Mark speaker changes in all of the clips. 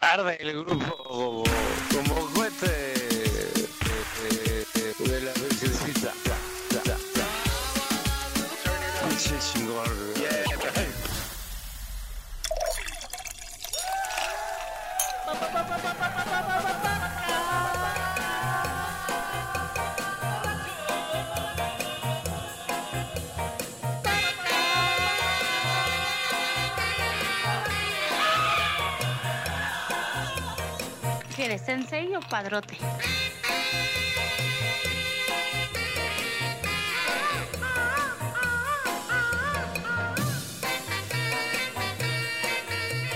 Speaker 1: par del grupo como, como juez eh, eh, eh, de la virgencita. Ya, ya, ya. Pinche chingón.
Speaker 2: ¿Qué eres, sensei o padrote?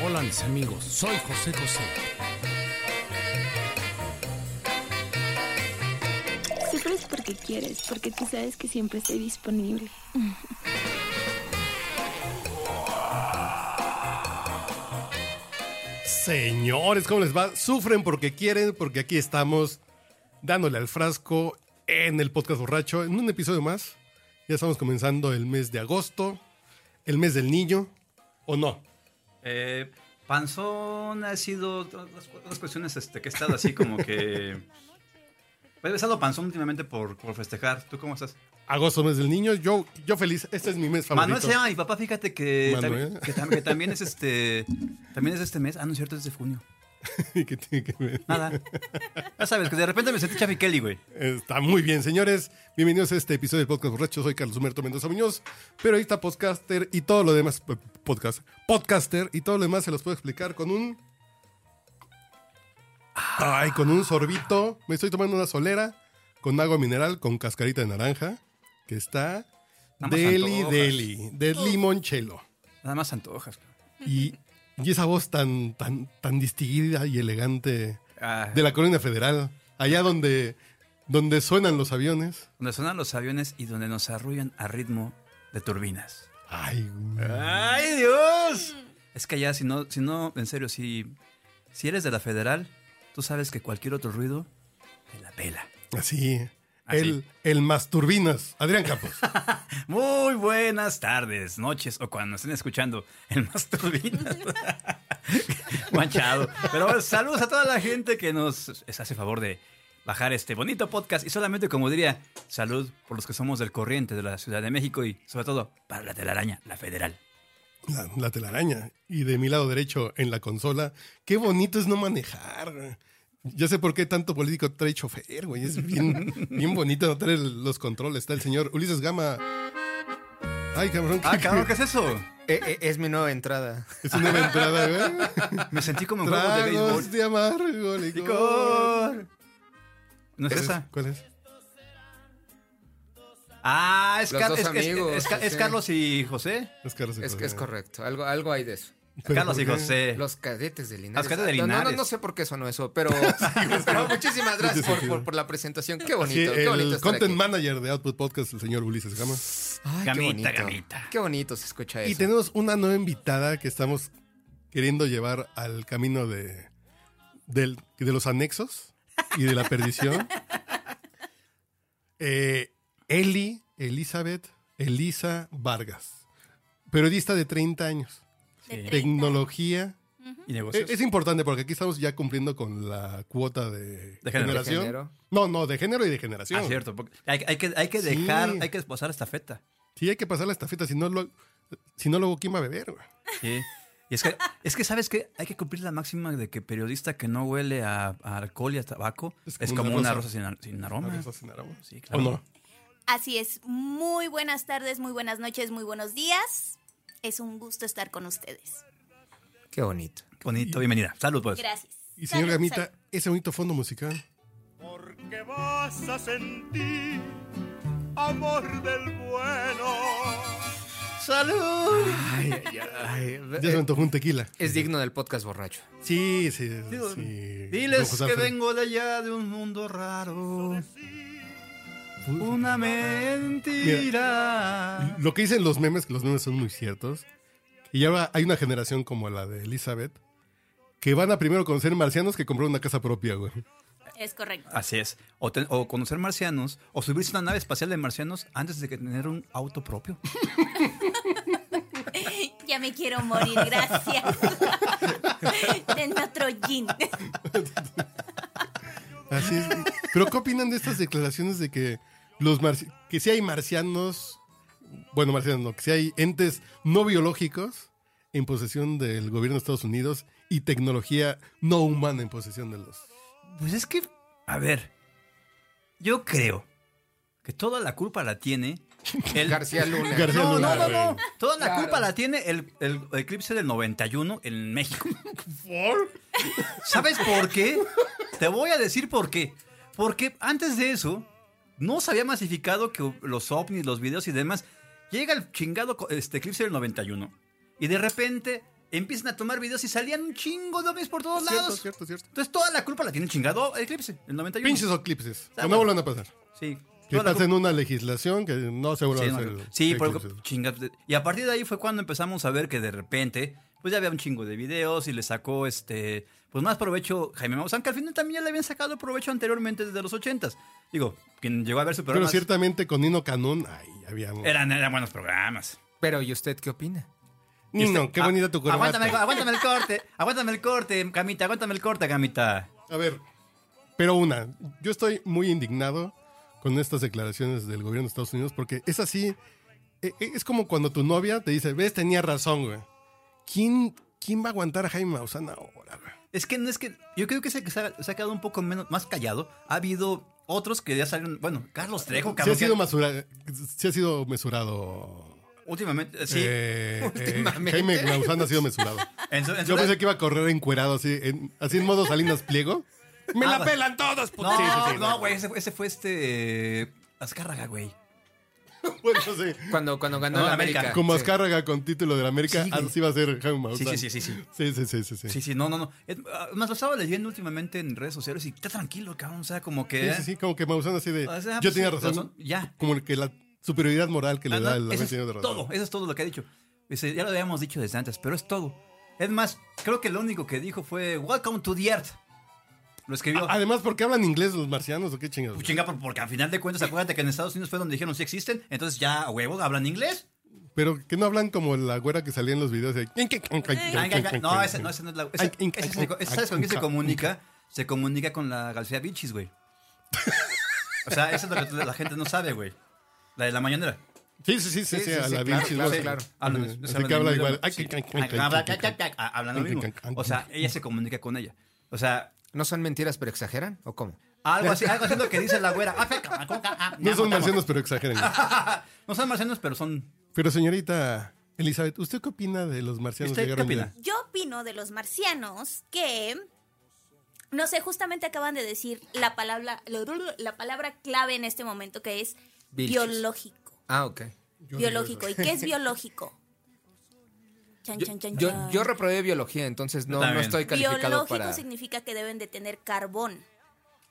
Speaker 3: Hola mis amigos, soy José José.
Speaker 4: Siempre es porque quieres, porque tú sabes que siempre estoy disponible.
Speaker 5: Señores, ¿cómo les va? Sufren porque quieren, porque aquí estamos dándole al frasco en el podcast borracho, en un episodio más. Ya estamos comenzando el mes de agosto, el mes del niño, ¿o no?
Speaker 6: Eh, Panzón ha sido otras, otras cuestiones este, que he estado así como que... Pues he estado Panzón últimamente por, por festejar. ¿Tú cómo estás?
Speaker 5: Agosto, mes del niño, yo, yo feliz, este es mi mes favorito.
Speaker 6: Manuel se llama mi papá, fíjate que,
Speaker 5: Manuel.
Speaker 6: tam- que tam- que también es este también es este mes. Ah, no es cierto, es de junio.
Speaker 5: ¿Qué tiene que ver?
Speaker 6: Nada. Ya sabes, que de repente me sentí Chafi Kelly, güey.
Speaker 5: Está muy bien, señores. Bienvenidos a este episodio del Podcast Borracho. Soy Carlos Humberto Mendoza Muñoz, pero ahí está podcaster y todo lo demás. eh, Podcast. Podcaster y todo lo demás se los puedo explicar con un. Ay, con un sorbito. Me estoy tomando una solera con agua mineral con cascarita de naranja. Que está.
Speaker 6: Nada más
Speaker 5: Deli,
Speaker 6: antojas.
Speaker 5: deli. De limonchelo.
Speaker 6: Nada más antojas. güey.
Speaker 5: Y, y esa voz tan, tan, tan distinguida y elegante
Speaker 6: Ah,
Speaker 5: de la Colonia Federal. Allá donde, donde suenan los aviones.
Speaker 6: Donde sonan los aviones y donde nos arrullan a ritmo de turbinas.
Speaker 5: Ay, güey.
Speaker 6: ¡Ay, Dios! Es que ya, si no, si no, en serio, si, si eres de la federal, tú sabes que cualquier otro ruido te la pela.
Speaker 7: ¿Eh?
Speaker 5: Así.
Speaker 7: ¿Ah,
Speaker 6: Así.
Speaker 5: El, el Masturbinas. Adrián Campos.
Speaker 6: Muy buenas tardes, noches o cuando estén escuchando el más turbinas. Manchado. Pero bueno, saludos a toda la gente que nos hace favor de bajar este bonito podcast y solamente como diría, salud por los que somos del corriente de la Ciudad de México y sobre todo para la telaraña, la federal.
Speaker 5: La, la telaraña. Y de mi lado derecho en la consola. Qué bonito es no manejar. Ya sé por qué tanto político trae chofer, güey. Es bien, bien bonito no traer los controles. Está el señor Ulises Gama. Ay, cabrón.
Speaker 6: Ah, cabrón, ¿qué es eso?
Speaker 7: Eh, eh, es mi nueva entrada.
Speaker 5: Es una nueva entrada, güey.
Speaker 6: Me sentí como en juego de
Speaker 5: Tragos
Speaker 6: béisbol.
Speaker 5: de amargo licor.
Speaker 6: Licor. ¿No es
Speaker 5: ¿Ese es-
Speaker 6: esa?
Speaker 5: ¿Cuál es?
Speaker 6: Ah, es,
Speaker 7: Los
Speaker 6: Car-
Speaker 7: dos
Speaker 6: es- es-
Speaker 7: amigos,
Speaker 6: es- es- es
Speaker 7: sí.
Speaker 6: Carlos y José.
Speaker 5: Es Carlos y
Speaker 7: Es,
Speaker 5: José.
Speaker 7: es correcto. Algo, algo hay de eso.
Speaker 5: Pero
Speaker 6: Carlos
Speaker 5: ¿por
Speaker 6: y
Speaker 5: qué?
Speaker 6: José.
Speaker 7: Los cadetes de Linares. Ah,
Speaker 6: Los cadetes de
Speaker 7: No, No, no,
Speaker 6: Linares.
Speaker 7: no sé por qué sonó eso, pero,
Speaker 5: pues,
Speaker 7: pero muchísimas gracias por, por- por la presentación. Qué
Speaker 5: Sí,
Speaker 7: bonito, qué bonito
Speaker 5: el
Speaker 7: estar
Speaker 5: content
Speaker 7: aquí.
Speaker 5: manager de Output Podcast, el señor Ulises Gama.
Speaker 7: Ay, qué
Speaker 6: Gamita,
Speaker 7: bonito.
Speaker 6: gamita.
Speaker 7: Qué bonito se escucha eso.
Speaker 5: Y tenemos una nueva invitada que estamos queriendo llevar al camino de, del- de los anexos y de la perdición. Eh, Eli, Elizabeth, Elisa Vargas, periodista de 30 años,
Speaker 6: Sí.
Speaker 5: tecnología.
Speaker 6: Y negocios.
Speaker 5: Eh, Es importante porque aquí estamos ya cumpliendo con la cuota de,
Speaker 6: De género.
Speaker 5: generación.
Speaker 7: De género.
Speaker 5: No, no, de género y de generación.
Speaker 6: Ah, cierto. porque Hay, hay que, hay que
Speaker 5: Sí.
Speaker 6: dejar, hay que esposar esta feta.
Speaker 5: Sí, hay que pasar la estafeta, si no, lo, si no luego ¿quién va a beber? güey?
Speaker 6: Sí. Y es que, es que, ¿sabes qué? Hay que cumplir la máxima de que periodista que no huele a, a alcohol y a tabaco es como, una rosa, sin, ar- sin aroma.
Speaker 5: Vamos a cenar, vamos.
Speaker 6: Sí, claro.
Speaker 5: ¿O no?
Speaker 8: Así es, muy buenas tardes, muy buenas noches, muy buenos días. Es un gusto estar con ustedes.
Speaker 7: Qué bonito.
Speaker 6: Qué Bonito, bienvenida. Salud, pues.
Speaker 8: Gracias.
Speaker 5: Y señor
Speaker 8: Salud,
Speaker 5: Gamita,
Speaker 8: salud.
Speaker 5: ese bonito fondo musical.
Speaker 9: Porque vas a sentir amor del bueno.
Speaker 7: ¡Salud!
Speaker 6: Eh,
Speaker 5: Ya se me antojó un tequila.
Speaker 7: Eh, Es digno del podcast borracho.
Speaker 5: Sí, sí, sí.
Speaker 6: Digo,
Speaker 5: Don
Speaker 6: Diles
Speaker 5: José
Speaker 6: que
Speaker 5: Alfredo.
Speaker 6: vengo de allá de un mundo raro. Una mentira.
Speaker 5: Lo que dicen los memes, que los memes son muy ciertos. Y ahora hay una generación como la de Elizabeth que van a primero conocer marcianos que comprar una casa propia, güey.
Speaker 8: Es correcto.
Speaker 6: Así es. O, te- o conocer marcianos, o subirse a una nave espacial de marcianos antes de que tener un auto propio.
Speaker 8: Ya me quiero morir, gracias. Denme otro gin.
Speaker 5: Así es. Pero ¿qué opinan de estas declaraciones de que los marci- que si hay marcianos, bueno, marcianos no, que si hay entes no biológicos en posesión del gobierno de Estados Unidos y tecnología no humana en posesión de los
Speaker 6: Pues es que, a ver, yo creo que toda la culpa la tiene el...
Speaker 7: García Luna.
Speaker 5: García
Speaker 6: No, no,
Speaker 5: Luna,
Speaker 6: no, no.
Speaker 5: güey.
Speaker 6: Toda la culpa la tiene el, el eclipse del 91 en México. ¿Sabes por qué? Te voy a decir por qué. Porque antes de eso, no se había masificado que los ovnis, los videos y demás. Llega el chingado co- este eclipse del 91 y de repente empiezan a tomar videos y salían un chingo de ovnis por todos
Speaker 5: Cierto,
Speaker 6: lados.
Speaker 5: cierto, cierto.
Speaker 6: Entonces toda la culpa la tiene el chingado eclipse, el 91.
Speaker 5: Pinches eclipses.
Speaker 6: Ah,
Speaker 5: Que no
Speaker 6: bueno.
Speaker 5: vuelvan a pasar.
Speaker 6: Sí.
Speaker 5: Que
Speaker 6: toda la
Speaker 5: estás en una legislación que no se vuelva
Speaker 6: Sí,
Speaker 5: a
Speaker 6: no,
Speaker 5: hacer.
Speaker 6: sí, por-
Speaker 5: eclipses.
Speaker 6: chinga- Y a partir de ahí fue cuando empezamos a ver que de repente, pues ya había un chingo de videos y le sacó este, pues más provecho Jaime Maussan, que al final también ya le habían sacado provecho anteriormente desde los ochentas. Digo, quien llegó a ver su
Speaker 5: Pero
Speaker 6: programa
Speaker 5: ciertamente con Nino Canón, ay, habíamos.
Speaker 6: eran, eran buenos programas.
Speaker 7: Pero, ¿y usted qué opina?
Speaker 5: Nino, Mm, qué
Speaker 6: Ah,
Speaker 5: bonita tu corbata.
Speaker 6: Aguántame, el- aguántame el corte, aguántame el corte, Camita, aguántame el corte, Camita.
Speaker 5: A ver, pero una, yo estoy muy indignado con estas declaraciones del gobierno de Estados Unidos porque es así, e- e- es como cuando tu novia te dice, ves, tenía razón, güey. ¿Quién, quién va a aguantar a Jaime Maussan ahora, güey?
Speaker 6: Es que no es que. Yo creo que se, se ha, se ha quedado un poco menos, más callado. Ha habido otros que ya salieron. Bueno, Carlos Trejo,
Speaker 5: Sí ha,
Speaker 6: cabrón. que-
Speaker 5: sido mesura- sí ha sido mesurado.
Speaker 6: Últimamente, sí.
Speaker 5: Eh, eh,
Speaker 7: Últimamente.
Speaker 5: Jaime Maussan ha sido mesurado.
Speaker 6: En su- en su-
Speaker 5: Yo pensé que iba a correr encuerado así, en, así en modo Salinas Pliego. ¡Me
Speaker 6: Ah,
Speaker 5: la
Speaker 6: va.
Speaker 5: pelan todos, puto!
Speaker 6: No,
Speaker 5: Sí, sí, sí,
Speaker 6: no, güey, ese, ese fue este. eh, Azcárraga, güey.
Speaker 5: Bueno, sí.
Speaker 7: Cuando, cuando ganó
Speaker 6: No,
Speaker 7: la
Speaker 6: América.
Speaker 7: América.
Speaker 5: Como
Speaker 7: Sí.
Speaker 5: Azcárraga con título de la América,
Speaker 6: Sí, güey.
Speaker 5: así va a ser Jaime
Speaker 6: Sí,
Speaker 5: Maussan.
Speaker 6: sí, sí, sí, sí.
Speaker 5: Sí, sí, sí, sí. sí.
Speaker 6: Sí, sí, no, no, no. Es- ah, Más lo estaba leyendo últimamente en redes sociales y está tranquilo, cabrón. O sea, como que.
Speaker 5: Sí, sí, sí, como que Maussan así de.
Speaker 6: ¿eh? O sea,
Speaker 5: yo
Speaker 6: pues,
Speaker 5: tenía razón.
Speaker 6: Ya.
Speaker 5: Como el que la superioridad moral que le
Speaker 6: Ah,
Speaker 5: da
Speaker 6: no,
Speaker 5: el
Speaker 6: eso
Speaker 5: haber
Speaker 6: es
Speaker 5: tenido razón.
Speaker 6: todo, eso es todo lo que ha dicho. Dice, ya lo habíamos dicho desde antes, pero es todo. Es más, creo que lo único que dijo fue Welcome to the Earth. Lo escribió.
Speaker 5: A- Además, ¿por qué hablan inglés los marcianos o qué chingados?
Speaker 6: Pues chinga, por- porque al final de cuentas, acuérdate que en Estados Unidos fue donde dijeron si existen, entonces ya a huevo hablan inglés.
Speaker 5: Pero que no hablan como la güera que salía en los videos. de-
Speaker 6: Ay, ay, ay, No, ese no, ese no es la. ese-
Speaker 5: Ay, ay,
Speaker 6: ese se-
Speaker 5: ay,
Speaker 6: ese ¿Sabes con quién se
Speaker 5: ay,
Speaker 6: comunica? Se comunica con la García Bichis, güey. O sea, eso es lo que la gente no sabe, güey. La de la mañanera. Ah,
Speaker 5: Sí, sí, sí, sí,
Speaker 7: Sí,
Speaker 5: sí,
Speaker 7: sí,
Speaker 5: a
Speaker 7: sí,
Speaker 5: la
Speaker 7: claro,
Speaker 5: Vinci,
Speaker 7: claro,
Speaker 5: ¿no?
Speaker 7: claro.
Speaker 6: Hablan,
Speaker 5: Así
Speaker 6: o sea, hablan
Speaker 5: que habla
Speaker 6: el mismo
Speaker 5: igual.
Speaker 6: idioma. Sí. Habla- ah, Hablan lo mismo. O sea, ella se comunica con ella. O sea,
Speaker 7: ¿No son mentiras, pero exageran? ¿O cómo?
Speaker 6: algo así, algo así es lo que dice la güera. Ah, feca, ah, coca, ah,
Speaker 5: No son
Speaker 6: ya,
Speaker 5: marcianos, pero exageren.
Speaker 6: No son marcianos, pero son.
Speaker 5: Pero señorita Elizabeth, ¿usted qué opina de los marcianos?
Speaker 6: ¿Usted
Speaker 5: que
Speaker 6: este, qué
Speaker 5: llegaron
Speaker 6: opina?
Speaker 5: de-
Speaker 8: Yo opino de los marcianos que. No sé, justamente acaban de decir la palabra, la palabra clave en este momento que es
Speaker 7: Vilchis.
Speaker 8: biológico.
Speaker 7: Ah, ok.
Speaker 8: biológico. ¿Y qué es biológico? Chan,
Speaker 7: Yo,
Speaker 8: chan, chan,
Speaker 7: yo,
Speaker 8: chan.
Speaker 7: yo reprobé biología, entonces no, no
Speaker 6: También.
Speaker 7: estoy calificado
Speaker 8: biológico
Speaker 7: para...
Speaker 8: significa que deben de tener carbón. en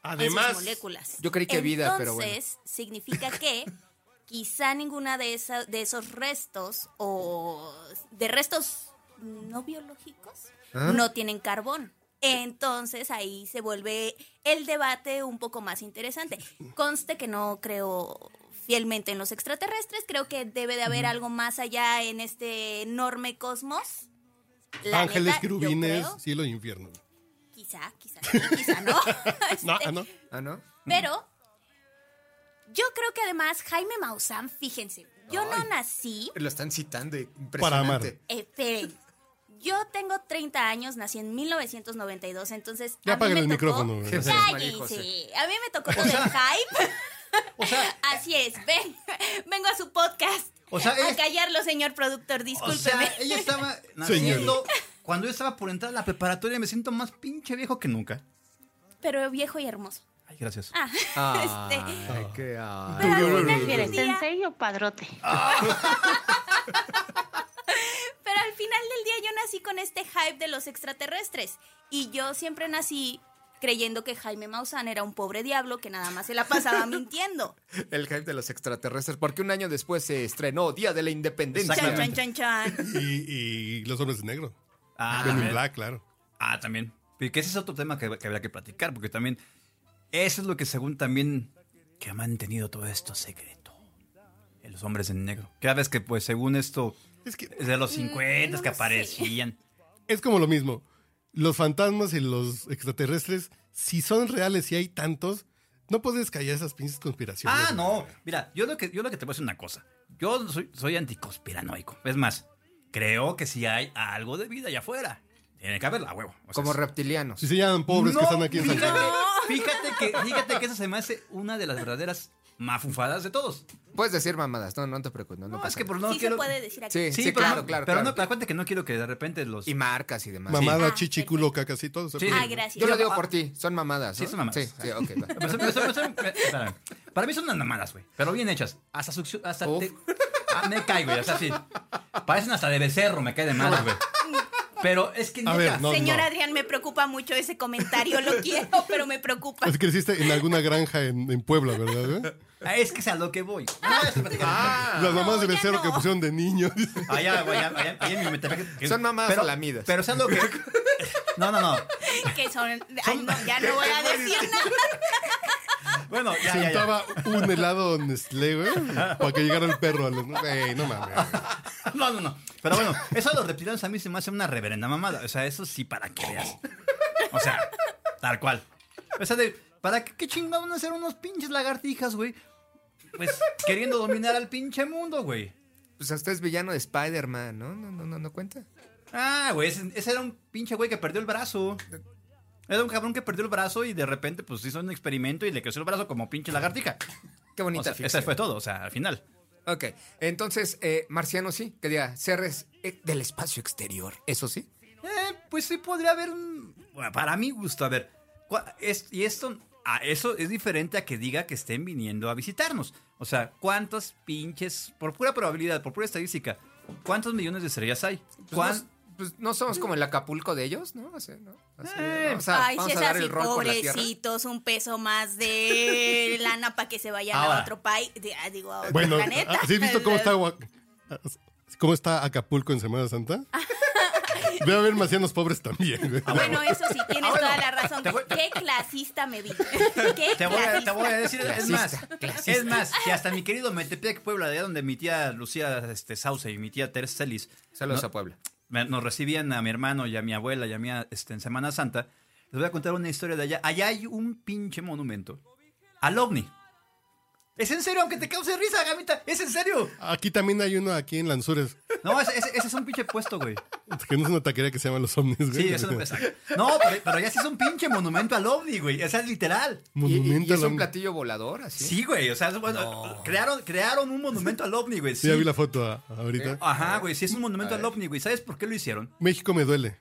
Speaker 5: Además,
Speaker 8: sus moléculas.
Speaker 7: yo creí que vida, pero bueno.
Speaker 8: Entonces, significa que quizá ninguna de, esa- de esos restos o de restos no biológicos
Speaker 7: ¿Ah?
Speaker 8: no tienen carbón. Entonces ahí se vuelve el debate un poco más interesante. Conste que no creo fielmente en los extraterrestres, creo que debe de haber algo más allá en este enorme cosmos. La
Speaker 5: ángeles,
Speaker 8: neta, yo
Speaker 5: querubines,
Speaker 8: creo,
Speaker 5: cielo e infierno.
Speaker 8: quizá, quizá, sí, quizá no.
Speaker 5: No,
Speaker 8: Este,
Speaker 5: ah, no.
Speaker 7: Ah, ¿no?
Speaker 8: pero yo creo que además Jaime Maussan, fíjense, yo no nací,
Speaker 7: Lo están citando,
Speaker 5: Para amar.
Speaker 7: impresionante.
Speaker 8: eh, esperen, yo tengo 30 años, nací en 1992, entonces
Speaker 5: Ya
Speaker 8: a mí
Speaker 5: apaguen
Speaker 8: me
Speaker 5: el
Speaker 8: tocó-
Speaker 5: micrófono. güey.
Speaker 7: Jefe. María José.
Speaker 8: Cállense, a mí me tocó todo el hype. Así es, ven, vengo a su podcast.
Speaker 6: O sea,
Speaker 8: a
Speaker 6: es-
Speaker 8: callarlo, señor productor,
Speaker 6: O
Speaker 8: discúlpeme.
Speaker 6: sea, ella estaba
Speaker 5: Señores.
Speaker 6: naciendo. Cuando yo estaba por entrar a la preparatoria, me siento más pinche viejo que nunca.
Speaker 8: Pero viejo y hermoso.
Speaker 6: Ay, gracias.
Speaker 8: Ah,
Speaker 7: Ay, qué- ah, ay.
Speaker 8: Pero al final del
Speaker 2: ¿Prefieres
Speaker 8: día-
Speaker 2: sensei o padrote?
Speaker 5: Ah,
Speaker 8: Pero al final del día yo nací con este hype de los extraterrestres. Y yo siempre nací creyendo que Jaime Maussan era un pobre diablo que nada más se la pasaba mintiendo.
Speaker 7: El hype de los extraterrestres, porque un año después se estrenó Día de la Independencia.
Speaker 8: Chan,
Speaker 6: Exactamente.
Speaker 8: chan, chan, chan.
Speaker 5: Y, y los hombres de negro. Men
Speaker 6: Ah,
Speaker 5: in
Speaker 6: también.
Speaker 5: Black, claro.
Speaker 6: Ah, también. Y que ese es otro tema que, que habría que platicar, porque también. Eso es lo que, según también. que ha mantenido todo esto secreto. En Los hombres en negro. Cada vez que, pues, según esto.
Speaker 5: Es que
Speaker 6: De los 50
Speaker 8: Mm, no
Speaker 6: que
Speaker 8: lo sé.
Speaker 6: aparecían.
Speaker 5: es como lo mismo. los fantasmas y los extraterrestres, si son reales y hay tantos, no puedes callar esas pinches conspiraciones.
Speaker 6: Ah,
Speaker 5: güey.
Speaker 6: no. Mira, yo lo que, yo lo que te voy a decir una cosa. Yo soy, soy anticonspiranoico. Es más, creo que si hay algo de vida allá afuera. Tiene que haberla, a huevo. O sea,
Speaker 7: Como
Speaker 6: es-
Speaker 7: reptilianos.
Speaker 5: Si se llaman pobres
Speaker 6: No,
Speaker 5: que están aquí en San
Speaker 6: fíjate,
Speaker 5: Francisco.
Speaker 6: fíjate que, fíjate que esa se me hace una de las verdaderas mafufadas de todos.
Speaker 7: Puedes decir mamadas, no, no te preocupes. No, no
Speaker 6: No,
Speaker 7: pasa
Speaker 6: es que
Speaker 7: nada.
Speaker 6: por no
Speaker 8: sí
Speaker 6: quiero.
Speaker 8: se puede decir aquí.
Speaker 7: Sí, sí,
Speaker 6: pero
Speaker 7: claro,
Speaker 6: no-
Speaker 7: claro.
Speaker 6: Pero
Speaker 7: claro.
Speaker 6: no, acuérdate que no quiero que de repente los.
Speaker 7: Y marcas y demás.
Speaker 5: Mamada,
Speaker 8: Ah,
Speaker 5: chichi,
Speaker 8: perfecto.
Speaker 5: culo, caca, sí, todo. se
Speaker 6: Sí.
Speaker 5: puede.
Speaker 8: Ah, gracias.
Speaker 7: Yo lo digo
Speaker 6: Ah,
Speaker 7: por ti, son mamadas.
Speaker 6: sí,
Speaker 7: ¿no?
Speaker 6: son mamadas.
Speaker 7: Sí, sí, ok. va.
Speaker 6: Me- me- me- me- me- espérame. Para mí son unas mamadas, güey. Pero bien hechas. Hasta succión. Hasta
Speaker 7: Uf.
Speaker 6: te- ah, me cae, güey. Hasta así. Parecen hasta de becerro, me cae de madre, güey. Pero es que
Speaker 5: A ver, no,
Speaker 8: Señor
Speaker 5: no.
Speaker 8: Adrián, me preocupa mucho ese comentario. Lo quiero, pero me preocupa.
Speaker 5: Es que creciste en alguna granja en, en Puebla, ¿verdad? güey?
Speaker 6: Ah, Es que es a lo que voy. No, es
Speaker 7: Ah,
Speaker 6: Ah.
Speaker 5: Las mamás
Speaker 8: no,
Speaker 5: de
Speaker 8: ya
Speaker 5: becerro
Speaker 8: no.
Speaker 5: que pusieron de niño.
Speaker 6: Allá, Ah, güey, allá, allá, allá en mi Metepec- que-
Speaker 7: Son mamadas
Speaker 6: pero-
Speaker 7: lamidas.
Speaker 6: Pero es a lo que. No, no, no.
Speaker 8: Que son. Ay, no, ya no voy a decir nada.
Speaker 6: Bueno, ya, ya, ya.
Speaker 5: Sentaba un helado Nestlé, güey, para que llegara el perro. a los- Güey, no mames. güey.
Speaker 6: No, no, no. Pero bueno, eso de los reptilianos a mí se me hace una reverenda mamada. O sea, eso sí, para que veas. O sea, tal cual. O sea, de, ¿para qué, qué chingados van a ser unos pinches lagartijas, güey? Pues queriendo dominar al pinche mundo, güey.
Speaker 7: Pues hasta es villano de Spider-Man, ¿no? No, no, no, no cuenta.
Speaker 6: Ah, güey, ese, ese era un pinche güey que perdió el brazo. Era un cabrón que perdió el brazo y de repente, pues hizo un experimento y le creció el brazo como pinche lagartija.
Speaker 7: Qué
Speaker 6: O
Speaker 7: bonita
Speaker 6: sea,
Speaker 7: ficción.
Speaker 6: ese fue todo, o sea, al final.
Speaker 7: Ok, entonces, eh, marciano sí, que diga, seres eh, del espacio exterior, eso sí.
Speaker 6: Eh, pues sí podría haber un... bueno, para mi gusto, a ver. cua- es- y esto... ah, eso es diferente a que diga que estén viniendo a visitarnos. O sea, ¿cuántas pinches... Por pura probabilidad, por pura estadística, ¿cuántos millones de estrellas hay?
Speaker 7: Pues,
Speaker 6: ¿Cuán-
Speaker 7: no, pues, no somos como el Acapulco de ellos, ¿no? O sea, ¿no? Así,
Speaker 6: Eh,
Speaker 7: ¿no? O sea,
Speaker 8: Ay, si
Speaker 7: vamos
Speaker 8: es
Speaker 7: a dar
Speaker 8: así,
Speaker 7: el rol por la tierra.
Speaker 8: pobrecitos, un peso más de lana para que se vayan
Speaker 6: Ahora.
Speaker 8: a otro país. de- ah, digo, a otro
Speaker 5: Bueno, ah,
Speaker 8: planeta.
Speaker 5: ¿sí has visto cómo está, Oax- cómo está Acapulco en Semana Santa? Debe haber marcianos pobres también, güey.
Speaker 8: Bueno, eso sí, tienes
Speaker 6: Ah, bueno.
Speaker 8: toda la razón.
Speaker 6: Te voy-
Speaker 8: Qué clasista me vi. Qué
Speaker 6: Te voy, a, te
Speaker 8: clasista.
Speaker 6: voy a decir, es más,
Speaker 7: Clasista,
Speaker 6: es más, que hasta mi querido Metepec Puebla, de allá donde mi tía Lucía este, Sauce y mi tía Teresa Celis
Speaker 7: Saludos
Speaker 6: no-
Speaker 7: a Puebla.
Speaker 6: me- nos recibían a mi hermano y a mi abuela y a mí a- este, en Semana Santa. Les voy a contar una historia de allá. Allá hay un pinche monumento al ovni. Es en serio, aunque te cause risa, gamita. Es en serio.
Speaker 5: Aquí también hay uno aquí en Lanzures,
Speaker 6: No, ese, ese- ese es un pinche puesto, güey.
Speaker 5: que no es una taquería que se llama Los Omnis, güey.
Speaker 6: Sí, eso no pesa. No, pero, pero allá sí es un pinche monumento al ovni, güey. O sea, es literal.
Speaker 7: Y, y- y
Speaker 5: Monumento
Speaker 7: es
Speaker 5: al
Speaker 7: un
Speaker 5: Om-
Speaker 7: platillo volador, así.
Speaker 6: Sí, güey. O sea, es- bueno, crearon, crearon un monumento al ovni, güey.
Speaker 5: Sí,
Speaker 6: Sí.
Speaker 5: ya vi la foto a-
Speaker 7: Eh,
Speaker 5: ahorita.
Speaker 7: ah.
Speaker 6: Ajá, güey. Sí, es un monumento al ovni, güey. ¿Sabes por qué lo hicieron?
Speaker 5: México me duele.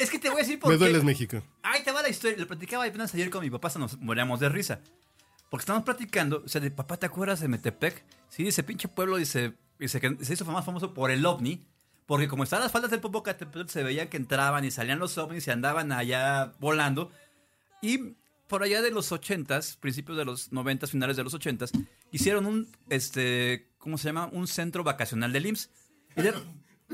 Speaker 6: Es que te voy a decir por
Speaker 5: Me
Speaker 6: qué.
Speaker 5: duele es México.
Speaker 6: Ahí te va la historia. Lo platicaba apenas ayer con mi papá, hasta nos moríamos de risa. Porque estábamos platicando, o sea, de papá, ¿te acuerdas de Metepec? Sí, ese pinche pueblo dice, dice que se hizo más famoso por el ovni. Porque como estaban las faldas del Popocatépetl, se veía que entraban y salían los ovnis y andaban allá volando. Y por allá de los 80s, principios de los 90s, finales de los 80s, hicieron un, este, ¿cómo se llama? Un centro vacacional del IMSS. Y de-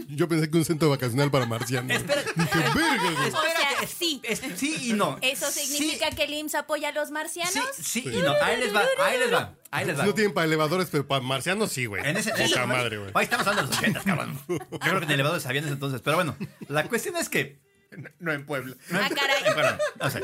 Speaker 5: Yo pensé que un centro vacacional para marcianos.
Speaker 6: Espera.
Speaker 5: Dije, verga, güey.
Speaker 8: O sea,
Speaker 6: es-
Speaker 8: sí.
Speaker 6: es- sí y no.
Speaker 8: ¿Eso
Speaker 6: Sí
Speaker 8: significa que el IMSS apoya a los
Speaker 6: Sí,
Speaker 8: marcianos?
Speaker 6: sí, y no, ahí les va, ahí les va, ahí les va.
Speaker 5: No tienen para elevadores, pero para marcianos sí, güey.
Speaker 6: En ese, en ese
Speaker 5: Poca
Speaker 6: momento-
Speaker 5: madre, güey.
Speaker 6: Ay, estamos hablando de los 80, cabrón. Yo creo que en elevadores sabían eso entonces, pero bueno, la cuestión es que.
Speaker 7: No en Puebla.
Speaker 8: Ah, caray.
Speaker 6: Ay, perdón, no sé.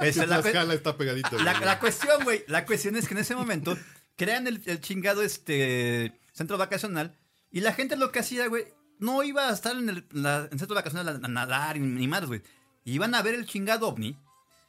Speaker 6: Este, la, cue-
Speaker 5: Tlaxcala está pegadito.
Speaker 6: la-
Speaker 5: güey.
Speaker 6: la cuestión, güey, la cuestión es que en ese momento crean el, el chingado este centro vacacional y la gente lo que hacía, güey, no iba a estar en el, la- en el centro vacacional a, a nadar ni, ni más, güey. Iban a ver el chingado ovni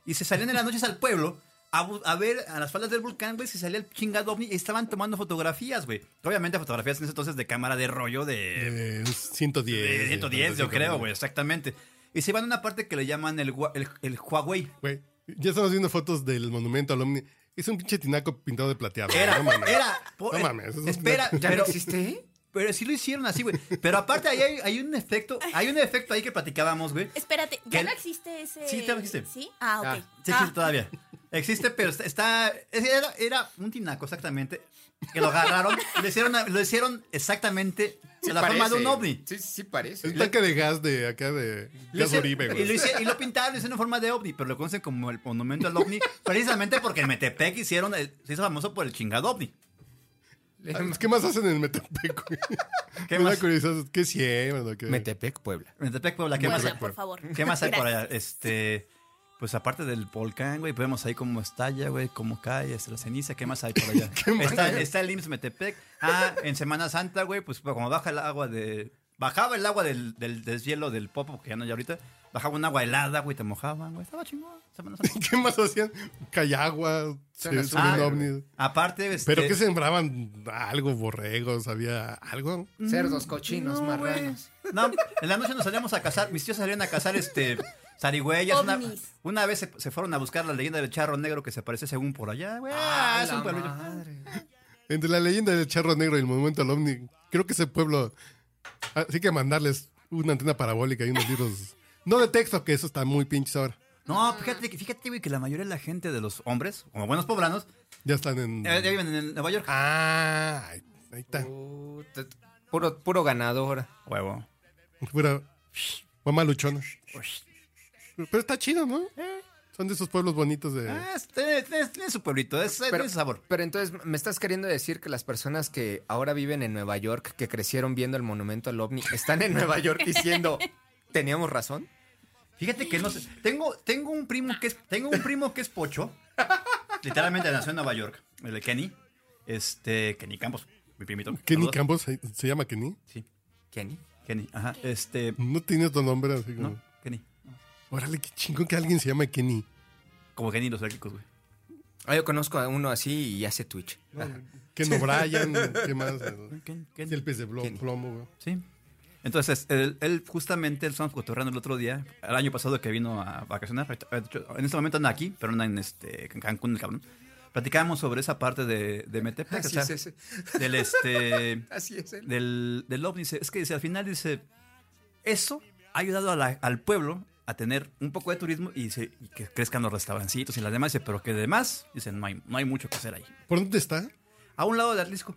Speaker 6: y se salían en las noches al pueblo a, bu- a ver a las faldas del volcán, güey, si salía el chingado ovni y estaban tomando fotografías, güey. Obviamente fotografías en ese entonces de cámara de rollo de...
Speaker 5: Eh, 110.
Speaker 6: de 110, yo
Speaker 5: 135,
Speaker 6: creo, güey, exactamente. Y se van a una parte que le llaman el, gua- el, el Huawei.
Speaker 5: Güey, ya estamos viendo fotos del monumento al Omni. Es un pinche tinaco pintado de plateado.
Speaker 6: Era,
Speaker 5: no mames.
Speaker 6: era. po-
Speaker 5: No mames, es un-
Speaker 6: Espera,
Speaker 7: ¿Ya
Speaker 6: pero,
Speaker 7: no existe?
Speaker 6: pero sí lo hicieron así, güey. Pero aparte ahí hay, hay un efecto, hay un efecto ahí que platicábamos, güey.
Speaker 8: Espérate, ¿ya
Speaker 6: ¿Qué?
Speaker 8: no existe ese...?
Speaker 6: Sí, todavía existe.
Speaker 8: ¿Sí? Ah, ok.
Speaker 7: Ah,
Speaker 6: Sí,
Speaker 8: Ah,
Speaker 6: existe todavía. Existe, pero está, está- es- era, era un tinaco exactamente que lo agarraron, y lo hicieron, lo hicieron exactamente de la forma de un
Speaker 7: Parece.
Speaker 6: ovni.
Speaker 7: Sí, sí, sí parece.
Speaker 5: El tanque de gas de acá de
Speaker 6: Lo
Speaker 5: gas
Speaker 6: hicieron-
Speaker 5: Uribe,
Speaker 6: y, lo
Speaker 5: güey.
Speaker 6: hicieron- y lo pintaron, lo hicieron en forma de ovni, pero lo conocen como el eh, monumento al ovni, precisamente porque en Metepec hicieron, el- se hizo famoso por el chingado ovni.
Speaker 7: Le-
Speaker 5: ¿Qué Ah, más hacen en Metepec? güey?
Speaker 6: ¿Qué
Speaker 5: Me da
Speaker 6: más?
Speaker 5: curiosidad, ¿Qué siembran? o qué?
Speaker 7: Metepec, Puebla.
Speaker 6: Metepec, Puebla, ¿qué más?
Speaker 8: Puebla, por favor.
Speaker 6: ¿Qué más hay por
Speaker 8: Gracias.
Speaker 6: allá? Este, pues aparte del volcán, güey, vemos ahí cómo estalla, güey, cómo cae, este, la ceniza, ¿qué más hay por allá? está, está el IMSS Metepec. Ah, en Semana Santa, güey, pues como baja el agua de... Bajaba el agua del, del deshielo del popo, que ya no hay ahorita. Bajaba un agua helada, güey, te mojaban, güey. Estaba chingón. Semana Santa.
Speaker 5: ¿Qué más hacían? Cayagua, se
Speaker 7: Suena
Speaker 5: suben
Speaker 6: Ah,
Speaker 5: ovnis.
Speaker 6: Aparte, este,
Speaker 5: ¿Pero qué sembraban? ¿Algo? ¿Borregos? ¿Había algo?
Speaker 8: Mm,
Speaker 7: Cerdos, cochinos,
Speaker 6: No, güey.
Speaker 7: marranos.
Speaker 6: No, en la noche nos salíamos a cazar. Mis tíos salían a cazar este zarigüeyas. Una,
Speaker 8: Ovnis.
Speaker 6: una vez se, se fueron a buscar la leyenda del charro negro que se aparece según por allá. güey. Ah,
Speaker 7: Ay,
Speaker 6: es un
Speaker 7: la
Speaker 6: pueblillo.
Speaker 7: madre.
Speaker 5: Entre la leyenda del charro negro y el monumento al ovni, creo que ese pueblo. Así que mandarles una antena parabólica y unos libros. No de texto, que eso está muy pinches ahora.
Speaker 6: No, fíjate, que- fíjate, güey, que la mayoría de la gente de los hombres, como buenos poblanos,
Speaker 5: Ya están en.
Speaker 7: Mm.
Speaker 6: eh, ya viven en Nueva York.
Speaker 5: Ah, ahí, ahí está.
Speaker 7: Puta, Puro, puro ganador.
Speaker 6: Huevo.
Speaker 5: Pura mamá luchona. Pero está chido, ¿no? Son de esos pueblos bonitos de.
Speaker 6: Eh. Ah, es- tiene, tiene- tiene su pueblito, es, tiene su sabor.
Speaker 7: pero entonces, ¿me estás queriendo decir que las personas que ahora viven en Nueva York, que crecieron viendo el monumento al ovni, están en Nueva York diciendo, ¿teníamos razón?
Speaker 6: Fíjate que no sé. Tengo, tengo un primo que es. Tengo un primo que es pocho. literalmente nació en Nueva York. El de Kenny. Este. Kenny Campos, mi primito.
Speaker 5: Kenny
Speaker 6: Saludos.
Speaker 5: Campos se, se llama Kenny.
Speaker 6: Sí,
Speaker 7: Kenny.
Speaker 6: Kenny. Ajá. Este.
Speaker 5: No tiene otro nombre así como.
Speaker 6: No, Kenny.
Speaker 5: Órale, qué chingón que alguien se llame Kenny.
Speaker 6: Como Kenny los eléctricos, güey.
Speaker 7: Ah, yo conozco a uno así y hace Twitch.
Speaker 5: Ken O'Brien, ¿qué más?
Speaker 6: Ken- Kenny.
Speaker 5: El pez de blo-
Speaker 7: Kenny.
Speaker 5: plomo, güey.
Speaker 6: Sí. Entonces, él, él justamente, él estamos cotorreando el otro día, el año pasado que vino a vacacionar. de hecho, En este momento anda aquí, pero anda en, este, en Cancún, el cabrón. Platicábamos sobre esa parte de, de Metepec,
Speaker 7: Así
Speaker 6: o
Speaker 7: es
Speaker 6: sea,
Speaker 7: ese.
Speaker 6: del este.
Speaker 7: Así es él.
Speaker 6: del, del ovni. dice, Es que dice, al final dice, eso ha ayudado a la- al pueblo a tener un poco de turismo y, dice, y que crezcan los restaurancitos y las demás. Dice, pero que además, dice, no hay, no hay mucho que hacer ahí.
Speaker 5: ¿Por dónde está?
Speaker 6: A un lado de Atlisco.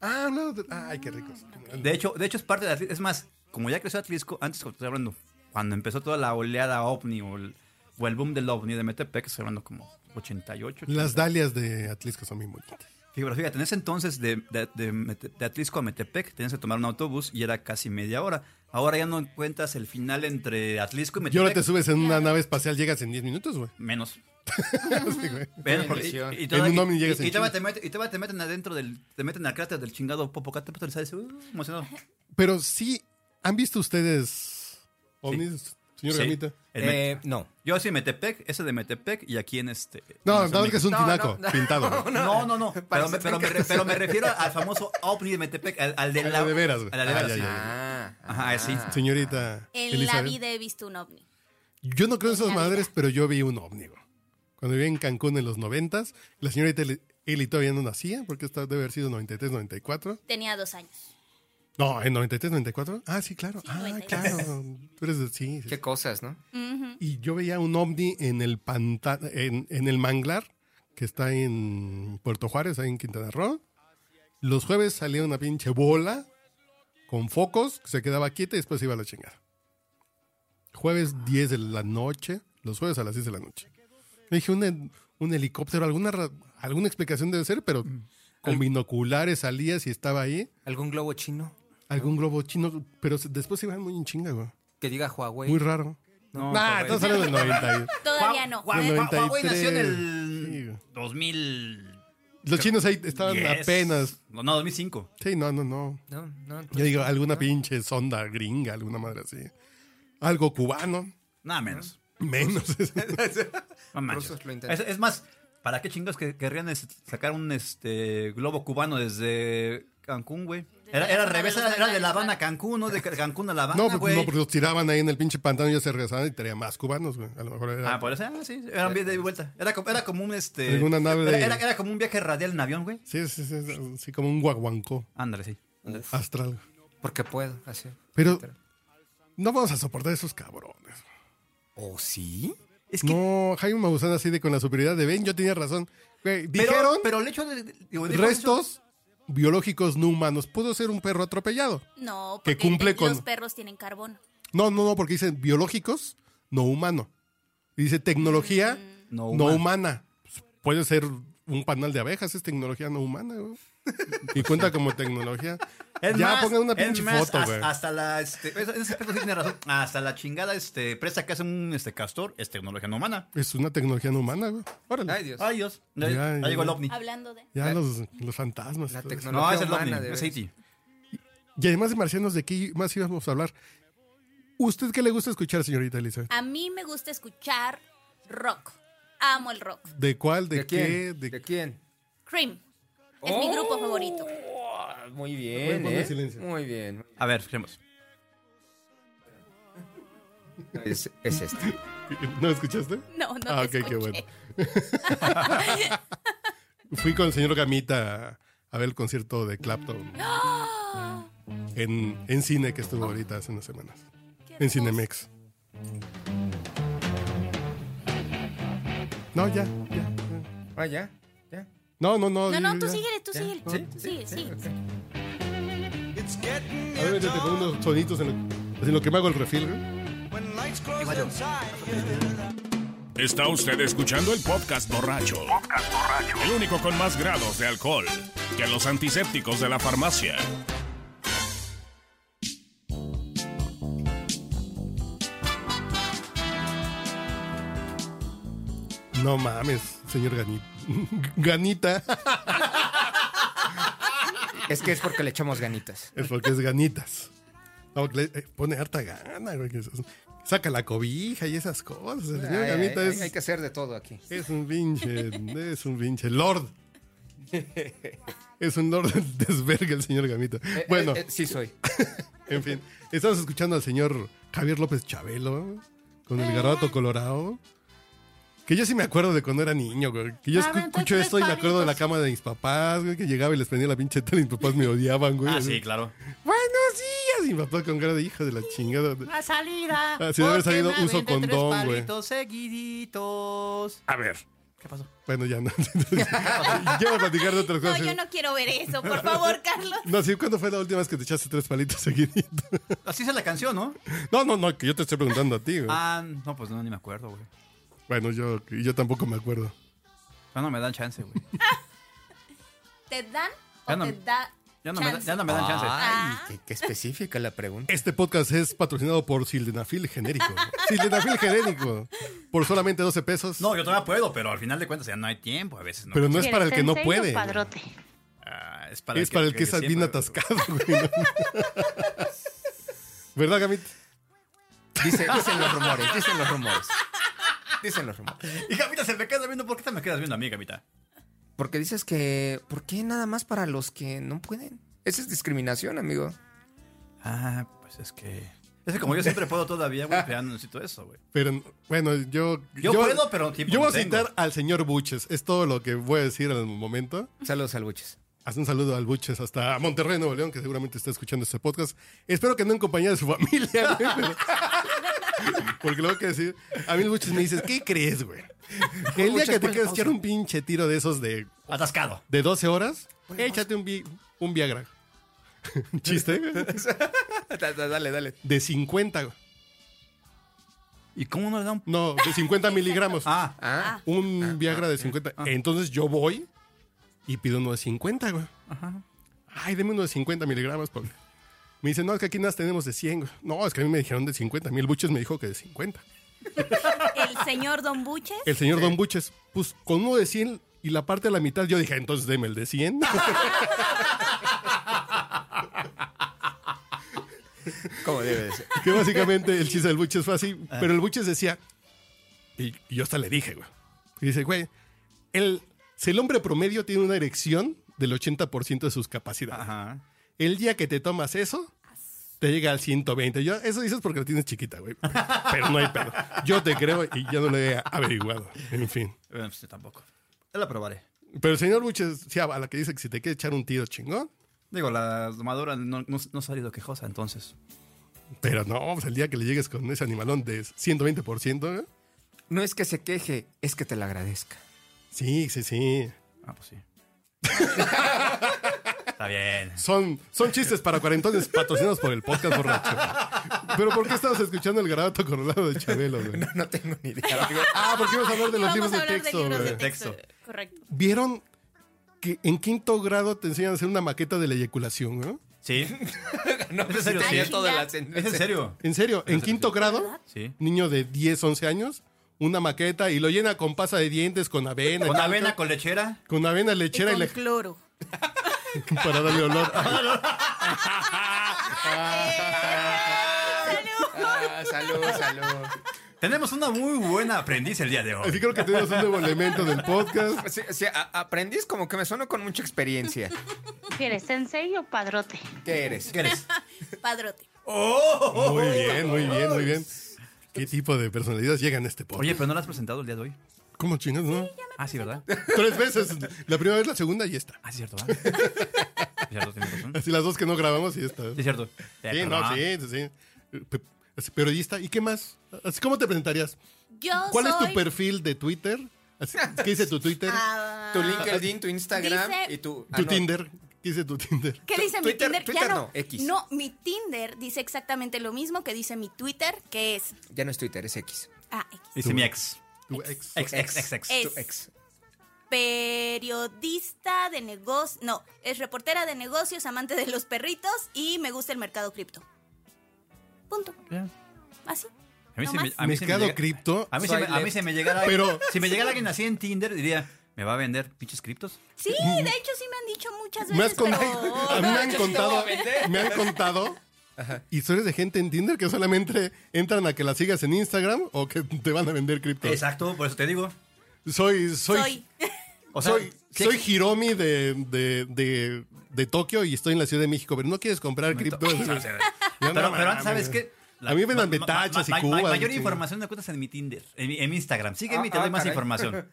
Speaker 5: Ah, no. de- Ay, qué rico.
Speaker 6: De hecho, de hecho es parte de Atlisco. Es más, como ya creció Atlisco, antes cuando estoy hablando, cuando empezó toda la oleada ovni o el, o el boom del ovni de Metepec, estoy hablando como 88.
Speaker 5: Las dalias de Atlisco son muy bonitas.
Speaker 6: Sí, pero fíjate, en ese entonces de, de, de Mete- de Atlisco a Metepec tenías que tomar un autobús y era casi media hora. Ahora ya no encuentras el final entre Atlisco y
Speaker 5: Y ahora
Speaker 6: Metepec.
Speaker 5: te subes en una nave espacial, llegas en 10 minutos, güey.
Speaker 6: Menos.
Speaker 5: Sí, güey.
Speaker 6: Menos, porque-
Speaker 7: ilusión.
Speaker 6: y, y todavía-
Speaker 5: En un ovni
Speaker 6: y-
Speaker 5: llegas
Speaker 6: y
Speaker 5: en
Speaker 6: todavía te
Speaker 5: chinga.
Speaker 6: meten, y todavía te meten adentro del, te meten al cráter del chingado Popocatépetl, ¿sabes? Uh, emocionado.
Speaker 5: Pero sí, ¿han visto ustedes ovnis, señor
Speaker 6: Sí.
Speaker 5: Gamita?
Speaker 6: El Met-
Speaker 7: Eh, no.
Speaker 6: Yo sí Metepec, ese de Metepec y aquí en este. en
Speaker 5: No,
Speaker 6: la
Speaker 5: nada
Speaker 6: zona
Speaker 5: más que es un
Speaker 7: No,
Speaker 5: tinaco
Speaker 7: no, no.
Speaker 5: pintado. güey.
Speaker 6: No, no, no. Pero, me,
Speaker 7: Parece
Speaker 6: pero, me, re- pero me refiero al famoso ovni de Metepec, al, al de
Speaker 5: A la
Speaker 6: la.
Speaker 5: de veras, güey.
Speaker 6: A la de
Speaker 5: Ah,
Speaker 6: veras,
Speaker 5: ya,
Speaker 6: sí.
Speaker 5: ya, ya.
Speaker 7: Ah,
Speaker 6: Ajá, sí.
Speaker 5: Señorita
Speaker 8: En la
Speaker 5: Elizabeth.
Speaker 8: vida he visto un ovni.
Speaker 5: Yo no creo en esas
Speaker 8: En la
Speaker 5: madres,
Speaker 8: vida.
Speaker 5: pero yo vi un ovni, güey. Cuando vivía en Cancún en los 90 la señorita Eli- Eli todavía no nacía, porque esta debe haber sido 93, 94.
Speaker 8: Tenía dos años.
Speaker 5: No, en 93, 94. Ah, sí, claro.
Speaker 8: Sí,
Speaker 5: ah,
Speaker 8: 93.
Speaker 5: claro. Tú eres de... Sí, sí,
Speaker 7: qué cosas, ¿no?
Speaker 8: Ujú.
Speaker 5: Y yo veía un ovni en el panta- en, en el manglar que está en Puerto Juárez, ahí en Quintana Roo. Los jueves salía una pinche bola con focos que se quedaba quieta y después se iba a la chingada. Jueves 10 de la noche, los jueves a las 10 de la noche. Le dije, un, hel- un helicóptero, alguna, ra- alguna explicación debe ser, pero con binoculares salías y estaba ahí.
Speaker 7: ¿Algún globo chino?
Speaker 5: Algún globo chino, pero se- después se iban muy en chinga, güey.
Speaker 7: Que diga Huawei.
Speaker 5: Muy raro.
Speaker 6: No,
Speaker 5: nah,
Speaker 6: pobre.
Speaker 5: estamos hablando del 90. güey.
Speaker 8: Todavía no.
Speaker 6: Huawei,
Speaker 5: Del
Speaker 6: Huawei nació en
Speaker 5: 93, sí,
Speaker 6: el
Speaker 5: güey.
Speaker 6: 2000.
Speaker 5: Los chinos ahí estaban apenas.
Speaker 6: No, no, 2005.
Speaker 5: Sí, no, no, no.
Speaker 7: No, no. pues,
Speaker 5: Yo digo, alguna pinche sonda gringa, alguna madre así. Algo cubano,
Speaker 6: Nada menos.
Speaker 5: menos.
Speaker 6: No manches.
Speaker 7: Rusos lo
Speaker 6: es,
Speaker 7: intentan.
Speaker 6: es más, ¿para qué chingados que querrían es- sacar un este globo cubano desde Cancún, güey? Era, era al revés, era, era de La Habana a Cancún, no de Cancún a La
Speaker 5: no,
Speaker 6: Habana,
Speaker 5: pues,
Speaker 6: güey.
Speaker 5: no, porque los tiraban ahí en el pinche pantano y ya se regresaban y traían más cubanos, güey. A lo mejor era.
Speaker 6: Ah, por eso, ah, sí, era un viaje de vuelta. Era, co- era como un este.
Speaker 5: En una nave
Speaker 6: era,
Speaker 5: de-
Speaker 6: era- era como un viaje radial en avión, güey.
Speaker 5: Sí, sí, sí, sí, sí, como un guaguancó
Speaker 6: Ándale, sí.
Speaker 5: astral.
Speaker 7: Porque puedo, así.
Speaker 5: Pero no vamos a soportar esos cabrones.
Speaker 7: ¿O sí?
Speaker 6: Es que.
Speaker 5: No, Jaime Maussan así de con la superioridad de Ben, yo tenía razón. Güey,
Speaker 6: pero,
Speaker 5: dijeron
Speaker 6: pero el hecho de. digo, dijo
Speaker 5: restos biológicos no humanos. Pudo ser un perro atropellado.
Speaker 8: No,
Speaker 5: Que
Speaker 8: porque
Speaker 5: cumple
Speaker 8: te- los
Speaker 5: con-
Speaker 8: perros tienen carbono.
Speaker 5: No, no, no, porque dice biológicos, no humano. Y dice tecnología
Speaker 6: No
Speaker 5: no,
Speaker 6: humana.
Speaker 5: humana. Pues puede ser un panal de abejas, es tecnología no humana. güey. Y cuenta como tecnología.
Speaker 6: Es
Speaker 5: ya
Speaker 6: más,
Speaker 5: pongan una
Speaker 6: es
Speaker 5: pinche
Speaker 6: más,
Speaker 5: foto,
Speaker 6: has-
Speaker 5: güey.
Speaker 6: Hasta la, este, en ese aspecto sí tiene razón. Hasta la chingada este, presa que hace un este, castor es tecnología no humana.
Speaker 5: Es una tecnología no humana, güey. Órale.
Speaker 7: Ay, Dios.
Speaker 6: Ay, Dios.
Speaker 5: Ya,
Speaker 6: Ahí
Speaker 5: ya,
Speaker 6: llegó el
Speaker 5: ya.
Speaker 6: ovni.
Speaker 8: Hablando de.
Speaker 5: ya
Speaker 7: la-
Speaker 5: los, los fantasmas.
Speaker 7: la
Speaker 5: todo eso.
Speaker 7: tecnología-
Speaker 6: No, es el ovni.
Speaker 7: humana, de
Speaker 6: Es
Speaker 7: veras.
Speaker 6: Haiti.
Speaker 5: Y además de marcianos, ¿de qué más íbamos a hablar? ¿Usted qué le gusta escuchar, señorita Elizabeth?
Speaker 8: A mí me gusta escuchar rock. Amo el rock.
Speaker 5: ¿De cuál? ¿De,
Speaker 7: ¿De
Speaker 5: qué?
Speaker 7: quién?
Speaker 5: ¿De,
Speaker 7: ¿De quién?
Speaker 8: Cream. Es mi
Speaker 6: Oh.
Speaker 8: grupo favorito.
Speaker 7: Ah,
Speaker 5: Voy
Speaker 7: Muy
Speaker 5: a
Speaker 7: bien,
Speaker 5: poner
Speaker 7: ¿eh?
Speaker 5: silencio.
Speaker 7: Muy bien.
Speaker 6: A ver, fijemos.
Speaker 7: Es, es este.
Speaker 5: ¿No escuchaste?
Speaker 8: No, no.
Speaker 5: ah, ok,
Speaker 8: te
Speaker 5: qué
Speaker 8: escuché.
Speaker 5: bueno. Fui con el señor Gamita a ver el concierto de Clapton.
Speaker 8: ¡Ah!
Speaker 5: en, en cine que estuvo ahorita hace unas semanas.
Speaker 8: Qué
Speaker 5: En Cinemex. No, ya, ya.
Speaker 7: Ah, ya. Ya.
Speaker 5: No, no, no.
Speaker 8: No, no,
Speaker 5: ya,
Speaker 8: tú
Speaker 5: ya.
Speaker 8: síguele, tú síguele. Sí, sí, sí.
Speaker 5: A ver, te pongo unos sonitos en lo, así en lo que me hago el refil, güey.
Speaker 10: Está usted escuchando el podcast borracho. El único con más grados de alcohol que los antisépticos de la farmacia.
Speaker 5: No mames, señor Ganita. Ganita.
Speaker 7: Es que es porque le echamos ganitas.
Speaker 5: Es porque es ganitas. No, le- eh, pone harta gana, güey. que es- Saca la cobija y esas cosas. El señor
Speaker 7: Ay,
Speaker 5: Ganita
Speaker 7: ay,
Speaker 5: es,
Speaker 7: ay, hay que hacer de todo aquí.
Speaker 5: es un pinche. es un pinche lord. Es un lord del desvergue el señor Gamita.
Speaker 7: Eh,
Speaker 5: Bueno,
Speaker 7: eh, eh, sí soy.
Speaker 5: en fin. Estamos escuchando al señor Javier López Chabelo con
Speaker 8: Eh.
Speaker 5: el garabato colorado. Que yo sí me acuerdo de cuando era niño, güey. Que yo
Speaker 2: Aventó
Speaker 5: escucho
Speaker 2: tres
Speaker 5: esto y me acuerdo de la
Speaker 2: palitos.
Speaker 5: cama de mis papás, güey, que llegaba y les prendía la pinche tele y mis papás me odiaban, güey.
Speaker 6: Ah, sí, claro.
Speaker 5: Buenos días, mi papá con cara de hija de la chingada.
Speaker 2: La salida.
Speaker 5: Ah, si debe haber salido
Speaker 6: Porque me
Speaker 5: uso
Speaker 6: aventé tres
Speaker 5: condón, güey.
Speaker 6: palitos seguiditos.
Speaker 10: A ver,
Speaker 6: ¿Qué pasó?
Speaker 5: Bueno, ya no. Quiero platicar de otras
Speaker 8: No,
Speaker 5: cosas.
Speaker 8: yo no quiero ver eso, por favor, Carlos.
Speaker 5: No, sí, ¿cuándo fue la última vez que te echaste tres palitos seguiditos?
Speaker 6: Así es la canción, ¿no?
Speaker 5: No, no, no, que yo te estoy preguntando a ti, güey.
Speaker 6: Ah, no, pues no, ni me acuerdo, güey.
Speaker 5: Bueno, yo, yo tampoco me acuerdo.
Speaker 6: Ya no me dan chance, güey.
Speaker 8: ¿Te dan o
Speaker 6: Ya no-
Speaker 8: te da
Speaker 6: Ya no, me, da-
Speaker 8: chance?
Speaker 6: ya no me dan chance.
Speaker 7: Ay,
Speaker 8: Ah.
Speaker 7: qué, qué específica la pregunta.
Speaker 5: Este podcast es patrocinado por Sildenafil Genérico. Sildenafil Genérico. Por solamente 12 pesos.
Speaker 6: No, yo todavía puedo, pero al final de cuentas ya no hay tiempo. A veces no.
Speaker 5: pero no es para el que no
Speaker 2: ¿Quieres sensei
Speaker 5: puede.
Speaker 2: o padrote?
Speaker 6: Ah, es
Speaker 5: Es para el que está bien
Speaker 6: siempre-
Speaker 5: atascado, güey. ¿Verdad, Gamit?
Speaker 7: Dice- dicen los rumores, dicen los rumores. Dicen los rumores.
Speaker 6: Y Gamita se me queda viendo. ¿Por qué te me quedas viendo a mí, Gamita?
Speaker 7: Porque dices que, ¿por qué nada más para los que no pueden? Esa es discriminación, amigo.
Speaker 6: Ah, pues es que. Es que como yo siempre puedo todavía, güey, ya no necesito eso, güey.
Speaker 5: Pero bueno, yo.
Speaker 6: Yo puedo, pero tiempo
Speaker 5: Yo voy a
Speaker 6: no tengo.
Speaker 5: citar al señor Buches. Es todo lo que voy a decir al momento.
Speaker 7: Saludos al buches.
Speaker 5: Haz un saludo al Buches hasta Monterrey, Nuevo León, que seguramente está escuchando este podcast. Espero que no en compañía de su familia, güey, pero- Porque luego que decir, a mí el Buches me dice, ¿qué crees, güey? El día
Speaker 7: Buches,
Speaker 5: que te
Speaker 7: ponle
Speaker 5: quieras
Speaker 7: pausa.
Speaker 5: echar un pinche tiro de esos de,
Speaker 6: Atascado.
Speaker 5: de 12 horas, échate un, vi- un Viagra. Chiste, güey.
Speaker 7: Dale, dale.
Speaker 5: De 50, güey.
Speaker 6: ¿Y cómo no le dan.?
Speaker 5: no, de 50 miligramos.
Speaker 6: Ah,
Speaker 7: Ah,
Speaker 5: un Viagra de 50. Entonces yo voy y pido uno de 50, güey. Ay, deme uno de 50 miligramos, Pablo. Me dice, no, es que aquí nada más tenemos de 100, güey. No, es que a mí me dijeron de 50. A mí el Buches me dijo que de 50.
Speaker 8: El señor Don Buches.
Speaker 5: El señor Don Buches, pues con uno de 100 y la parte de la mitad, yo dije, entonces deme el de 100.
Speaker 7: como debe de ser. Ah.
Speaker 5: que básicamente el chiste del Buches fue así. Pero el Buches decía, y, y yo hasta le dije, güey. Y dice, güey, el, si el hombre promedio tiene una erección del 80% de sus capacidades.
Speaker 6: ajá.
Speaker 5: El día que te tomas eso, te llega al 120. Yo, eso dices porque lo tienes chiquita, güey. Pero no hay pedo. Yo te creo y yo no lo he averiguado. En fin.
Speaker 6: Bueno, pues yo tampoco. Ya la probaré.
Speaker 5: Pero el señor Buches se la que dice que si te quiere echar un tiro chingón,
Speaker 6: Digo, la domadora no, no, no ha salido quejosa, entonces.
Speaker 5: pero no, pues el día que le llegues con ese animalón de 120%, ¿eh?
Speaker 7: No es que se queje, es que te la agradezca.
Speaker 5: sí, sí, sí.
Speaker 6: Ah, pues sí. Está bien.
Speaker 5: Son, son chistes para cuarentones patrocinados por el podcast borracho. Pero ¿por qué estabas escuchando el garabato coronado de Chabelo, güey?
Speaker 7: No tengo ni idea.
Speaker 5: Ah, porque íbamos a hablar de los
Speaker 8: Vamos
Speaker 5: libros
Speaker 8: a
Speaker 5: de
Speaker 8: hablar
Speaker 5: texto,
Speaker 8: de libros
Speaker 5: güey.
Speaker 8: de texto.
Speaker 6: Texto.
Speaker 8: Correcto.
Speaker 5: ¿Vieron que en quinto grado te enseñan a hacer una maqueta de la eyaculación, ¿no?
Speaker 6: Sí.
Speaker 7: No, pues
Speaker 6: ¿Es en
Speaker 7: el
Speaker 6: serio?
Speaker 7: nieto de la
Speaker 6: ¿Es en serio?
Speaker 5: En serio, en quinto grado,
Speaker 6: Sí.
Speaker 5: niño de 10, 11 años, una maqueta y lo llena con pasa de dientes, con avena.
Speaker 6: ¿Con
Speaker 5: y
Speaker 6: avena,
Speaker 5: tal,
Speaker 6: con lechera?
Speaker 5: Con avena
Speaker 8: Y
Speaker 5: lechera y
Speaker 8: con
Speaker 5: le-
Speaker 8: cloro.
Speaker 5: para darle olor.
Speaker 8: Eh,
Speaker 7: Ah, salud, salud.
Speaker 6: Tenemos una muy buena aprendiz el día de
Speaker 5: Así
Speaker 6: hoy.
Speaker 5: creo que tenemos un nuevo elemento del podcast.
Speaker 7: Sí, sí, a- aprendiz como que me sueno con mucha experiencia.
Speaker 2: ¿Quieres sensei o padrote?
Speaker 7: ¿Qué eres?
Speaker 6: ¿Qué eres?
Speaker 8: Padrote.
Speaker 6: Oh,
Speaker 5: Muy bien, muy bien, muy bien. ¿Qué tipo de personalidades llegan a este podcast?
Speaker 6: Oye, pero no la has presentado el día de hoy.
Speaker 5: ¿Cómo chinos, no?
Speaker 6: Ah, sí, ¿verdad?
Speaker 5: Tres veces. La primera vez, la segunda y esta.
Speaker 6: Ah, sí, cierto, ¿verdad? Es cierto, tienes razón.
Speaker 5: Así las dos que no grabamos y esta.
Speaker 6: Sí, es cierto. Te
Speaker 5: Sí, no,
Speaker 6: perdona.
Speaker 5: sí, sí, sí. Pe- así, Periodista, ¿y qué más? Así, ¿Cómo te presentarías?
Speaker 8: Yo
Speaker 5: ¿Cuál es
Speaker 8: Oh, soy...
Speaker 5: tu perfil de Twitter? Así, ¿Qué dice tu Twitter?
Speaker 8: Ah,
Speaker 7: Tu LinkedIn, tu Instagram
Speaker 8: Dice-
Speaker 7: y tu... ah,
Speaker 5: ¿Tu
Speaker 7: no.
Speaker 5: Tinder? ¿Qué dice tu Tinder?
Speaker 8: ¿Qué
Speaker 7: Tu-
Speaker 8: dice
Speaker 7: Twitter-
Speaker 8: mi Tinder?
Speaker 7: Twitter
Speaker 8: ya
Speaker 7: no, X.
Speaker 8: No, mi Tinder dice exactamente lo mismo que dice mi Twitter, que es...
Speaker 7: Ya no es Twitter, es X.
Speaker 8: Ah, X.
Speaker 6: Dice mi ex.
Speaker 5: ¿Tu ex?
Speaker 6: Ex, ex, ex, ex.
Speaker 8: Es
Speaker 7: Tu ex.
Speaker 8: periodista de negocios, no, es reportera de negocios, amante de los perritos y me gusta el mercado cripto. Punto.
Speaker 6: Ya.
Speaker 8: Así.
Speaker 6: A mí,
Speaker 8: No
Speaker 6: se me,
Speaker 8: más.
Speaker 6: a mí se me
Speaker 5: Mercado
Speaker 6: llega-
Speaker 5: cripto.
Speaker 6: A mí, se me, a mí se me llegara.
Speaker 5: Pero-
Speaker 6: si me llegara alguien así en Tinder, diría, ¿me va a vender pinches criptos?
Speaker 8: Sí, de hecho sí me han dicho muchas veces,
Speaker 5: Me, has con-
Speaker 8: pero...
Speaker 5: a mí me han contado,
Speaker 7: voy a vender.
Speaker 5: me han contado historias de gente en Tinder que solamente entran a que la sigas en Instagram o que te van a vender cripto.
Speaker 6: Exacto, por eso te digo.
Speaker 5: Soy, soy,
Speaker 8: Soy.
Speaker 6: O sea,
Speaker 5: soy,
Speaker 6: sí-
Speaker 5: soy Hiromi de, de, de- de Tokio y estoy en la Ciudad de México, pero no quieres comprar cripto.
Speaker 6: Pero,
Speaker 5: no
Speaker 6: pero
Speaker 5: mames.
Speaker 6: ¿sabes qué?
Speaker 5: a mí me dan
Speaker 6: ma- ma-
Speaker 5: metachas y
Speaker 6: ma- ma-
Speaker 5: cubas.
Speaker 6: Mayor
Speaker 5: sí.
Speaker 6: información la cuentas en mi Tinder, en mi, en mi Instagram. Sígueme y te
Speaker 7: Ah,
Speaker 6: doy
Speaker 7: ah,
Speaker 6: más
Speaker 7: caray.
Speaker 6: información.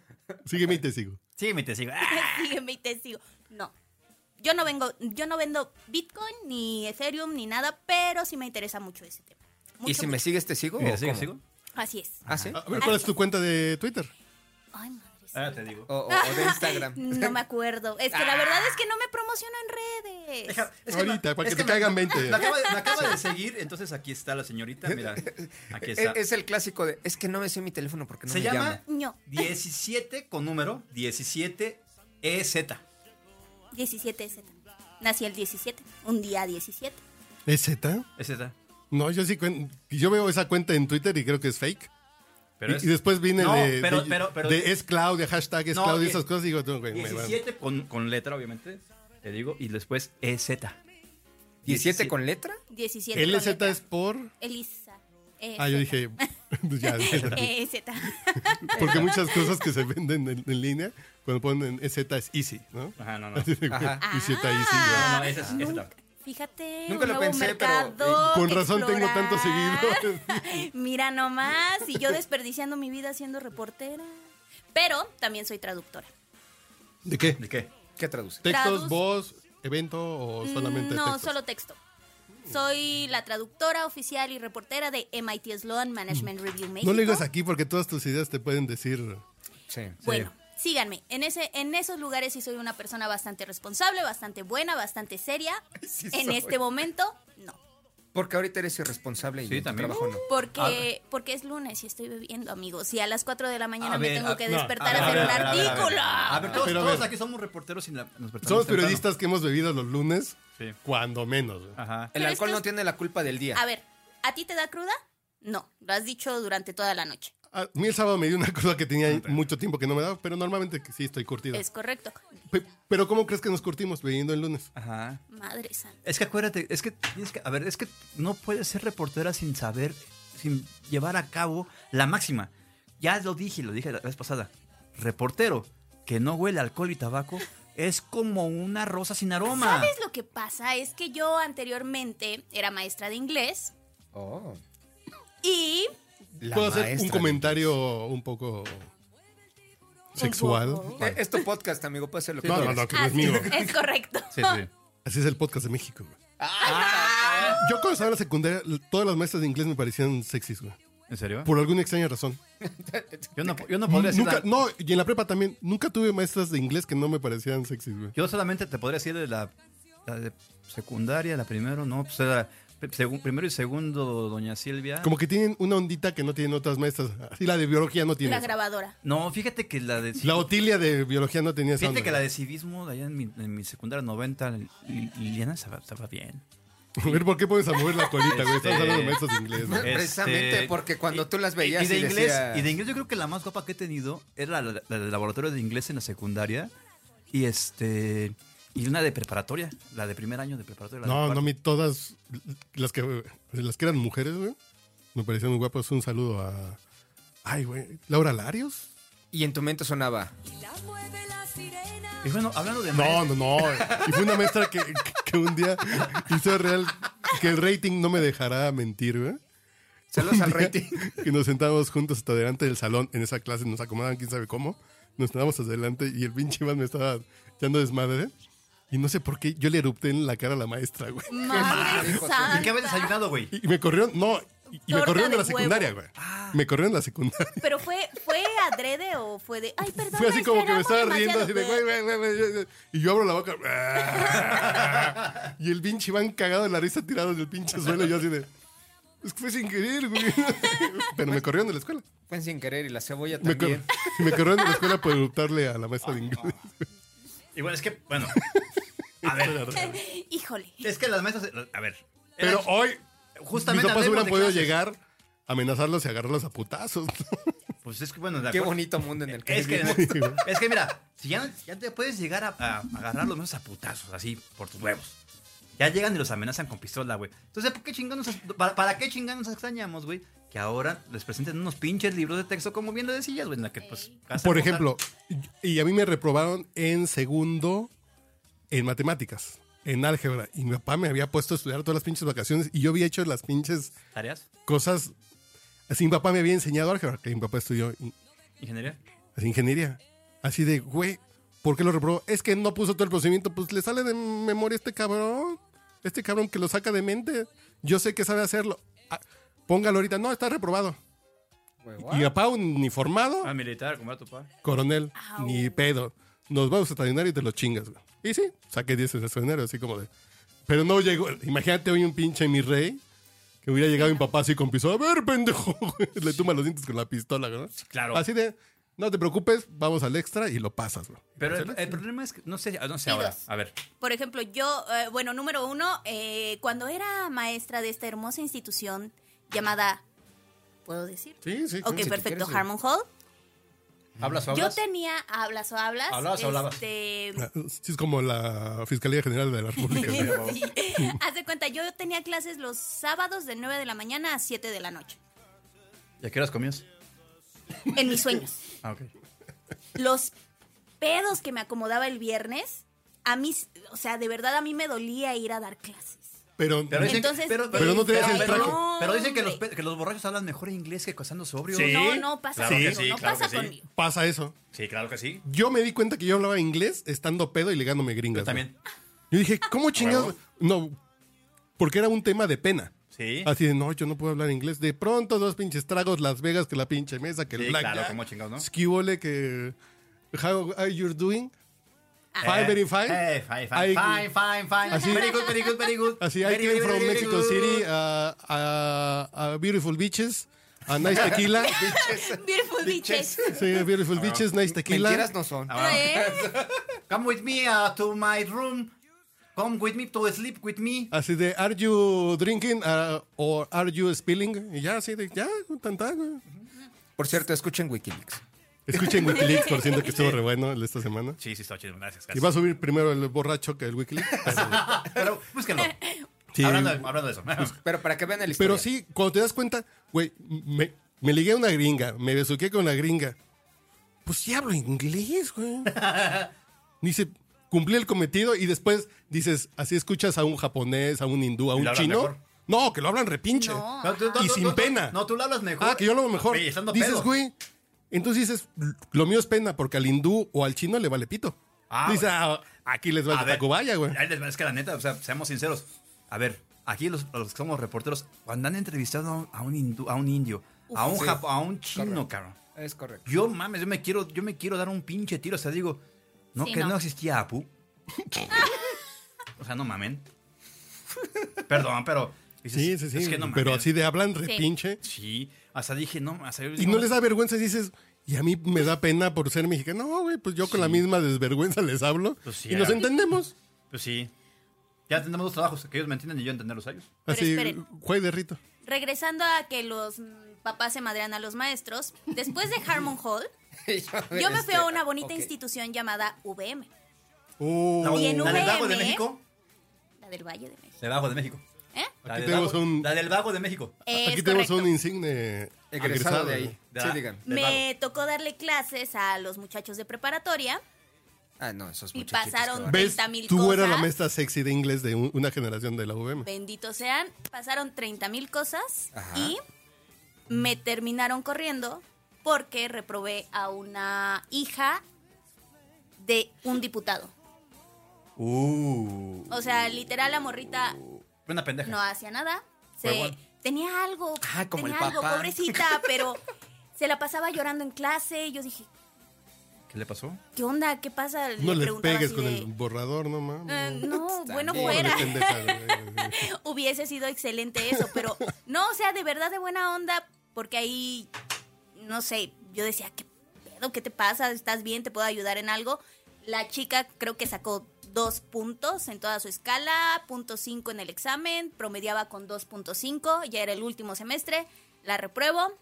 Speaker 5: Sígueme y te sigo.
Speaker 6: Sígueme y te sigo. ¡Ah!
Speaker 8: Sígueme y te sigo. No. Yo no vengo, yo no vendo Bitcoin ni Ethereum ni nada, pero sí me interesa mucho ese tema. Mucho,
Speaker 7: ¿Y si me
Speaker 8: mucho.
Speaker 7: sigues, te sigo?
Speaker 6: ¿Me
Speaker 7: o
Speaker 6: sigues,
Speaker 7: cómo?
Speaker 6: sigo?
Speaker 8: Así es.
Speaker 7: ¿Ah, sí?
Speaker 5: A ver, ¿cuál es tu cuenta de Twitter?
Speaker 8: Ay, madre.
Speaker 6: Ahora Ah, te digo.
Speaker 7: O, o- o de Instagram.
Speaker 8: No me acuerdo. Es que la verdad es que no me promociono en redes.
Speaker 6: Deja- es que
Speaker 5: Ahorita,
Speaker 6: ma-
Speaker 5: para
Speaker 6: es
Speaker 5: que te
Speaker 6: me-
Speaker 5: caigan 20.
Speaker 6: Me acaba, de, me acaba de seguir, entonces aquí está la señorita. Mira, aquí
Speaker 7: Es,
Speaker 6: está.
Speaker 7: E-, es el clásico de, es que no me sé mi teléfono porque no
Speaker 6: Se
Speaker 7: me
Speaker 6: llama
Speaker 7: llama.
Speaker 8: No.
Speaker 6: 17 con número E 17 EZ.
Speaker 8: 17 Z. Nací el 17, un día 17.
Speaker 5: ¿Es Z?
Speaker 6: EZ.
Speaker 5: No, yo sí cuen- yo veo esa cuenta en Twitter y creo que es fake.
Speaker 6: Pero
Speaker 5: y,
Speaker 6: es-
Speaker 5: y después viene
Speaker 6: No,
Speaker 5: de,
Speaker 6: pero-
Speaker 5: de-
Speaker 6: pero- pero-
Speaker 5: de es Claudia, hashtag es
Speaker 6: No,
Speaker 5: Claudia y
Speaker 6: die-
Speaker 5: esas cosas. Digo, no, güey, me van.
Speaker 6: 17 con, con letra, obviamente. Te digo. Y después E EZ.
Speaker 7: 17 con letra.
Speaker 8: 17. con
Speaker 5: LZ
Speaker 8: letra.
Speaker 5: es por.
Speaker 8: Elisa. Eh,
Speaker 5: Ah, yo dije. ya,
Speaker 8: Eh, Z.
Speaker 5: porque muchas cosas que se venden en, en línea, cuando ponen EZ es easy, ¿no?
Speaker 6: Ajá, no, no.
Speaker 7: Ajá.
Speaker 5: Y Z easy.
Speaker 8: Ah,
Speaker 5: ya.
Speaker 6: No, no, esa es EZ.
Speaker 8: Fíjate,
Speaker 7: Nunca
Speaker 8: un
Speaker 7: lo
Speaker 8: nuevo
Speaker 7: pensé, pero, eh,
Speaker 8: mercado
Speaker 5: Con
Speaker 8: que
Speaker 5: razón tengo
Speaker 8: oh, explorar.
Speaker 5: tantos seguidores.
Speaker 8: Mira nomás, y yo desperdiciando mi vida siendo reportera. Pero también soy traductora.
Speaker 5: ¿De qué?
Speaker 6: ¿De qué?
Speaker 7: ¿Qué traduce?
Speaker 5: ¿Textos,
Speaker 8: Traduz- Mm,
Speaker 5: voz, evento o solamente
Speaker 8: no,
Speaker 5: textos?
Speaker 8: solo texto. Soy la traductora oficial y reportera de MIT Sloan Management Review México.
Speaker 5: No lo digas aquí porque todas tus ideas te pueden decir.
Speaker 7: Sí.
Speaker 8: Bueno, síganme. En, ese, en esos lugares sí soy una persona bastante responsable, bastante buena, bastante seria.
Speaker 7: Sí
Speaker 8: en
Speaker 7: soy.
Speaker 8: este momento, no.
Speaker 7: Porque ahorita eres irresponsable y
Speaker 6: Sí,
Speaker 7: en tu
Speaker 6: también.
Speaker 7: trabajo no.
Speaker 8: Porque, porque es lunes y estoy bebiendo, amigos. Y a las 4 de la mañana
Speaker 6: A
Speaker 8: me
Speaker 6: ver,
Speaker 8: tengo
Speaker 6: a-
Speaker 8: que
Speaker 6: no,
Speaker 8: despertar
Speaker 6: a
Speaker 8: a,
Speaker 6: ver, a ver, a ver,
Speaker 8: hacer un
Speaker 6: a ver,
Speaker 8: artículo.
Speaker 6: A ver, todos,
Speaker 5: Pero a
Speaker 6: todos
Speaker 5: ver.
Speaker 6: aquí somos reporteros y la- nos despertamos
Speaker 5: Somos
Speaker 6: temprano.
Speaker 5: periodistas que hemos bebido los lunes,
Speaker 6: Sí. Ah.
Speaker 5: cuando menos. güey.
Speaker 6: Ajá.
Speaker 7: El
Speaker 8: Pero es
Speaker 7: alcohol
Speaker 8: que
Speaker 7: no
Speaker 8: es- Ah.
Speaker 7: tiene la culpa del día.
Speaker 8: A ver, ¿a ti te da cruda? No, lo has dicho durante toda la noche.
Speaker 5: A mí el sábado me dio una cosa que tenía mucho tiempo que no me daba, pero normalmente que sí estoy curtido.
Speaker 8: Es correcto.
Speaker 5: Pe- pero ¿cómo crees que nos curtimos bebiendo el lunes?
Speaker 6: Ajá.
Speaker 8: Madre santa.
Speaker 6: Es que acuérdate, es que tienes que. A ver, es que no puedes ser reportera sin saber, sin llevar a cabo la máxima. Ya lo dije, lo dije la vez pasada. Reportero que no huele a alcohol y tabaco es como una rosa sin aroma.
Speaker 8: ¿Sabes lo que pasa? Es que yo anteriormente era maestra de inglés
Speaker 7: Oh.
Speaker 8: y
Speaker 7: La
Speaker 5: Puedo hacer un
Speaker 7: maestra.
Speaker 5: comentario un poco sexual.
Speaker 8: poco.
Speaker 7: Eh, Es tu podcast, amigo. Puedes hacer lo que
Speaker 5: No, no,
Speaker 7: quieras.
Speaker 5: no, que no
Speaker 8: Ah,
Speaker 5: es
Speaker 8: sí,
Speaker 5: mío.
Speaker 8: es correcto.
Speaker 6: Sí, sí. Ah.
Speaker 5: Así es el podcast de México. güey. Yo cuando estaba en la secundaria, l- todas las maestras de inglés me parecían sexys, güey.
Speaker 6: ¿En serio?
Speaker 5: Por alguna extraña razón.
Speaker 6: Yo no, yo no podría decir.
Speaker 5: Nunca,
Speaker 6: la-
Speaker 5: no, y en la prepa también, nunca tuve maestras de inglés que no me parecían sexys, güey.
Speaker 6: Yo solamente te podría decir de la, la de secundaria, la primero, no, pues era Según- primero y segundo, doña Silvia.
Speaker 5: Como que tienen una ondita que no tienen otras maestras. Así la de biología no tiene.
Speaker 8: La grabadora.
Speaker 6: No, fíjate que la de...
Speaker 5: La Otilia de biología no tenía esa
Speaker 6: Fíjate
Speaker 5: onda.
Speaker 6: que la de civismo de allá en mi, en mi secundaria 90, Lil- Liliana estaba, estaba bien.
Speaker 5: A ver, ¿por qué pones a mover la colita, güey? Estamos
Speaker 6: Este-
Speaker 5: hablando de maestros de inglés. güey.
Speaker 7: Precisamente porque cuando tú las veías
Speaker 6: y de
Speaker 7: y
Speaker 6: inglés,
Speaker 7: decías-
Speaker 6: y de inglés yo creo que la más guapa que he tenido era la, la del laboratorio de inglés en la secundaria y este y una de preparatoria, la de primer año de preparatoria. la de
Speaker 5: No,
Speaker 6: cuarto.
Speaker 5: no, mi todas las que las que eran mujeres, güey, me parecían muy guapas. Un saludo a Ay, güey, Laura Larios.
Speaker 7: Y en tu mente sonaba.
Speaker 6: Y bueno, hablando de
Speaker 5: No,
Speaker 6: maestros,
Speaker 5: no, no. Y fue una maestra que, que un día hizo real que el rating no me dejará mentir, güey.
Speaker 7: Saludos al rating.
Speaker 5: Y nos sentábamos juntos hasta delante del salón en esa clase, nos acomodaban quién sabe cómo. Nos sentábamos hasta delante y el pinche Iván me estaba echando desmadre. Y no sé por qué yo le erupté en la cara a la maestra, güey.
Speaker 8: Madre santa.
Speaker 6: ¿y qué habías desayunado, güey?
Speaker 5: Y, y me corrieron, no, y, y me
Speaker 8: Torta
Speaker 5: corrieron de
Speaker 8: de
Speaker 5: la secundaria,
Speaker 8: huevo. Ah.
Speaker 5: güey. Me corrieron de la secundaria.
Speaker 8: Pero fue, fue adrede o fue de. Ay, perdón.
Speaker 5: Fue así como que me estaba
Speaker 8: esperamos
Speaker 5: riendo, así de,
Speaker 8: demasiado".
Speaker 5: güey, güey, güey, güey, güey. Y yo abro la boca. y el pinche Iván cagado de la risa tirado en el pinche suelo. Y yo así de. Es que fue sin querer, güey. Pero me corrieron de la escuela.
Speaker 7: Fue sin querer y la cebolla
Speaker 5: Me, cor-
Speaker 7: también.
Speaker 5: me corrieron de la escuela por eruptarle a la maestra de inglés.
Speaker 6: Y bueno, es que, bueno, a ver,
Speaker 8: Híjole.
Speaker 6: es que las maestras, a ver,
Speaker 5: Pero
Speaker 6: eran-
Speaker 5: hoy,
Speaker 6: justamente
Speaker 5: mis papás
Speaker 6: hablemos
Speaker 5: hubieran
Speaker 6: de
Speaker 5: podido
Speaker 6: clases.
Speaker 5: llegar, amenazarlos y agarrarlos a putazos.
Speaker 6: pues es que, bueno, de
Speaker 7: Qué
Speaker 6: acuerdo.
Speaker 7: bonito mundo en el que
Speaker 6: Es que,
Speaker 7: vivimos.
Speaker 6: es que mira, si ya, ya te puedes llegar a, a agarrar los menos a putazos, así, por tus huevos. Ya llegan y los amenazan con pistola, güey. Entonces, ¿por qué chingados, para, para qué chingados nos extrañamos, güey? Que ahora les presenten unos pinches libros de texto, como bien lo decías, güey, en la que, pues... casa
Speaker 5: Por
Speaker 6: rota.
Speaker 5: ejemplo, y a mí me reprobaron en segundo en matemáticas, en álgebra. Y mi papá me había puesto a estudiar todas las pinches vacaciones y yo había hecho las pinches
Speaker 6: ¿Tareas?
Speaker 5: cosas. Así mi papá me había enseñado álgebra, que mi papá estudió in-
Speaker 6: ¿Ingeniería?
Speaker 5: así ingeniería. Así de, güey, ¿por qué lo reprobó? Es que no puso todo el procedimiento. Pues le sale de memoria este cabrón. Este cabrón que lo saca de mente. Yo sé que sabe hacerlo. Ah, póngalo ahorita. No, está reprobado. Y mi papá uniformado.
Speaker 6: Ah, militar, como era tu papá.
Speaker 5: Coronel,
Speaker 8: Au.
Speaker 5: ni pedo. Nos vamos a desayunar y te lo chingas, güey. Y sí, saqué 10 en desayunar, así como de. Pero no llegó. Imagínate hoy un pinche mi rey que hubiera llegado mi papá así con pistola. A ver, pendejo. güey. Le tumba los dientes con la pistola, güey.
Speaker 6: claro.
Speaker 5: Así de, no te preocupes, vamos al extra y lo pasas, güey.
Speaker 6: Pero el, el problema es que, no sé, ah, no sé ahora,
Speaker 8: Libros.
Speaker 6: a ver.
Speaker 8: Por ejemplo, yo, eh, bueno, número uno, eh, cuando era maestra de esta hermosa institución llamada. ¿Puedo decir?
Speaker 5: Sí, sí.
Speaker 8: Ok,
Speaker 5: sí.
Speaker 8: perfecto.
Speaker 7: quieres, sí.
Speaker 8: Harmon Hall.
Speaker 7: ¿Hablas o
Speaker 8: Yo
Speaker 7: hablas?
Speaker 8: tenía hablas o hablas.
Speaker 6: Hablabas o hablabas.
Speaker 8: este,
Speaker 5: Sí, es como la Fiscalía General de la República. güey.
Speaker 8: Sí. Haz de cuenta, yo tenía clases los sábados de 9 de la mañana a 7 de la noche,
Speaker 6: ¿Y a qué horas comías?
Speaker 8: en mis sueños.
Speaker 6: Ah, ok.
Speaker 8: Los pedos que me acomodaba el viernes, a mí, o sea, de verdad a mí me dolía ir a dar clases.
Speaker 5: Pero,
Speaker 6: Pero dicen,
Speaker 8: Entonces,
Speaker 6: pero,
Speaker 5: pero no tenías el
Speaker 6: pero-
Speaker 5: traje.
Speaker 6: pero- pero dicen que los,
Speaker 8: hombre.
Speaker 6: pe- que los borrachos hablan mejor inglés que casando sobrios.
Speaker 8: No, no pasa
Speaker 6: claro que
Speaker 8: conmigo,
Speaker 6: sí,
Speaker 8: no
Speaker 6: claro
Speaker 8: pasa
Speaker 6: que sí.
Speaker 8: conmigo.
Speaker 5: pasa eso.
Speaker 6: Sí, claro que sí.
Speaker 5: Yo me di cuenta que yo hablaba inglés estando pedo y ligándome gringas.
Speaker 6: Yo
Speaker 5: güey.
Speaker 6: también.
Speaker 5: Yo dije, ¿cómo chingados? No, porque era un tema de pena.
Speaker 6: Sí.
Speaker 5: Así de, no, yo no puedo hablar inglés. De pronto, dos pinches tragos, Las Vegas, que la pinche mesa, que el
Speaker 6: Sí,
Speaker 5: black.
Speaker 6: claro, cómo chingados, ¿no?
Speaker 5: que. How are you doing?
Speaker 6: Ah.
Speaker 5: Five, very fine.
Speaker 6: Eh, fine, fine,
Speaker 5: I-
Speaker 6: fine, fine, fine.
Speaker 5: Así-
Speaker 6: Very good, very good, very good.
Speaker 5: Así, I
Speaker 6: Very,
Speaker 5: came
Speaker 6: very,
Speaker 5: from
Speaker 6: very, very
Speaker 5: Mexico
Speaker 6: good.
Speaker 5: City, a beautiful beaches, a nice tequila.
Speaker 8: Beautiful bitches.
Speaker 5: sí, a
Speaker 6: Ah,
Speaker 5: beautiful beaches, nice tequila.
Speaker 7: Mentiras no son.
Speaker 8: ¿Eh?
Speaker 6: Come with me uh, to my room. Come with me to sleep with me.
Speaker 5: Así de, ¿are you drinking uh, or are you spilling? Y ya, así de, ya, tan, tan, güey.
Speaker 7: Por cierto, escuchen Wikileaks.
Speaker 5: Escuchen Wikileaks, por cierto, que estuvo re bueno el de esta semana.
Speaker 6: Sí, sí, está chido. Gracias,
Speaker 5: Y va a subir primero el borracho que el Wikileaks. pero-
Speaker 6: Pero búsquenlo.
Speaker 5: Sí.
Speaker 6: Hablando, hablando de eso.
Speaker 7: Pero para que vean el historia.
Speaker 5: Pero sí, cuando te das cuenta, güey, me, me ligué a una gringa, me besuqué con la gringa. Pues sí hablo inglés, güey. Dice, cumplí el cometido y después dices, así escuchas a un japonés, a un hindú, a un
Speaker 6: lo hablan
Speaker 5: chino.
Speaker 6: mejor?
Speaker 5: No, que lo hablan repinche.
Speaker 8: No.
Speaker 6: No, tú- tú-
Speaker 5: Y
Speaker 6: tú-
Speaker 5: sin
Speaker 6: tú-
Speaker 5: pena.
Speaker 6: No, tú lo hablas mejor.
Speaker 5: Ah, que yo lo hago mejor.
Speaker 6: Sí, estando
Speaker 5: dices,
Speaker 6: pedo.
Speaker 5: güey. Entonces dices, lo mío es pena porque al hindú o al chino le vale pito.
Speaker 6: Ah,
Speaker 5: Dice,
Speaker 6: güey.
Speaker 5: "Ah, aquí les va
Speaker 6: A
Speaker 5: el
Speaker 6: ver,
Speaker 5: Tacubaya, güey.
Speaker 6: ahí les va, Es que la neta, o sea, seamos sinceros. A ver, aquí los, los que somos reporteros, cuando han entrevistado a un- a un, hindú- a un indio, a un,
Speaker 7: sí.
Speaker 6: japo- a un chino, cabrón.
Speaker 7: Es correcto.
Speaker 6: Yo mames, yo me quiero, yo me quiero dar un pinche tiro. O sea, digo, no,
Speaker 8: Sí,
Speaker 6: que no.
Speaker 8: no.
Speaker 6: existía Apu. o sea, no mamen. Perdón, pero Dices,
Speaker 5: Sí, sí, sí.
Speaker 6: Es que no
Speaker 5: pero
Speaker 6: mames.
Speaker 5: así de hablan repinche.
Speaker 6: Sí, hasta dije, no, hasta yo
Speaker 5: Y
Speaker 6: dije,
Speaker 5: no les da vergüenza y dices, y a mí me da pena por ser mexicano. No, güey, pues yo con la misma desvergüenza les hablo
Speaker 6: Pues sí,
Speaker 5: y nos
Speaker 6: ah.
Speaker 5: entendemos.
Speaker 6: Pues sí. Ya tenemos dos trabajos, que ellos me entiendan y yo entenderlos a ellos.
Speaker 8: Pero
Speaker 5: Así,
Speaker 8: esperen.
Speaker 5: güey de rito.
Speaker 8: Regresando a que los mm, papás se madrean a los maestros, después de Harmon Hall, yo me
Speaker 6: este,
Speaker 8: fui a una bonita institución llamada VM,
Speaker 5: Oh,
Speaker 8: Y en
Speaker 6: ¿La del Vago de
Speaker 8: UVM?
Speaker 6: México?
Speaker 8: la del Valle de México.
Speaker 6: La del Vago de México.
Speaker 8: ¿Eh?
Speaker 6: La
Speaker 5: Aquí
Speaker 6: del
Speaker 5: tenemos
Speaker 6: Vago-
Speaker 5: un-
Speaker 6: La del Vago de México.
Speaker 8: Es
Speaker 5: aquí tenemos
Speaker 8: correcto.
Speaker 5: un insigne Ah,
Speaker 7: Egresado de ahí.
Speaker 6: Da-
Speaker 7: Sí, digan.
Speaker 6: del Vago.
Speaker 8: Me tocó darle clases a los muchachos de preparatoria.
Speaker 7: Ah, no, esos
Speaker 8: Y
Speaker 7: muchachitos
Speaker 8: pasaron-
Speaker 7: que van.
Speaker 5: ¿Ves?
Speaker 8: 30,000
Speaker 5: Tú eras la
Speaker 8: cosas.
Speaker 5: maestra sexy de inglés de un- una generación de la UVM.
Speaker 8: Bendito sean. Pasaron 30 mil cosas
Speaker 7: Ajá.
Speaker 8: y me terminaron corriendo porque reprobé a una hija de un diputado.
Speaker 6: Uh.
Speaker 8: O sea, literal, la morrita
Speaker 6: Una pendeja.
Speaker 8: no hacía nada. Se-
Speaker 6: Huevón.
Speaker 8: tenía algo,
Speaker 7: Ah, como
Speaker 8: tenía
Speaker 7: el
Speaker 8: algo,
Speaker 7: papá.
Speaker 8: pobrecita, pero se la pasaba llorando en clase. Yo dije,
Speaker 6: ¿Qué le pasó?
Speaker 8: ¿qué onda? ¿Qué pasa?
Speaker 5: No le
Speaker 8: preguntaba
Speaker 5: pegues
Speaker 8: así
Speaker 5: con
Speaker 8: de,
Speaker 5: el borrador, no
Speaker 8: "Eh,
Speaker 5: mames.
Speaker 8: no, bueno
Speaker 7: bien.
Speaker 5: Órale,
Speaker 8: fuera.
Speaker 5: pendeja, güey.
Speaker 8: hubiese sido excelente eso, pero no, o sea, de verdad de buena onda, porque ahí, no sé, yo decía, ¿qué pedo? ¿Qué te pasa? ¿Estás bien? ¿Te puedo ayudar en algo? La chica creo que sacó dos puntos en toda su escala, punto cinco en el examen, promediaba con 2.5, ya era el último semestre, la repruebo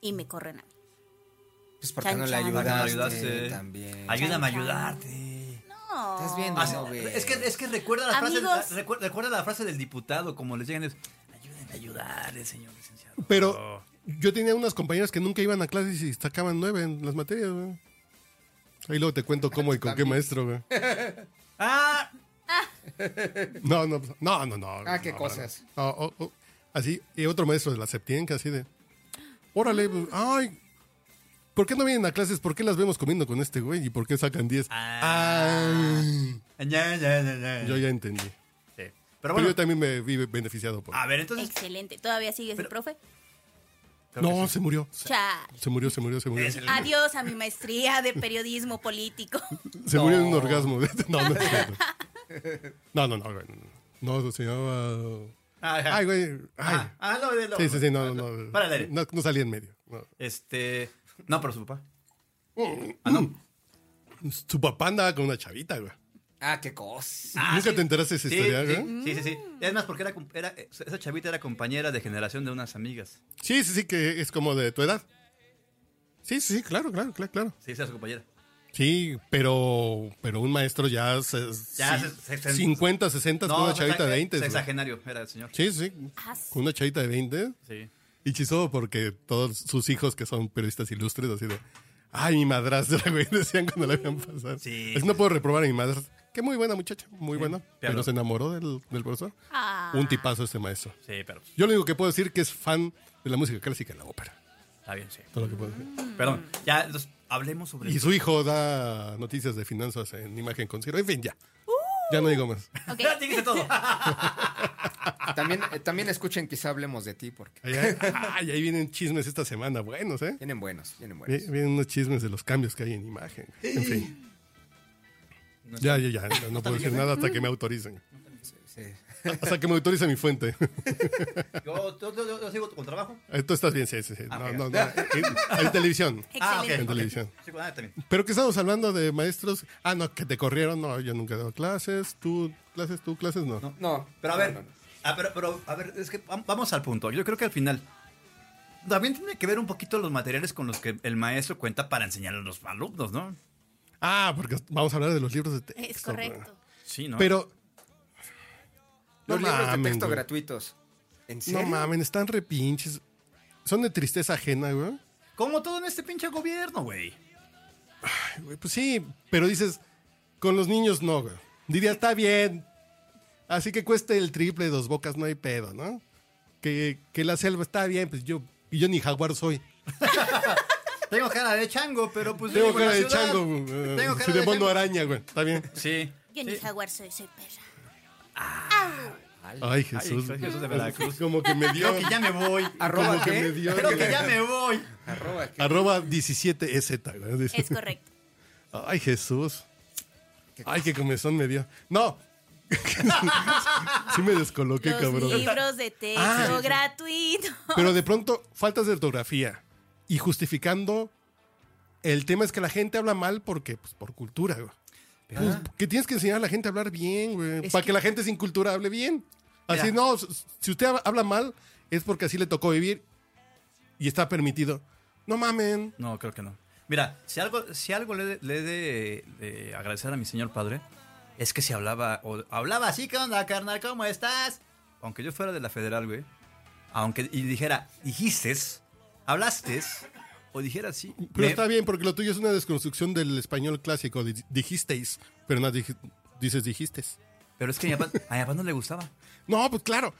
Speaker 8: y me corren a mí.
Speaker 7: Pues porque no le
Speaker 8: Chan, chan.
Speaker 6: ¿Por qué no la
Speaker 7: ayudaste,
Speaker 6: ayudaste?
Speaker 7: también.
Speaker 6: Ayúdame a
Speaker 8: Chan, chan.
Speaker 6: ayudarte.
Speaker 8: No.
Speaker 7: Estás viendo,
Speaker 6: Ah, sí,
Speaker 7: no, güey.
Speaker 6: es, que, es que recuerda la, frase,
Speaker 8: Amigos.
Speaker 6: la- recuerda, recuerda la frase del diputado, como les llegan es, ayúdenme a ayudar, señor licenciado.
Speaker 5: Pero yo tenía unas compañeras que nunca iban a clases y sacaban nueve en las materias, güey. Ahí luego te cuento cómo y con qué maestro, güey.
Speaker 6: Ah,
Speaker 5: No, no, no, no, no.
Speaker 7: Ah, qué
Speaker 5: no,
Speaker 7: cosas.
Speaker 5: no, oh, oh. Así, y otro maestro de la Septienca, así de. Órale, pues, ay. ¿Por qué no vienen a clases? ¿Por qué las vemos comiendo con este güey? ¿Y por qué sacan 10?
Speaker 6: Ah.
Speaker 5: Ay,
Speaker 6: ya, ya, ya, ya.
Speaker 5: yo ya entendí.
Speaker 7: Ah,
Speaker 6: Sí. Pero
Speaker 5: Pero
Speaker 6: bueno,
Speaker 5: yo también me vi beneficiado por.
Speaker 6: a ver, entonces...
Speaker 8: Excelente. ¿Todavía sigues el profe?
Speaker 6: creo que
Speaker 5: No,
Speaker 6: sí.
Speaker 5: se murió.
Speaker 8: Cha.
Speaker 5: Se murió, se murió, se murió.
Speaker 6: Es el-
Speaker 8: Adiós a mi maestría de periodismo político.
Speaker 5: Se murió en un orgasmo. No, no es cierto. No, no, no, güey. No, no, se llamaba.
Speaker 6: Ah, ya.
Speaker 5: Ay, güey. Ay.
Speaker 6: Ah, ah, no, no, no.
Speaker 5: Sí, sí, sí, no, no. No,
Speaker 6: Para el aire.
Speaker 5: no, no salía en medio. No.
Speaker 6: Este. No, pero su papá.
Speaker 5: Tu papá andaba con una chavita, güey.
Speaker 7: Ah, qué cosa.
Speaker 6: Ah,
Speaker 5: ¿Nunca
Speaker 6: sí.
Speaker 5: te enteraste de esa
Speaker 6: Sí,
Speaker 5: historia, ¿eh?
Speaker 6: sí,
Speaker 5: güey?
Speaker 6: sí, sí, sí. Es más, porque era, com- era- esa chavita era compañera de generación de unas amigas.
Speaker 5: Sí, sí, sí, que es como de tu edad. Sí, sí, sí, claro, claro, claro, claro.
Speaker 6: Sí, esa es su compañera.
Speaker 5: Sí, pero, pero un maestro ya, se-
Speaker 6: Ya
Speaker 5: sí,
Speaker 6: se- se-
Speaker 5: 50, 60 con una
Speaker 6: se-
Speaker 5: chavita de 20. güey.
Speaker 6: Sexagenario era el señor.
Speaker 5: Sí, sí,
Speaker 8: Ah, sí.
Speaker 5: con una chavita de 20.
Speaker 6: Sí.
Speaker 5: Y chisodo porque todos sus hijos que son periodistas ilustres, así de, ay, mi madrastra, güey, decían cuando la habían pasado.
Speaker 6: Sí.
Speaker 5: Es que no puedo reprobar a mi madrastra. Que muy buena muchacha, muy buena.
Speaker 6: pero-
Speaker 5: Pero se enamoró del, del profesor.
Speaker 8: Ah.
Speaker 5: Un tipazo este maestro.
Speaker 6: Sí, pero
Speaker 5: Yo lo único que puedo decir que es fan de la música clásica y la ópera.
Speaker 6: está bien, sí.
Speaker 5: Todo lo que puedo decir.
Speaker 6: Perdón, ya entonces, hablemos sobre.
Speaker 5: Y su hijo da noticias de finanzas en imagen con Ciro. En fin, ya. Ya no digo más.
Speaker 8: Ok.
Speaker 6: Ya dijiste todo.
Speaker 7: También, eh, también escuchen, quizá hablemos de ti, porque
Speaker 5: Ay, ay, ay, ahí vienen chismes esta semana, buenos, ¿eh?
Speaker 7: vienen buenos, vienen
Speaker 5: Vi-
Speaker 7: buenos.
Speaker 5: Vienen unos chismes de los cambios que hay en imagen. En fin. Ya, ya, ya. No, no puedo decir nada hasta que me autoricen.
Speaker 7: Sí.
Speaker 5: Hasta que me autorice mi fuente.
Speaker 6: Yo, yo- yo- yo sigo con trabajo.
Speaker 5: Eh, Tú estás bien, sí, sí, sí.
Speaker 6: Ah,
Speaker 5: No,
Speaker 6: ok.
Speaker 5: no, no. En, en televisión.
Speaker 6: Ah,
Speaker 8: Excelente.
Speaker 5: En televisión.
Speaker 6: Sigo ah, también.
Speaker 5: Pero que estamos hablando de maestros. Ah, no, que te corrieron. No, yo nunca he dado clases. Tú, clases, tú, clases, no.
Speaker 6: No.
Speaker 7: No,
Speaker 6: Pero a
Speaker 7: no,
Speaker 6: ver,
Speaker 7: no, no.
Speaker 6: ah, pero, pero, a ver, es que vam- vamos al punto. Yo creo que al final también tiene que ver un poquito los materiales con los que el maestro cuenta para enseñar a los alumnos, ¿no?
Speaker 5: Ah, porque vamos a hablar de los libros de texto.
Speaker 8: Es correcto.
Speaker 5: güey.
Speaker 6: Sí, ¿no?
Speaker 5: Pero.
Speaker 7: Los libros de
Speaker 5: mamen,
Speaker 7: texto
Speaker 5: güey.
Speaker 7: gratuitos. ¿En
Speaker 5: No
Speaker 7: serio?
Speaker 5: mamen, están repinches. Son de tristeza ajena, güey.
Speaker 6: Como todo en este pinche gobierno, güey.
Speaker 5: Ay, güey, Pues sí, pero dices, con los niños no, güey. Diría, está bien. Así que cueste el triple de dos bocas, no hay pedo, ¿no? Que, que la selva está bien, pues yo, y yo ni jaguar soy.
Speaker 6: Tengo cara de chango, pero pues.
Speaker 5: Tengo
Speaker 6: vivo en
Speaker 5: cara
Speaker 6: la
Speaker 5: de
Speaker 6: ciudad.
Speaker 5: chango, güey. Eh,
Speaker 6: Tengo cara
Speaker 5: soy de
Speaker 6: de
Speaker 5: mono
Speaker 6: chango.
Speaker 5: araña, güey. Está bien.
Speaker 6: Sí.
Speaker 8: Yo ni
Speaker 6: Sí.
Speaker 8: jaguar soy, soy perra.
Speaker 5: Ay, Jesús.
Speaker 6: Ay, Jesús de Veracruz.
Speaker 5: Como que me dio.
Speaker 6: Creo que ya me voy.
Speaker 7: Arroba
Speaker 5: Como que
Speaker 7: qué?
Speaker 5: me dio-
Speaker 6: Creo que ya me voy.
Speaker 7: Arroba qué.
Speaker 5: Arroba 17EZ, güey. Dice.
Speaker 8: Es correcto.
Speaker 5: Ay, Jesús. Ay, qué comezón me dio. No, Sí me descoloqué,
Speaker 8: Los
Speaker 5: cabrón.
Speaker 8: libros de texto
Speaker 5: Ah.
Speaker 8: gratuito.
Speaker 5: Pero de pronto, faltas de ortografía. Y justificando, el tema es que la gente habla mal porque, pues, por cultura, güey. Pues, que tienes que enseñar a la gente a hablar bien, güey. Para que... la gente sin cultura hable bien. Así
Speaker 6: Mira.
Speaker 5: no, s- si usted hab- habla mal, es porque así le tocó vivir y está permitido. No mamen.
Speaker 6: No, creo que no. Mira, si algo, si algo le, he de- le he de, de agradecer a mi señor padre, es que se hablaba, o- hablaba así, ¿qué onda, carnal? ¿Cómo estás? Aunque yo fuera de la federal, güey. Aunque y dijera, dijiste, hablaste, o dijera así.
Speaker 5: Pero
Speaker 6: me-
Speaker 5: está bien, porque lo tuyo es una desconstrucción del español clásico. Di- Dijisteis, pero no dij- dices dijistes.
Speaker 6: pero es que a mi, papá, a mi papá no le gustaba.
Speaker 5: No, pues claro.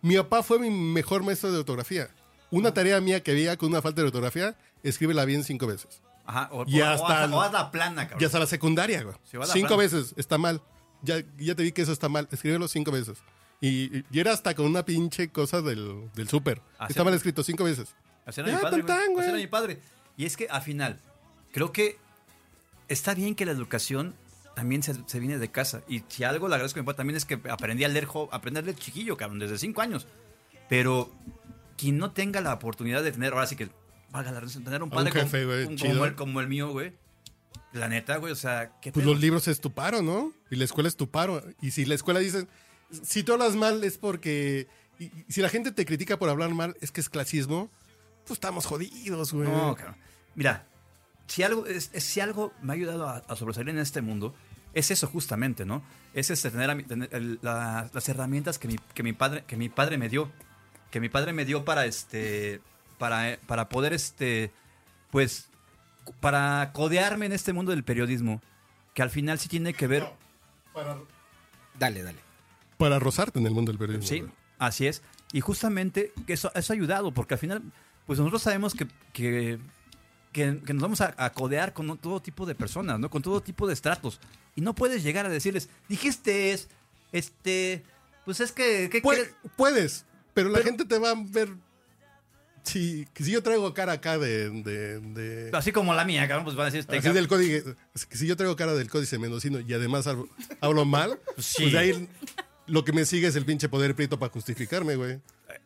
Speaker 5: Mi papá fue mi mejor maestro de ortografía. Una tarea mía que veía con una falta de ortografía, escríbela bien cinco veces.
Speaker 6: Ajá, o,
Speaker 5: Y
Speaker 6: o- o
Speaker 5: hasta
Speaker 6: haz-
Speaker 5: el-
Speaker 6: o haz la plana, cabrón.
Speaker 5: Y hasta la secundaria, güey.
Speaker 6: Se va la
Speaker 5: cinco
Speaker 6: plana.
Speaker 5: veces, está mal. Ya, ya te vi que eso está mal. Escríbelo cinco veces. Y, y era hasta con una pinche cosa del, del súper.
Speaker 6: Ah,
Speaker 5: Está
Speaker 6: sí.
Speaker 5: mal escrito cinco veces.
Speaker 6: Así era mi
Speaker 5: Ya,
Speaker 6: padre, güey.
Speaker 5: tantán,
Speaker 6: Así
Speaker 5: güey.
Speaker 6: era mi padre. Y es que al final, creo que está bien que la educación también se, se viene de casa. Y si algo le agradezco a mi papá también es que aprendí a leer, jo- aprendí a leer chiquillo, cabrón, desde cinco años. Pero quien no tenga la oportunidad de tener, ahora sí que, valga la razón, tener
Speaker 5: A
Speaker 6: un
Speaker 5: un
Speaker 6: padre como-
Speaker 5: jefe, güey,
Speaker 6: un- como,
Speaker 5: chido.
Speaker 6: el, como el mío, güey. La neta, güey, o sea, ¿qué
Speaker 5: Pues
Speaker 6: pedo?
Speaker 5: los libros se estuparon, ¿no? Y la escuela estuparon. Y si la escuela dice, si tú hablas mal es porque... y- y si la gente te critica por hablar mal, es que es clasismo. Pues estamos jodidos, güey.
Speaker 6: No, cabrón. Mira, si algo, es, es- si algo me ha ayudado a, a sobresalir en este mundo, es eso justamente, ¿no? Es este, tener, a mi- tener el- la- las herramientas que mi, que, mi padre, que mi padre me dio. Que mi padre me dio para este. Para, eh, para poder este. Pues. cu- Para codearme en este mundo del periodismo. Que al final sí tiene que ver.
Speaker 5: Para,
Speaker 7: Dale, dale.
Speaker 5: para rozarte en el mundo del periodismo.
Speaker 6: Sí,
Speaker 5: güey.
Speaker 6: así es. Y justamente que eso, eso ha ayudado, porque al final, pues nosotros sabemos que, que, que- que nos vamos a, a codear con todo tipo de personas, ¿no? Con todo tipo de estratos. Y no puedes llegar a decirles, dijiste, es, este, pues es que, ¿qué
Speaker 5: Pue-
Speaker 6: quieres?".
Speaker 5: puedes, pero la
Speaker 6: Pero-
Speaker 5: gente te va a ver. Si, si yo traigo cara acá de. de, de-
Speaker 6: Así como la mía, cabrón, pues van a decir, este,
Speaker 5: así
Speaker 6: cabrón,
Speaker 5: del código. Si yo traigo cara del códice mendocino y además hablo, hablo mal,
Speaker 6: Sí.
Speaker 5: pues de ahí lo que me sigue es el pinche poder prieto para justificarme, güey.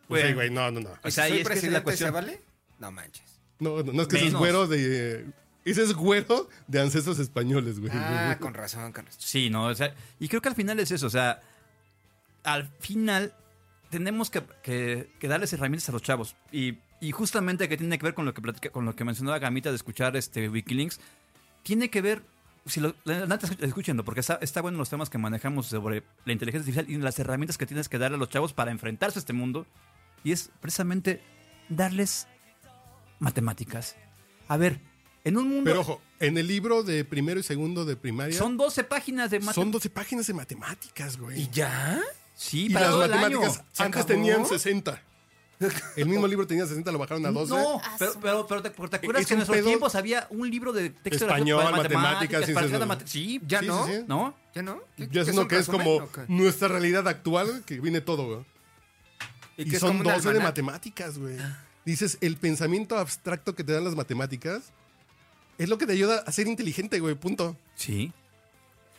Speaker 5: Pues sí, güey, no, no, no.
Speaker 6: O sea, y
Speaker 7: Si soy
Speaker 6: es que esa es la
Speaker 7: presidente,
Speaker 6: cuestión.
Speaker 7: ¿se vale? No manches.
Speaker 5: No, no, no, es que ese es
Speaker 6: Menos.
Speaker 5: güero de. Ese es güero de ancestros españoles, güey.
Speaker 7: Ah, con razón, con razón.
Speaker 6: Sí, no, o sea, y creo que al final es eso, o sea, al final tenemos que, que- que darles herramientas a los chavos. Y, y justamente que tiene que ver con lo que, platica- con lo que mencionaba Gamita de escuchar este Wikilinks, tiene que ver, si lo, la neta, escu- escúchenlo, porque está, está bueno los temas que manejamos sobre la inteligencia artificial y las herramientas que tienes que darle a los chavos para enfrentarse a este mundo. Y es precisamente darles matemáticas. A ver, en un mundo...
Speaker 5: Pero ojo, en el libro de primero y segundo de primaria.
Speaker 6: son 12 páginas de
Speaker 5: son
Speaker 6: matemáticas.
Speaker 5: 12 páginas de matemáticas, güey.
Speaker 7: ya?
Speaker 6: Sí,
Speaker 5: Y
Speaker 6: para
Speaker 5: las
Speaker 6: todo el año.
Speaker 5: matemáticas
Speaker 7: ¿Se
Speaker 5: antes
Speaker 7: acabó?
Speaker 5: tenían 60. El mismo libro tenía 60, lo bajaron a 12.
Speaker 6: No,
Speaker 8: Ah,
Speaker 6: pero,
Speaker 8: su-
Speaker 6: pero, pero te, pero te acuerdas
Speaker 5: E-, Es
Speaker 6: que
Speaker 5: un
Speaker 6: en nuestros
Speaker 5: pedo-
Speaker 6: tiempos había un libro de texto de
Speaker 5: Español,
Speaker 6: para
Speaker 5: matemáticas,
Speaker 6: para
Speaker 5: ciencias
Speaker 6: cada
Speaker 5: de-
Speaker 6: mate- Sí,
Speaker 7: ¿Ya
Speaker 5: Sí,
Speaker 7: no?
Speaker 5: sí, sí.
Speaker 6: ¿no?
Speaker 7: ¿Ya no? ¿Qué-
Speaker 5: Ya es
Speaker 7: qué
Speaker 5: uno que es
Speaker 7: resumen
Speaker 5: como
Speaker 7: o qué?
Speaker 5: nuestra realidad actual, que viene todo, güey.
Speaker 7: que
Speaker 5: Y,
Speaker 7: es
Speaker 5: son
Speaker 7: como un
Speaker 5: 12 de
Speaker 7: almanaque.
Speaker 5: matemáticas, güey. Dices, el pensamiento abstracto que te dan las matemáticas es lo que te ayuda a ser inteligente, güey, punto.
Speaker 6: Sí.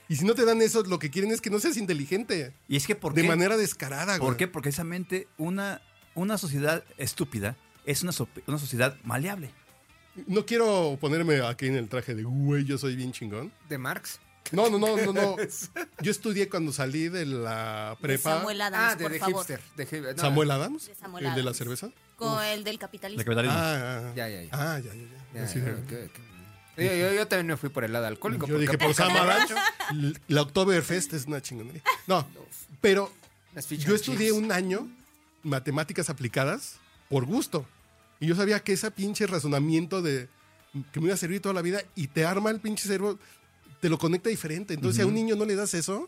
Speaker 5: Y si no te dan eso, lo que quieren es que no seas inteligente.
Speaker 6: Y es que ¿por
Speaker 5: De
Speaker 6: qué?
Speaker 5: manera descarada, güey.
Speaker 6: ¿Por qué? Porque precisamente una, una sociedad estúpida es una, sop- una sociedad maleable.
Speaker 5: No quiero ponerme aquí en el traje de, güey, yo soy bien chingón.
Speaker 7: ¿De Marx?
Speaker 5: No, no, no, no, no. Yo estudié cuando salí de la prepa.
Speaker 8: Samuel Adams,
Speaker 7: Ah, de,
Speaker 8: por
Speaker 7: de
Speaker 8: favor.
Speaker 7: hipster. De hip- no,
Speaker 5: ¿Samuel Adams?
Speaker 8: De Samuel
Speaker 5: ¿El de la
Speaker 8: Adams.
Speaker 5: cerveza?
Speaker 8: Con el del capitalismo.
Speaker 5: Ah, ah, ah.
Speaker 7: Ya, ya, ya.
Speaker 5: Ah, ya, ya, ya.
Speaker 7: ya,
Speaker 5: Sí,
Speaker 7: ya,
Speaker 5: ya.
Speaker 7: ok, ok. Yo, yo- yo también me fui por el lado alcohólico.
Speaker 5: Yo dije,
Speaker 7: porque-
Speaker 5: por Samaranch, la Oktoberfest es una chingonería. No, pero
Speaker 7: Las fish
Speaker 5: yo
Speaker 7: and
Speaker 5: estudié
Speaker 7: chips.
Speaker 5: un año matemáticas aplicadas por gusto. Y yo sabía que ese pinche razonamiento de que me iba a servir toda la vida y te arma el pinche cerebro, te lo conecta diferente. Entonces, si a un niño no le das eso,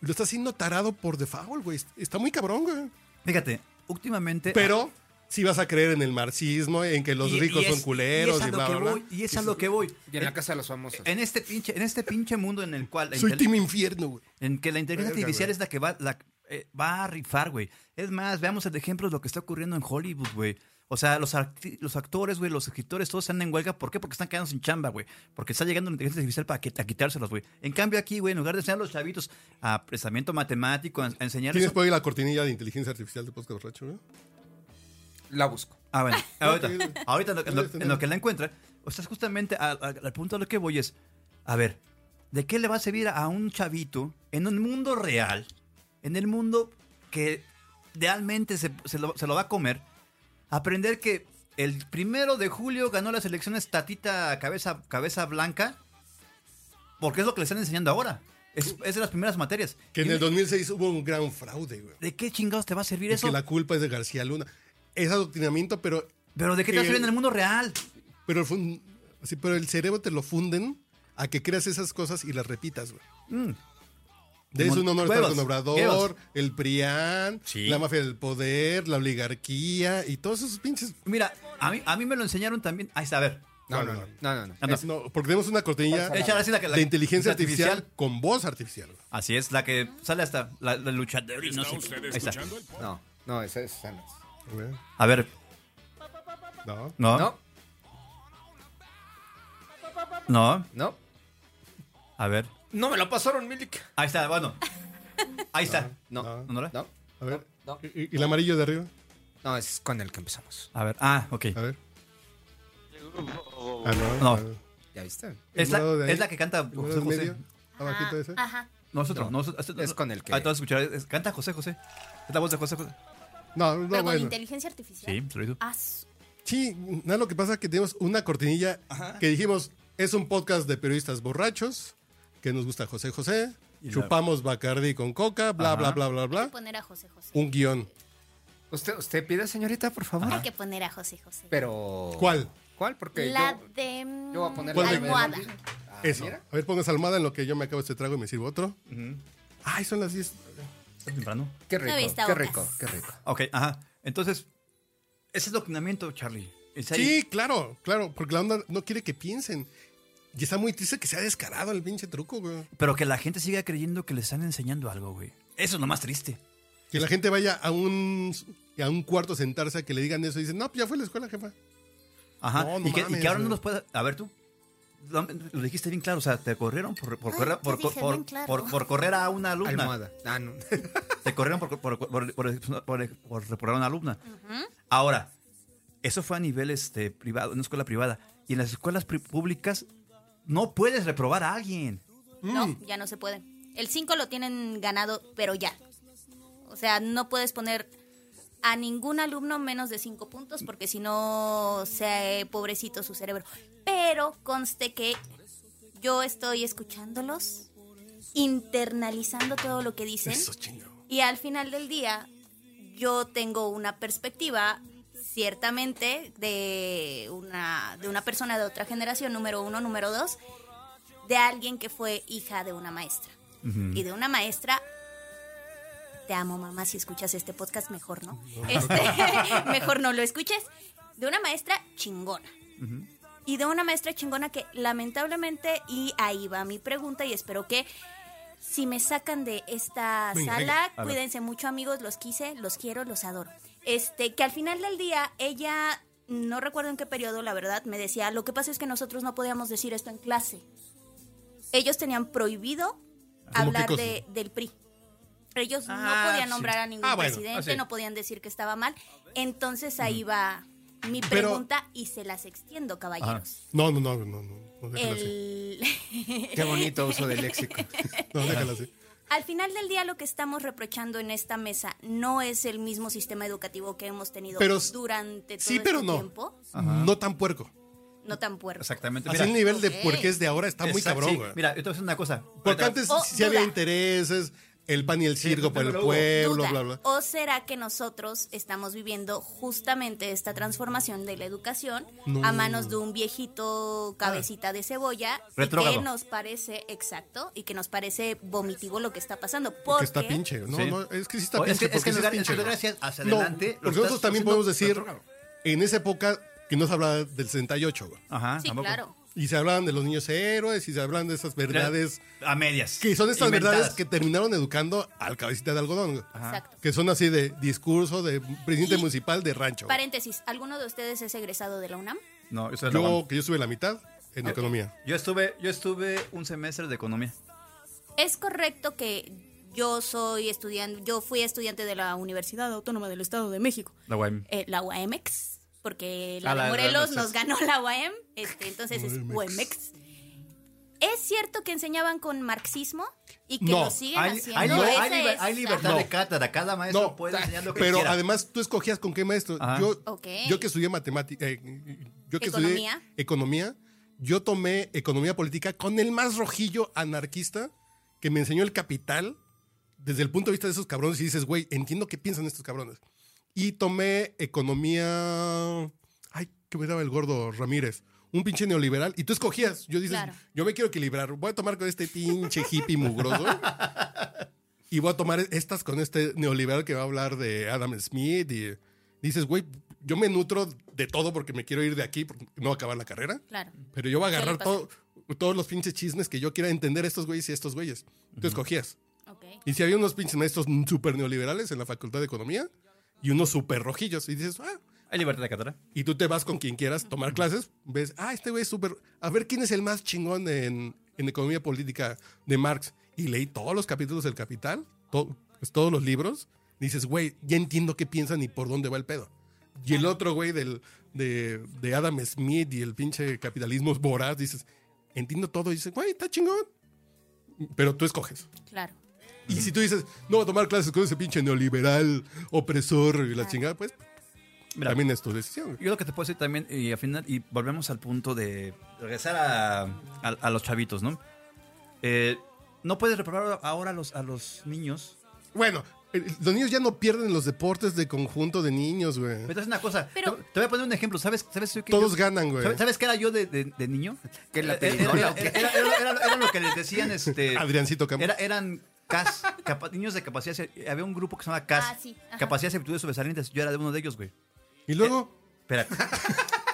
Speaker 5: lo está haciendo tarado por default, güey. Está muy cabrón, güey.
Speaker 6: Fíjate, últimamente... ah,
Speaker 5: Pero si vas a creer en el marxismo, en que los
Speaker 6: Y- y
Speaker 5: ricos
Speaker 6: es-
Speaker 5: son culeros
Speaker 6: y, es a
Speaker 5: y,
Speaker 6: lo
Speaker 5: bla,
Speaker 6: que
Speaker 5: bla, bla.
Speaker 6: voy, y es a lo que voy. Eh,
Speaker 7: Y en la casa de los famosos.
Speaker 6: En este pinche, en este pinche mundo en el cual... la
Speaker 5: Soy
Speaker 6: intel-
Speaker 5: Team Infierno, güey.
Speaker 6: En que la inteligencia
Speaker 5: Verga,
Speaker 6: artificial
Speaker 5: güey.
Speaker 6: es la que va, la, eh, va a rifar, güey. Es más, veamos el ejemplo de lo que está ocurriendo en Hollywood, güey. O sea, los, acti- los actores, güey, los escritores, todos están en huelga. ¿Por qué? Porque están quedando sin chamba, güey. Porque está llegando la inteligencia artificial para que- a quitárselos, güey. En cambio aquí, güey, en lugar de enseñar a los chavitos a pensamiento matemático, a, a enseñarles...
Speaker 5: ¿Tienes por ahí la cortinilla de inteligencia artificial de Podcast Borracho, güey?
Speaker 7: La busco.
Speaker 6: Ah, bueno, ahorita, ahorita en, lo, en lo-
Speaker 5: Puedes tener.
Speaker 6: en lo que la encuentra, o sea, es justamente a- a- al punto a lo que voy es, a ver, ¿de qué le va a servir a un chavito en un mundo real, en el mundo que realmente se, se lo, se lo va a comer, aprender que el primero de julio ganó las elecciones Tatita Cabeza, cabeza Blanca? Porque es lo que le están enseñando ahora. Es, es de las primeras materias.
Speaker 5: Que en
Speaker 6: Dime,
Speaker 5: el 2006 hubo un gran fraude, güey.
Speaker 6: ¿De qué chingados te va a servir
Speaker 5: Y
Speaker 6: eso?
Speaker 5: que la culpa es de García Luna. Es adoctrinamiento, pero,
Speaker 6: Pero ¿de qué te va a
Speaker 5: Eh,
Speaker 6: servir en el mundo real?
Speaker 5: pero, el fun- sí, pero el cerebro te lo funden a que creas esas cosas y las repitas, güey.
Speaker 6: Mm.
Speaker 5: De eso
Speaker 6: Mon-
Speaker 5: un honor estar
Speaker 6: huevos,
Speaker 5: con
Speaker 6: huevos.
Speaker 5: Obrador, el PRIAN,
Speaker 6: Sí.
Speaker 5: la mafia del poder, la oligarquía y todos esos pinches.
Speaker 6: Mira, a mí, a mí me lo enseñaron también. Ahí está, a ver.
Speaker 7: No, no, no. no, no, no.
Speaker 6: Ah, no.
Speaker 5: Es- no, porque tenemos una cortinilla
Speaker 6: Échale así la que- la-
Speaker 5: de inteligencia
Speaker 6: la artificial.
Speaker 5: artificial, con voz artificial. güey.
Speaker 6: Así es, la que sale hasta la, la luchadora y
Speaker 10: ¿Está
Speaker 6: no sé qué.
Speaker 10: usted
Speaker 6: Ahí está.
Speaker 10: escuchando el podcast?
Speaker 7: No, no, esa, esa no es.
Speaker 5: A ver,
Speaker 6: A ver,
Speaker 5: No.
Speaker 6: no, no,
Speaker 7: No, no.
Speaker 6: A ver,
Speaker 7: No me la pasaron, Milik.
Speaker 6: ahí está, bueno. Ahí está.
Speaker 7: No,
Speaker 5: No.
Speaker 6: ¿No la?
Speaker 7: no,
Speaker 5: A ver.
Speaker 7: No.
Speaker 5: ¿Y, y- y el amarillo de arriba?
Speaker 7: no, es con el que empezamos.
Speaker 6: A ver, ah, ok.
Speaker 5: A ver.
Speaker 1: grupo.
Speaker 5: Ah, no.
Speaker 6: No.
Speaker 5: A ver.
Speaker 7: ¿Ya viste?
Speaker 5: el
Speaker 6: Es la,
Speaker 5: morado de ahí.
Speaker 6: es la que canta
Speaker 5: ¿El morado
Speaker 6: José
Speaker 5: en
Speaker 6: José.
Speaker 5: medio? Abajito ese.
Speaker 8: Ah, Ajá.
Speaker 6: Nosotros,
Speaker 7: No,
Speaker 6: nosotros.
Speaker 7: es con el que-
Speaker 6: Ah, te vas a escuchar. es- canta José José. Es la voz de José José.
Speaker 5: No, no,
Speaker 8: Pero con
Speaker 5: bueno.
Speaker 8: inteligencia artificial.
Speaker 6: Sí, se lo hizo.
Speaker 8: Ah, su-
Speaker 5: Sí, nada, lo que pasa es que tenemos una cortinilla que dijimos, es un podcast de periodistas borrachos, que nos gusta José José,
Speaker 6: Y
Speaker 5: chupamos Bacardi con coca, bla, bla,
Speaker 6: Ajá.
Speaker 5: bla, bla,
Speaker 8: Hay que
Speaker 5: bla.
Speaker 8: poner a José José.
Speaker 5: Un guión.
Speaker 7: Usted, usted pide, señorita, por
Speaker 6: Ah.
Speaker 7: favor.
Speaker 8: Hay que poner a José José.
Speaker 7: Pero.
Speaker 5: ¿Cuál?
Speaker 7: ¿Cuál? Porque
Speaker 8: la
Speaker 7: yo,
Speaker 8: de mm,
Speaker 7: yo voy a poner
Speaker 5: ¿Cuál
Speaker 8: la
Speaker 5: de-
Speaker 8: almohada.
Speaker 7: Ah,
Speaker 5: Eso.
Speaker 7: mira.
Speaker 5: A ver, pongas almohada en lo que yo me acabo este trago y me sirvo otro. Ay, son las 10.
Speaker 6: Está temprano.
Speaker 7: Qué rico,
Speaker 8: vista
Speaker 7: qué
Speaker 8: bocas.
Speaker 7: rico, qué rico.
Speaker 6: Ok, ajá. Entonces, ese es doctrinamiento, Charlie. Es ahí.
Speaker 5: Sí, claro, claro, porque la onda no quiere que piensen. Y está muy triste que sea descarado el pinche truco, güey.
Speaker 6: Pero que la gente siga creyendo que le están enseñando algo, güey. Eso es lo más triste.
Speaker 5: Que la gente vaya a un, a un cuarto a sentarse a que le digan eso y dicen, no, pues ya fue a la escuela, jefa.
Speaker 6: Ajá.
Speaker 5: No, no
Speaker 6: y, que, y
Speaker 5: mames,
Speaker 6: que ahora no
Speaker 5: güey.
Speaker 6: los puedes. A ver tú. Lo, lo dijiste bien claro, o sea, te corrieron por, por,
Speaker 8: Ay,
Speaker 6: correr,
Speaker 8: te
Speaker 6: por,
Speaker 8: dije
Speaker 6: por-
Speaker 8: bien claro.
Speaker 6: por- por correr a una alumna.
Speaker 7: Almohada. Ah, no.
Speaker 6: Te corrieron por, por, por- por- por- por reprobar a una alumna. Ahora, eso fue a nivel este, privado, en una escuela privada. Y en las escuelas pri- públicas no puedes reprobar a alguien.
Speaker 8: No, ya no se puede. El 5 lo tienen ganado, pero ya. O sea, no puedes poner a ningún alumno menos de 5 puntos porque si no, sea pobrecito su cerebro. Pero conste que yo estoy escuchándolos, internalizando todo lo que dicen.
Speaker 5: Eso, chingado.
Speaker 8: Y al final del día, yo tengo una perspectiva, ciertamente, de una, de una persona de otra generación, número uno, número dos, de alguien que fue hija de una maestra. Y de una maestra. Te amo, mamá. Si escuchas este podcast, mejor no. Este, mejor no lo escuches. De una maestra chingona. Y de una maestra chingona que lamentablemente, y ahí va mi pregunta, y espero que si me sacan de esta
Speaker 5: Venga, venga,
Speaker 8: sala, cuídense mucho amigos, los quise, los quiero, los adoro. Este, que al final del día ella, no recuerdo en qué periodo, la verdad, me decía, lo que pasa es que nosotros no podíamos decir esto en clase. Ellos tenían prohibido
Speaker 5: qué
Speaker 8: hablar
Speaker 5: cosa?
Speaker 8: de- del PRI. Ellos
Speaker 6: Ah,
Speaker 8: no podían
Speaker 6: sí.
Speaker 8: nombrar a ningún
Speaker 5: Ah, bueno,
Speaker 8: presidente,
Speaker 6: así.
Speaker 8: no podían decir que estaba mal. Entonces ahí va mi
Speaker 5: Pero-
Speaker 8: pregunta y se las extiendo, caballeros.
Speaker 5: No, no, no, no, no. No, déjala así.
Speaker 8: El...
Speaker 7: Qué bonito uso del léxico.
Speaker 5: No, déjala así.
Speaker 8: Al final del día lo que estamos reprochando en esta mesa no es el mismo sistema educativo que hemos tenido
Speaker 5: Pero-
Speaker 8: durante todo
Speaker 5: Sí,
Speaker 8: este
Speaker 5: pero no.
Speaker 8: tiempo.
Speaker 5: No tan puerco.
Speaker 8: No tan puerco.
Speaker 6: Exactamente.
Speaker 5: Así el nivel de
Speaker 8: Ok.
Speaker 5: puerquez de ahora está muy
Speaker 6: Exacto,
Speaker 5: cabrón,
Speaker 6: sí.
Speaker 5: güey.
Speaker 6: Mira, entonces una cosa.
Speaker 5: Porque
Speaker 6: Ahorita-
Speaker 5: antes
Speaker 8: Oh,
Speaker 5: sí había
Speaker 8: duda.
Speaker 5: intereses, el pan y el circo
Speaker 6: Sí,
Speaker 5: por el
Speaker 6: pero
Speaker 5: pueblo,
Speaker 8: Duda,
Speaker 5: bla, bla.
Speaker 8: ¿O será que nosotros estamos viviendo justamente esta transformación de la educación
Speaker 5: No.
Speaker 8: a manos de un viejito cabecita de cebolla y
Speaker 6: Retrógrado.
Speaker 8: que nos parece exacto y que nos parece vomitivo lo que está pasando?
Speaker 5: Que
Speaker 8: Porque
Speaker 5: está pinche. No,
Speaker 6: Sí.
Speaker 5: no, es que sí está
Speaker 6: Oye, es
Speaker 5: pinche.
Speaker 6: que, es
Speaker 5: porque
Speaker 6: que en
Speaker 5: sí
Speaker 6: lugar,
Speaker 5: es
Speaker 6: en lugar de
Speaker 5: pinche.
Speaker 6: hacia, hacia
Speaker 5: No,
Speaker 6: adelante. lo
Speaker 5: porque
Speaker 6: estás
Speaker 5: nosotros también
Speaker 6: haciendo
Speaker 5: podemos decir,
Speaker 6: retrógrado.
Speaker 5: en esa época, que no se hablaba del 68, güey.
Speaker 6: Ajá,
Speaker 8: Sí,
Speaker 6: tampoco.
Speaker 8: claro.
Speaker 5: Y Y se hablaban de los niños héroes y se hablaban de esas verdades.
Speaker 6: A medias.
Speaker 5: Que son estas verdades
Speaker 6: Inventadas.
Speaker 5: que terminaron educando al cabecita de algodón. güey.
Speaker 8: Exacto.
Speaker 5: Que son así de discurso de presidente
Speaker 8: Y-
Speaker 5: municipal de rancho. güey.
Speaker 8: Paréntesis, ¿alguno de ustedes es egresado de la UNAM?
Speaker 6: No, eso es la
Speaker 5: Yo,
Speaker 6: UNAM.
Speaker 5: que yo estuve la mitad en
Speaker 6: Eh,
Speaker 5: economía.
Speaker 6: Yo estuve, yo estuve un semestre de economía.
Speaker 8: Es correcto que yo soy estudiante, yo fui estudiante de la Universidad Autónoma del Estado de México,
Speaker 6: La UAM.
Speaker 8: eh, la UAMX, porque la
Speaker 6: Ah, la
Speaker 8: de
Speaker 6: de
Speaker 8: Morelos
Speaker 6: Morelos,
Speaker 8: nos
Speaker 6: es.
Speaker 8: ganó la UAM, este, entonces es
Speaker 5: UAMX.
Speaker 8: UAMX. E Es cierto que enseñaban con marxismo y que
Speaker 5: No,
Speaker 8: lo siguen
Speaker 6: Hay,
Speaker 8: haciendo.
Speaker 6: hay liber-
Speaker 8: Esa
Speaker 6: hay liber-
Speaker 8: es-
Speaker 6: hay libertad
Speaker 5: No.
Speaker 6: de cátedra. Cada maestro
Speaker 5: No,
Speaker 6: puede enseñar lo que
Speaker 5: pero
Speaker 6: quiera.
Speaker 5: además tú escogías con qué maestro.
Speaker 6: Ajá.
Speaker 5: Yo,
Speaker 8: Ok.
Speaker 5: yo que estudié matemática, eh, yo que
Speaker 8: Economía.
Speaker 5: estudié economía, yo tomé economía política con el más rojillo anarquista que me enseñó el capital desde el punto de vista de esos cabrones y dices, güey, entiendo qué piensan estos cabrones. Y tomé economía, ay, que me daba el gordo Ramírez, un pinche neoliberal y tú escogías, yo dices,
Speaker 8: Claro.
Speaker 5: yo me quiero equilibrar, voy a tomar con este pinche hippie mugroso. Y voy a tomar estas con este neoliberal que va a hablar de Adam Smith. Y dices, güey, yo me nutro de todo porque me quiero ir de aquí, porque no va a acabar la carrera.
Speaker 8: Claro.
Speaker 5: Pero yo voy a
Speaker 8: ¿Qué le
Speaker 5: agarrar
Speaker 8: pasa?
Speaker 5: todo, todos los pinches chismes que yo quiera entender a estos güeyes y a estos güeyes. Tú escogías.
Speaker 8: Ok.
Speaker 5: Y si había unos pinches maestros súper neoliberales en la Facultad de Economía y unos súper rojillos. Y dices, ah.
Speaker 6: Hay libertad de cátedra.
Speaker 5: Y tú te vas con quien quieras tomar clases. Ves, ah, este güey es súper. A ver quién es el más chingón en, en economía política de Marx. Y leí todos los capítulos del Capital, to- pues, todos los libros. Dices, güey, ya entiendo qué piensan y por dónde va el pedo. Y el otro güey del, de, de Adam Smith y el pinche capitalismo voraz, dices, entiendo todo. Y dices, güey, está chingón. Pero tú escoges.
Speaker 8: Claro.
Speaker 5: Y si tú dices, no voy a tomar clases con ese pinche neoliberal, opresor y la chingada, pues
Speaker 6: Mira,
Speaker 5: también es tu decisión.
Speaker 6: Yo lo que te puedo decir también, y al final, y volvemos al punto de regresar a, a- a los chavitos, ¿no? Eh, no puedes reprobar ahora a los, a los niños.
Speaker 5: Bueno, eh, los niños ya no pierden los deportes de conjunto de niños, güey.
Speaker 6: Pero es una cosa,
Speaker 8: Pero-
Speaker 6: te, te voy a poner un ejemplo. ¿Sabes, sabes qué?
Speaker 5: Todos
Speaker 6: yo-
Speaker 5: ganan, güey.
Speaker 6: ¿Sabes, sabes qué era yo de, de- de niño?
Speaker 7: ¿Qué, la
Speaker 6: Era,
Speaker 7: pirinola
Speaker 6: era-
Speaker 7: o qué?
Speaker 6: era- era- era- era lo que les decían, este.
Speaker 5: Adriancito Campos.
Speaker 6: Era, eran CAS, capa- niños de capacidad. Había un grupo que se llamaba CAS.
Speaker 8: Ah, sí, ajá.
Speaker 6: Capacidades y aptitudes sobresalientes. Yo era de uno de ellos, güey.
Speaker 5: Y luego,
Speaker 6: Espérate.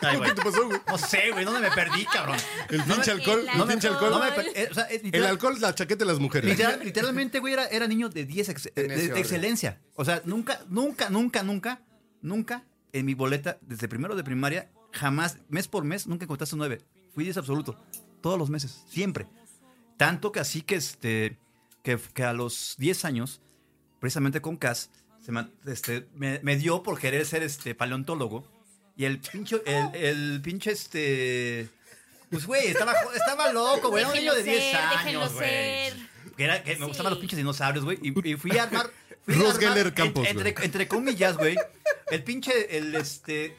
Speaker 6: Ay, güey.
Speaker 5: ¿qué te pasó, güey?
Speaker 6: No sé, güey, ¿dónde me perdí, cabrón?
Speaker 5: El pinche
Speaker 8: me-
Speaker 5: alcohol,
Speaker 8: el
Speaker 5: el pinche
Speaker 8: alcohol.
Speaker 6: eh, No
Speaker 5: alcohol.
Speaker 6: me per- eh, o sea, eh,
Speaker 5: El
Speaker 6: literal-
Speaker 5: alcohol, la chaqueta de las mujeres.
Speaker 6: Literal- literalmente, güey, era, era niño de 10 ex- eh, de,
Speaker 7: En ese
Speaker 6: de
Speaker 7: orden.
Speaker 6: excelencia. O sea, nunca, nunca, nunca, nunca, nunca en mi boleta, desde primero de primaria, jamás, mes por mes, nunca encontraste un 9. Fui 10 absoluto. Todos los meses, siempre. Tanto que así que, este, que, que a los 10 años, precisamente con Cas, se ma- este, me, me dio por querer ser este paleontólogo. Y el pinche, el, el pinche, este. Pues, güey, estaba, estaba loco, güey. Era un niño de
Speaker 8: Déjenlo
Speaker 6: 10
Speaker 8: ser,
Speaker 6: años,
Speaker 8: déjenlo
Speaker 6: güey.
Speaker 8: ser.
Speaker 6: Que, era, que
Speaker 8: Sí.
Speaker 6: me gustaban los pinches dinosaurios, güey. Y, y fui a armar. fui a
Speaker 5: Ross
Speaker 6: armar
Speaker 5: Geller
Speaker 6: en-
Speaker 5: Campos,
Speaker 6: entre,
Speaker 5: güey.
Speaker 6: entre comillas, güey. El pinche, el este.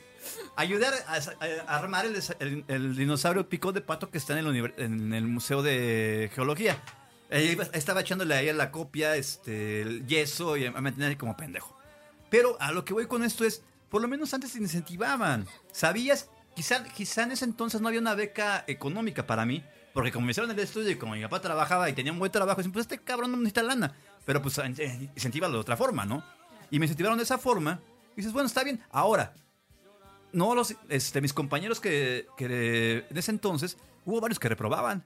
Speaker 6: Ayudar a, a- a armar el, el- el dinosaurio pico de pato que está en el, univer- en el Museo de Geología. Eh, iba- estaba echándole ahí a la copia, este, el yeso y a- me tenía ahí como pendejo. Pero a lo que voy con esto es, por lo menos antes te incentivaban. Sabías, quizá, quizá en ese entonces no había una beca económica para mí, porque como me hicieron el estudio y como mi papá trabajaba y tenía un buen trabajo, decían, pues este cabrón no necesita lana. Pero pues eh, eh, incentivalo de otra forma, ¿no? Y me incentivaron de esa forma. Y dices, bueno, está bien. Ahora, no los, este, mis compañeros que, que en ese entonces, hubo varios que reprobaban.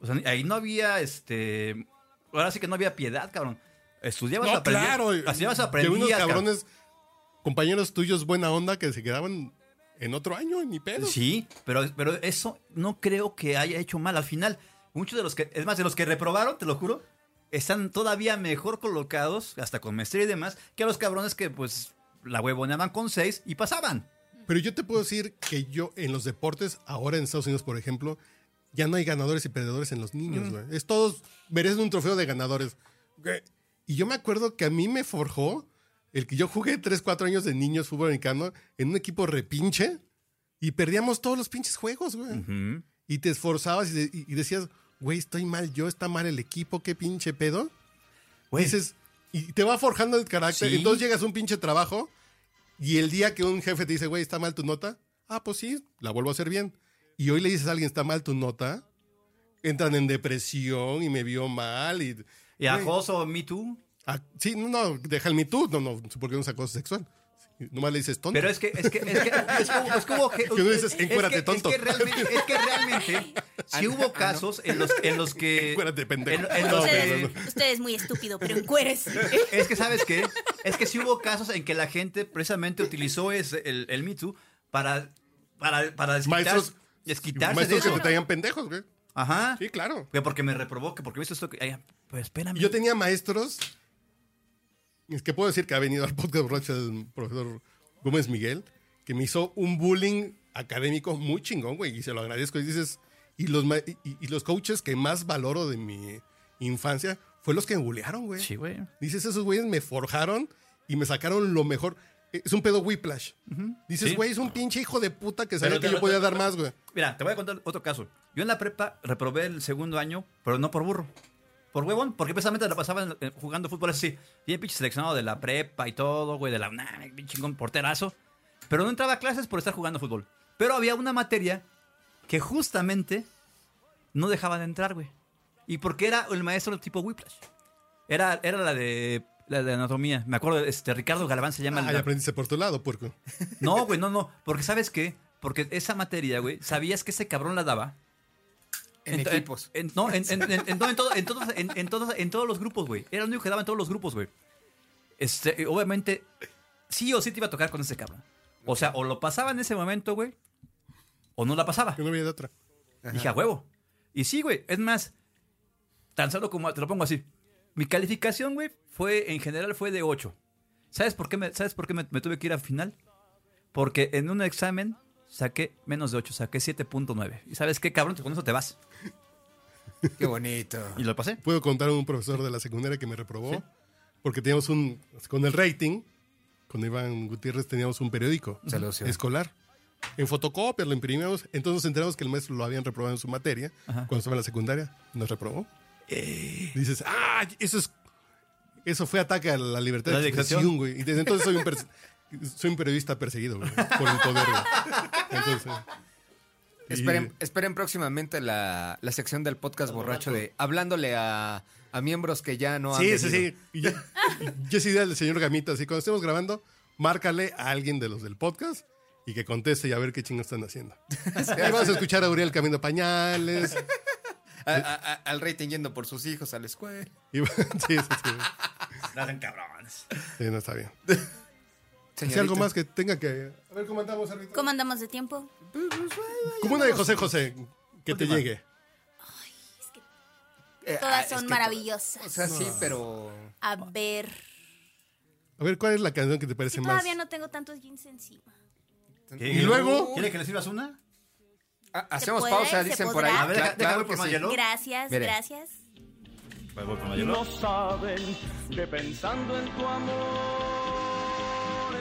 Speaker 6: O sea, ahí no había, este, ahora sí que no había piedad, cabrón. Estudiabas,
Speaker 5: No,
Speaker 6: aprendías,
Speaker 5: claro.
Speaker 6: estudiabas,
Speaker 5: Que unos
Speaker 6: aprendías, cabrón.
Speaker 5: cabrones, compañeros tuyos buena onda que se quedaban en otro año, ni pedo.
Speaker 6: Sí, pero, pero eso no creo que haya hecho mal. Al final, muchos de los que, es más, de los que reprobaron, te lo juro, están todavía mejor colocados, hasta con maestría y demás, que los cabrones que pues la huevoneaban con seis y pasaban.
Speaker 5: Pero yo te puedo decir que yo en los deportes, ahora en Estados Unidos, por ejemplo, ya no hay ganadores y perdedores en los niños, güey. Es todos merecen un trofeo de ganadores. Güey. Y yo me acuerdo que a mí me forjó el que yo jugué 3, 4 años de niños fútbol americano en un equipo repinche y perdíamos todos los pinches juegos, güey. Y te esforzabas y, de- y- y decías, güey, estoy mal yo, está mal el equipo, qué pinche pedo.
Speaker 6: Güey.
Speaker 5: Dices, y te va forjando el carácter.
Speaker 6: Sí.
Speaker 5: Entonces llegas a un pinche trabajo y el día que un jefe te dice, güey, está mal tu nota, ah, pues sí, la vuelvo a hacer bien. Y hoy le dices a alguien, está mal tu nota, entran en depresión y me vio mal. Y,
Speaker 6: Y a
Speaker 5: Güey,
Speaker 6: Joso, Me Too.
Speaker 5: ah, sí, no, no, deja el Me Too, no, no, porque no es acoso sexual. Y Nomás le dices tonto.
Speaker 6: Pero es que, es que, es que, es que, es que hubo...
Speaker 5: Que no dices, "Encuérate,
Speaker 6: es que-
Speaker 5: tonto". Ah,
Speaker 6: Es que realmente, es que realmente sí hubo casos en los, en los que...
Speaker 5: Encuérate, pendejo.
Speaker 6: en- en
Speaker 5: No,
Speaker 6: los
Speaker 8: usted,
Speaker 6: que-
Speaker 5: no,
Speaker 8: usted es muy estúpido, pero encuérese.
Speaker 6: Es que, ¿sabes qué? Es que sí hubo casos en que la gente precisamente utilizó ese, el, el Me Too para, para, para desquitar-
Speaker 5: Maestros-
Speaker 6: desquitarse
Speaker 5: Maestros
Speaker 6: de
Speaker 5: que
Speaker 6: eso.
Speaker 5: me traían pendejos, güey.
Speaker 6: Ajá.
Speaker 5: Sí, claro.
Speaker 6: Que Porque me reprobó, que porque me hizo esto. que- ay, pues espérame.
Speaker 5: Yo tenía maestros. Es que puedo decir que ha venido al podcast Rocha el profesor Gómez Miguel, que me hizo un bullying académico muy chingón, güey, y se lo agradezco. Y dices, y los, ma- y, y los coaches que más valoro de mi infancia fue los que me bullearon, güey.
Speaker 6: Sí, güey.
Speaker 5: Dices, esos güeyes me forjaron y me sacaron lo mejor. Eh, Es un pedo whiplash. Dices,
Speaker 6: Sí.
Speaker 5: güey, es un pinche hijo de puta que sabía
Speaker 6: Pero te
Speaker 5: que
Speaker 6: lo-
Speaker 5: yo podía
Speaker 6: te-
Speaker 5: dar más, güey.
Speaker 6: Mira, te voy a contar otro caso. Yo en la prepa reprobé el segundo año, pero no por burro. Por huevón, porque precisamente la pasaba en- eh, jugando fútbol así. Bien pinche seleccionado de la prepa y todo, güey, de la UNAM, bien chingón porterazo. Pero no entraba a clases por estar jugando fútbol. Pero había una materia que justamente no dejaba de entrar, güey. Y porque era el maestro tipo Whiplash. Era, era la de la de anatomía. Me acuerdo, este Ricardo Galván se llama. el-
Speaker 5: Ah, ya aprendiste por tu lado, puerco.
Speaker 6: no, güey, no, no. Porque ¿sabes qué? Porque esa materia, güey, ¿sabías que ese cabrón la daba?
Speaker 7: En
Speaker 6: to-
Speaker 7: equipos.
Speaker 6: en- no, en, en- en- en- no, en todo- en todos, en, en todos, en todos los grupos, güey. Era el único que daba en todos los grupos, güey. Este, eh, obviamente, sí o sí te iba a tocar con ese cabrón. O sea, o lo pasaba en ese momento, güey, o no la pasaba.
Speaker 5: Yo no había de otra.
Speaker 6: Dije, a huevo. Y sí, güey. Es más, tan solo como te lo pongo así. Mi calificación, güey, fue, en general fue de 8. ¿Sabes por qué me, sabes por qué me, me tuve que ir al final? Porque en un examen saqué menos de 8, saqué 7.9. ¿Y sabes qué, cabrón? Con eso te vas.
Speaker 7: Qué bonito.
Speaker 6: Y lo pasé.
Speaker 5: puedo contar a un profesor de la secundaria que me reprobó, porque teníamos un, con el rating, con Iván Gutiérrez teníamos un periódico
Speaker 7: Saludos, Iván.
Speaker 5: escolar. En fotocopia lo imprimíamos, entonces nos enteramos que el maestro lo habían reprobado en su materia, cuando estaba en la secundaria, nos reprobó. Dices, ah, eso es, eso fue ataque a la libertad
Speaker 6: La
Speaker 5: de
Speaker 6: dictación.
Speaker 5: expresión, güey. Y desde entonces soy un, perse- soy un periodista perseguido, güey, por el poder, güey. Entonces, eh. y-
Speaker 7: Esperen, esperen próximamente la, la sección del podcast borracho de hablándole a, a miembros que ya no han.
Speaker 5: Sí, sí,
Speaker 7: venido.
Speaker 5: sí. Y Yo, yo sí idea del señor Gamita, así cuando estemos grabando, márcale a alguien de los del podcast y que conteste y a ver qué chingo están haciendo. Ahí vamos a escuchar a Uriel cambiando pañales.
Speaker 7: A- a- a- al rating yendo por sus hijos a la escuela.
Speaker 5: Y, sí, sí, sí.
Speaker 6: Nacen cabrones.
Speaker 5: Sí, no está bien. Si
Speaker 7: Señorita.
Speaker 5: algo más que tenga que. A ver, ¿cómo andamos, árbitro?
Speaker 8: ¿Cómo andamos de tiempo?
Speaker 7: Pues,
Speaker 5: Como una de José José, que te llegue.
Speaker 7: Eh, ah,
Speaker 8: Todas
Speaker 7: es
Speaker 8: son
Speaker 7: que- O
Speaker 8: maravillosas.
Speaker 7: sea, sí, pero.
Speaker 8: A ver.
Speaker 5: A ver, ¿cuál es la canción que te parece
Speaker 8: Que
Speaker 5: más?
Speaker 8: todavía no tengo tantos jeans encima.
Speaker 5: ¿Y luego?
Speaker 6: ¿Quiere que le sirvas una?
Speaker 7: Ah, hacemos
Speaker 8: puede?
Speaker 7: pausa,
Speaker 8: ¿Se
Speaker 7: dicen por ahí.
Speaker 8: podrá?
Speaker 6: A ver,
Speaker 7: Cla-
Speaker 6: deja- déjame
Speaker 7: claro
Speaker 6: por
Speaker 7: que sí.
Speaker 6: Mayelo. ¿No?
Speaker 8: Gracias,
Speaker 7: Mire.
Speaker 8: gracias.
Speaker 9: No saben que pensando en tu amor,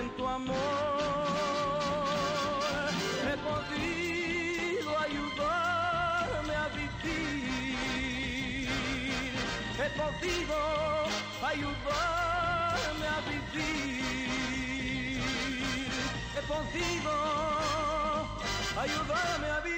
Speaker 9: en tu amor, he podido ayudarme a vivir. He podido ayudarme a vivir. He podido ayudarme a vivir.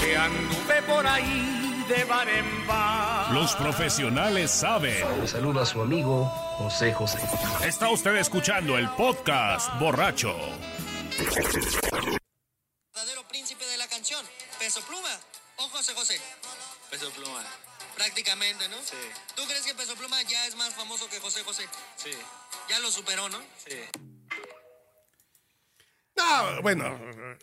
Speaker 10: Que anduve por ahí de bar Los profesionales saben.
Speaker 3: Le saluda a su amigo José José.
Speaker 10: Está usted escuchando el podcast borracho.
Speaker 11: verdadero príncipe de la canción, Peso Pluma o José José. Peso Pluma. Prácticamente, ¿no? Sí. ¿Tú crees que Peso Pluma ya es más famoso que José José? Sí. Ya lo superó, ¿no? Sí.
Speaker 5: No, bueno,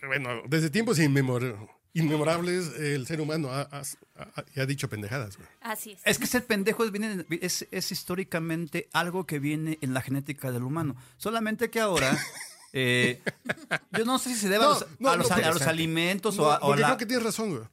Speaker 5: bueno, desde tiempos inmemor- inmemorables, el ser humano ha, ha- ha- ha dicho pendejadas, güey.
Speaker 8: Así es.
Speaker 6: Es que ser pendejo es, viene- es, es históricamente algo que viene en la genética del humano. Solamente que ahora. eh, yo no sé si se debe a
Speaker 5: No,
Speaker 6: los,
Speaker 5: no,
Speaker 6: a los-
Speaker 5: no,
Speaker 6: a los
Speaker 5: interesante.
Speaker 6: alimentos o
Speaker 5: No,
Speaker 6: a. O,
Speaker 5: porque
Speaker 6: la-
Speaker 5: creo que tienes razón, güey.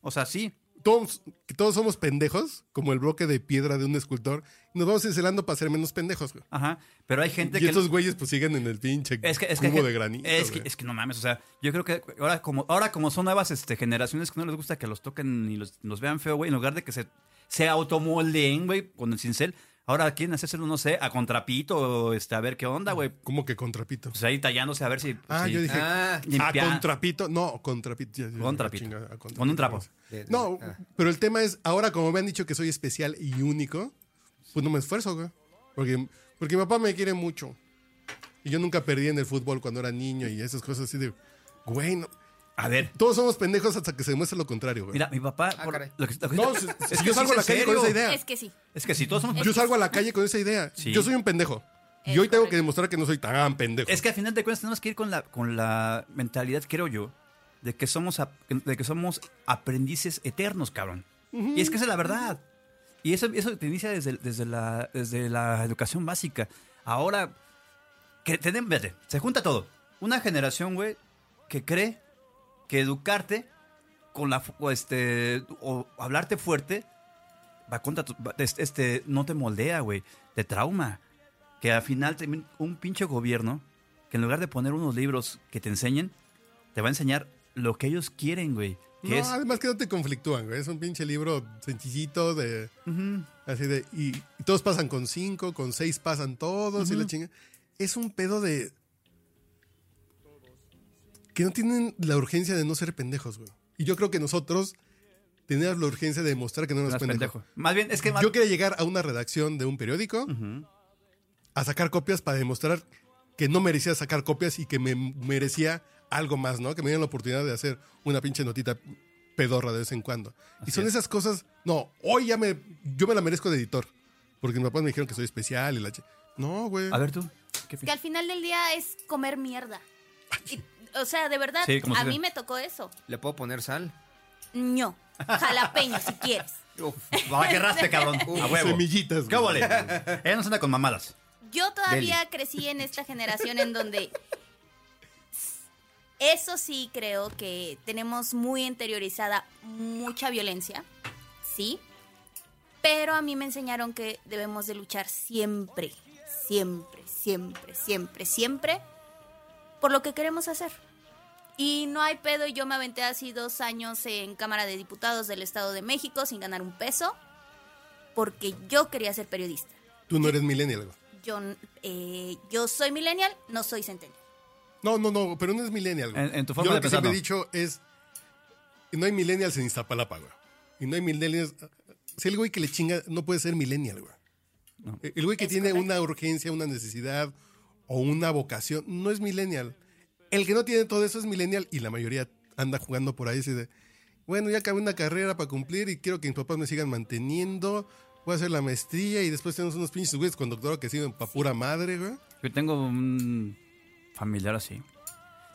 Speaker 6: o sea, sí.
Speaker 5: todos, que todos somos pendejos, como el bloque de piedra de un escultor, y nos vamos encelando para ser menos pendejos, güey.
Speaker 6: Ajá. Pero hay gente
Speaker 5: Y
Speaker 6: que.
Speaker 5: estos güeyes pues siguen en el pinche
Speaker 6: es que, es que-
Speaker 5: cubo de granito.
Speaker 6: Es que,
Speaker 5: güey.
Speaker 6: es que no mames. O sea, yo creo que ahora como, ahora como son nuevas este, generaciones que no les gusta que los toquen ni los, los vean feo, güey, en lugar de que se, se automoldeen, güey, con el cincel. Ahora quieren hacérselo, no sé, a contrapito, este, a ver qué onda, güey.
Speaker 5: ¿Cómo que contrapito?
Speaker 6: Pues ahí tallándose a ver si.
Speaker 5: Ah,
Speaker 6: si-
Speaker 5: yo dije,
Speaker 6: Ah,
Speaker 5: a
Speaker 6: limpia-
Speaker 5: contrapito. No, contrapito. ya, ya, ya,
Speaker 6: Contrapito.
Speaker 5: chinga, a contrapito.
Speaker 6: Con un trapo.
Speaker 5: No, pero el tema es, ahora como me han dicho que soy especial y único, pues no me esfuerzo, güey. Porque, porque mi papá me quiere mucho. Y yo nunca perdí en el fútbol cuando era niño y esas cosas así de, güey, no-
Speaker 6: A ver.
Speaker 5: todos somos pendejos hasta que se demuestre lo contrario, güey.
Speaker 6: Mira, mi papá. por-
Speaker 7: caray.
Speaker 6: lo que- lo que-
Speaker 5: No, si- si yo
Speaker 6: sí
Speaker 5: salgo a la
Speaker 6: es
Speaker 5: calle con
Speaker 6: serio.
Speaker 5: esa idea.
Speaker 8: Es que sí.
Speaker 6: Es que si todos somos.
Speaker 5: Yo salgo a la calle con esa idea.
Speaker 6: Sí.
Speaker 5: Yo soy un pendejo. Y
Speaker 8: Es
Speaker 5: hoy tengo que
Speaker 8: correcto.
Speaker 5: demostrar que no soy tan pendejo.
Speaker 6: Es que al final de cuentas tenemos que ir con la, con la mentalidad, creo yo, de que somos, ap- de que somos aprendices eternos, cabrón. Y es que esa es la verdad. Y eso, eso te inicia desde, desde, la, desde la educación básica. Ahora, que tenemos, fíjate, se junta todo. Una generación, güey, que cree que educarte con la, fu- o este, o hablarte fuerte va contra tu- va- es- este, no te moldea, güey, te trauma. Que al final termin- un pinche gobierno que en lugar de poner unos libros que te enseñen, te va a enseñar lo que ellos quieren, güey. Que
Speaker 5: No,
Speaker 6: es,
Speaker 5: además que no te conflictúan, güey. Es un pinche libro sencillito de. Así de. Y, y todos pasan con cinco, con seis pasan todos y la chinga. Es un pedo de. Que no tienen la urgencia de no ser pendejos, güey. Y yo creo que nosotros teníamos la urgencia de demostrar que no
Speaker 6: no
Speaker 5: eres
Speaker 6: es
Speaker 5: pendejo.
Speaker 6: pendejo. Más bien, es que más-
Speaker 5: Yo quería llegar a una redacción de un periódico a sacar copias para demostrar que no merecía sacar copias y que me merecía algo más, ¿no? Que me dieran la oportunidad de hacer una pinche notita pedorra de vez en cuando. y son
Speaker 6: es.
Speaker 5: esas cosas. No, hoy ya me. Yo me la merezco de editor. Porque mis papás me dijeron que soy especial y la. ch- No, güey.
Speaker 6: A ver tú. ¿qué
Speaker 8: Que al final del día es comer mierda. Y, o sea, de verdad,
Speaker 6: Sí, como
Speaker 8: a
Speaker 6: si-
Speaker 8: mí me tocó eso.
Speaker 7: ¿Le puedo poner sal?
Speaker 8: No. Jalapeño, si quieres. Eh,
Speaker 6: piensas? Va, que raspe, cabrón. A huevo.
Speaker 5: Semillitas, güey.
Speaker 6: ¿Qué huele? Ella no se anda con mamadas.
Speaker 8: Yo todavía crecí en esta generación en donde eso sí creo que tenemos muy interiorizada mucha violencia, sí, pero a mí me enseñaron que debemos de luchar siempre, siempre, siempre, siempre, siempre por lo que queremos hacer. Y no hay pedo, y yo me aventé así dos años en Cámara de Diputados del Estado de México sin ganar un peso, porque yo quería ser periodista.
Speaker 5: Tú no eres millennial, güey.
Speaker 8: Yo, eh, yo soy millennial, no soy centennial.
Speaker 5: No, no, no, pero no es millennial. güey.
Speaker 6: En- en tu forma
Speaker 5: Yo
Speaker 6: de
Speaker 5: lo que
Speaker 6: pensar,
Speaker 5: siempre he
Speaker 6: no.
Speaker 5: dicho es, no hay millennials en Iztapalapa, güey. Y no hay millennials... Si el güey que le chinga no puede ser millennial, güey. E,
Speaker 6: No.
Speaker 5: El güey que
Speaker 8: Es
Speaker 5: tiene
Speaker 8: correcto.
Speaker 5: una urgencia, una necesidad o una vocación, no es millennial. El que no tiene todo eso es millennial y la mayoría anda jugando por ahí así de, bueno, ya acabé una carrera para cumplir y quiero que mis papás me sigan manteniendo, voy a hacer la maestría y después tenemos unos pinches güeyes con doctorado que sirven para pura madre, güey.
Speaker 6: Yo tengo un familiar así.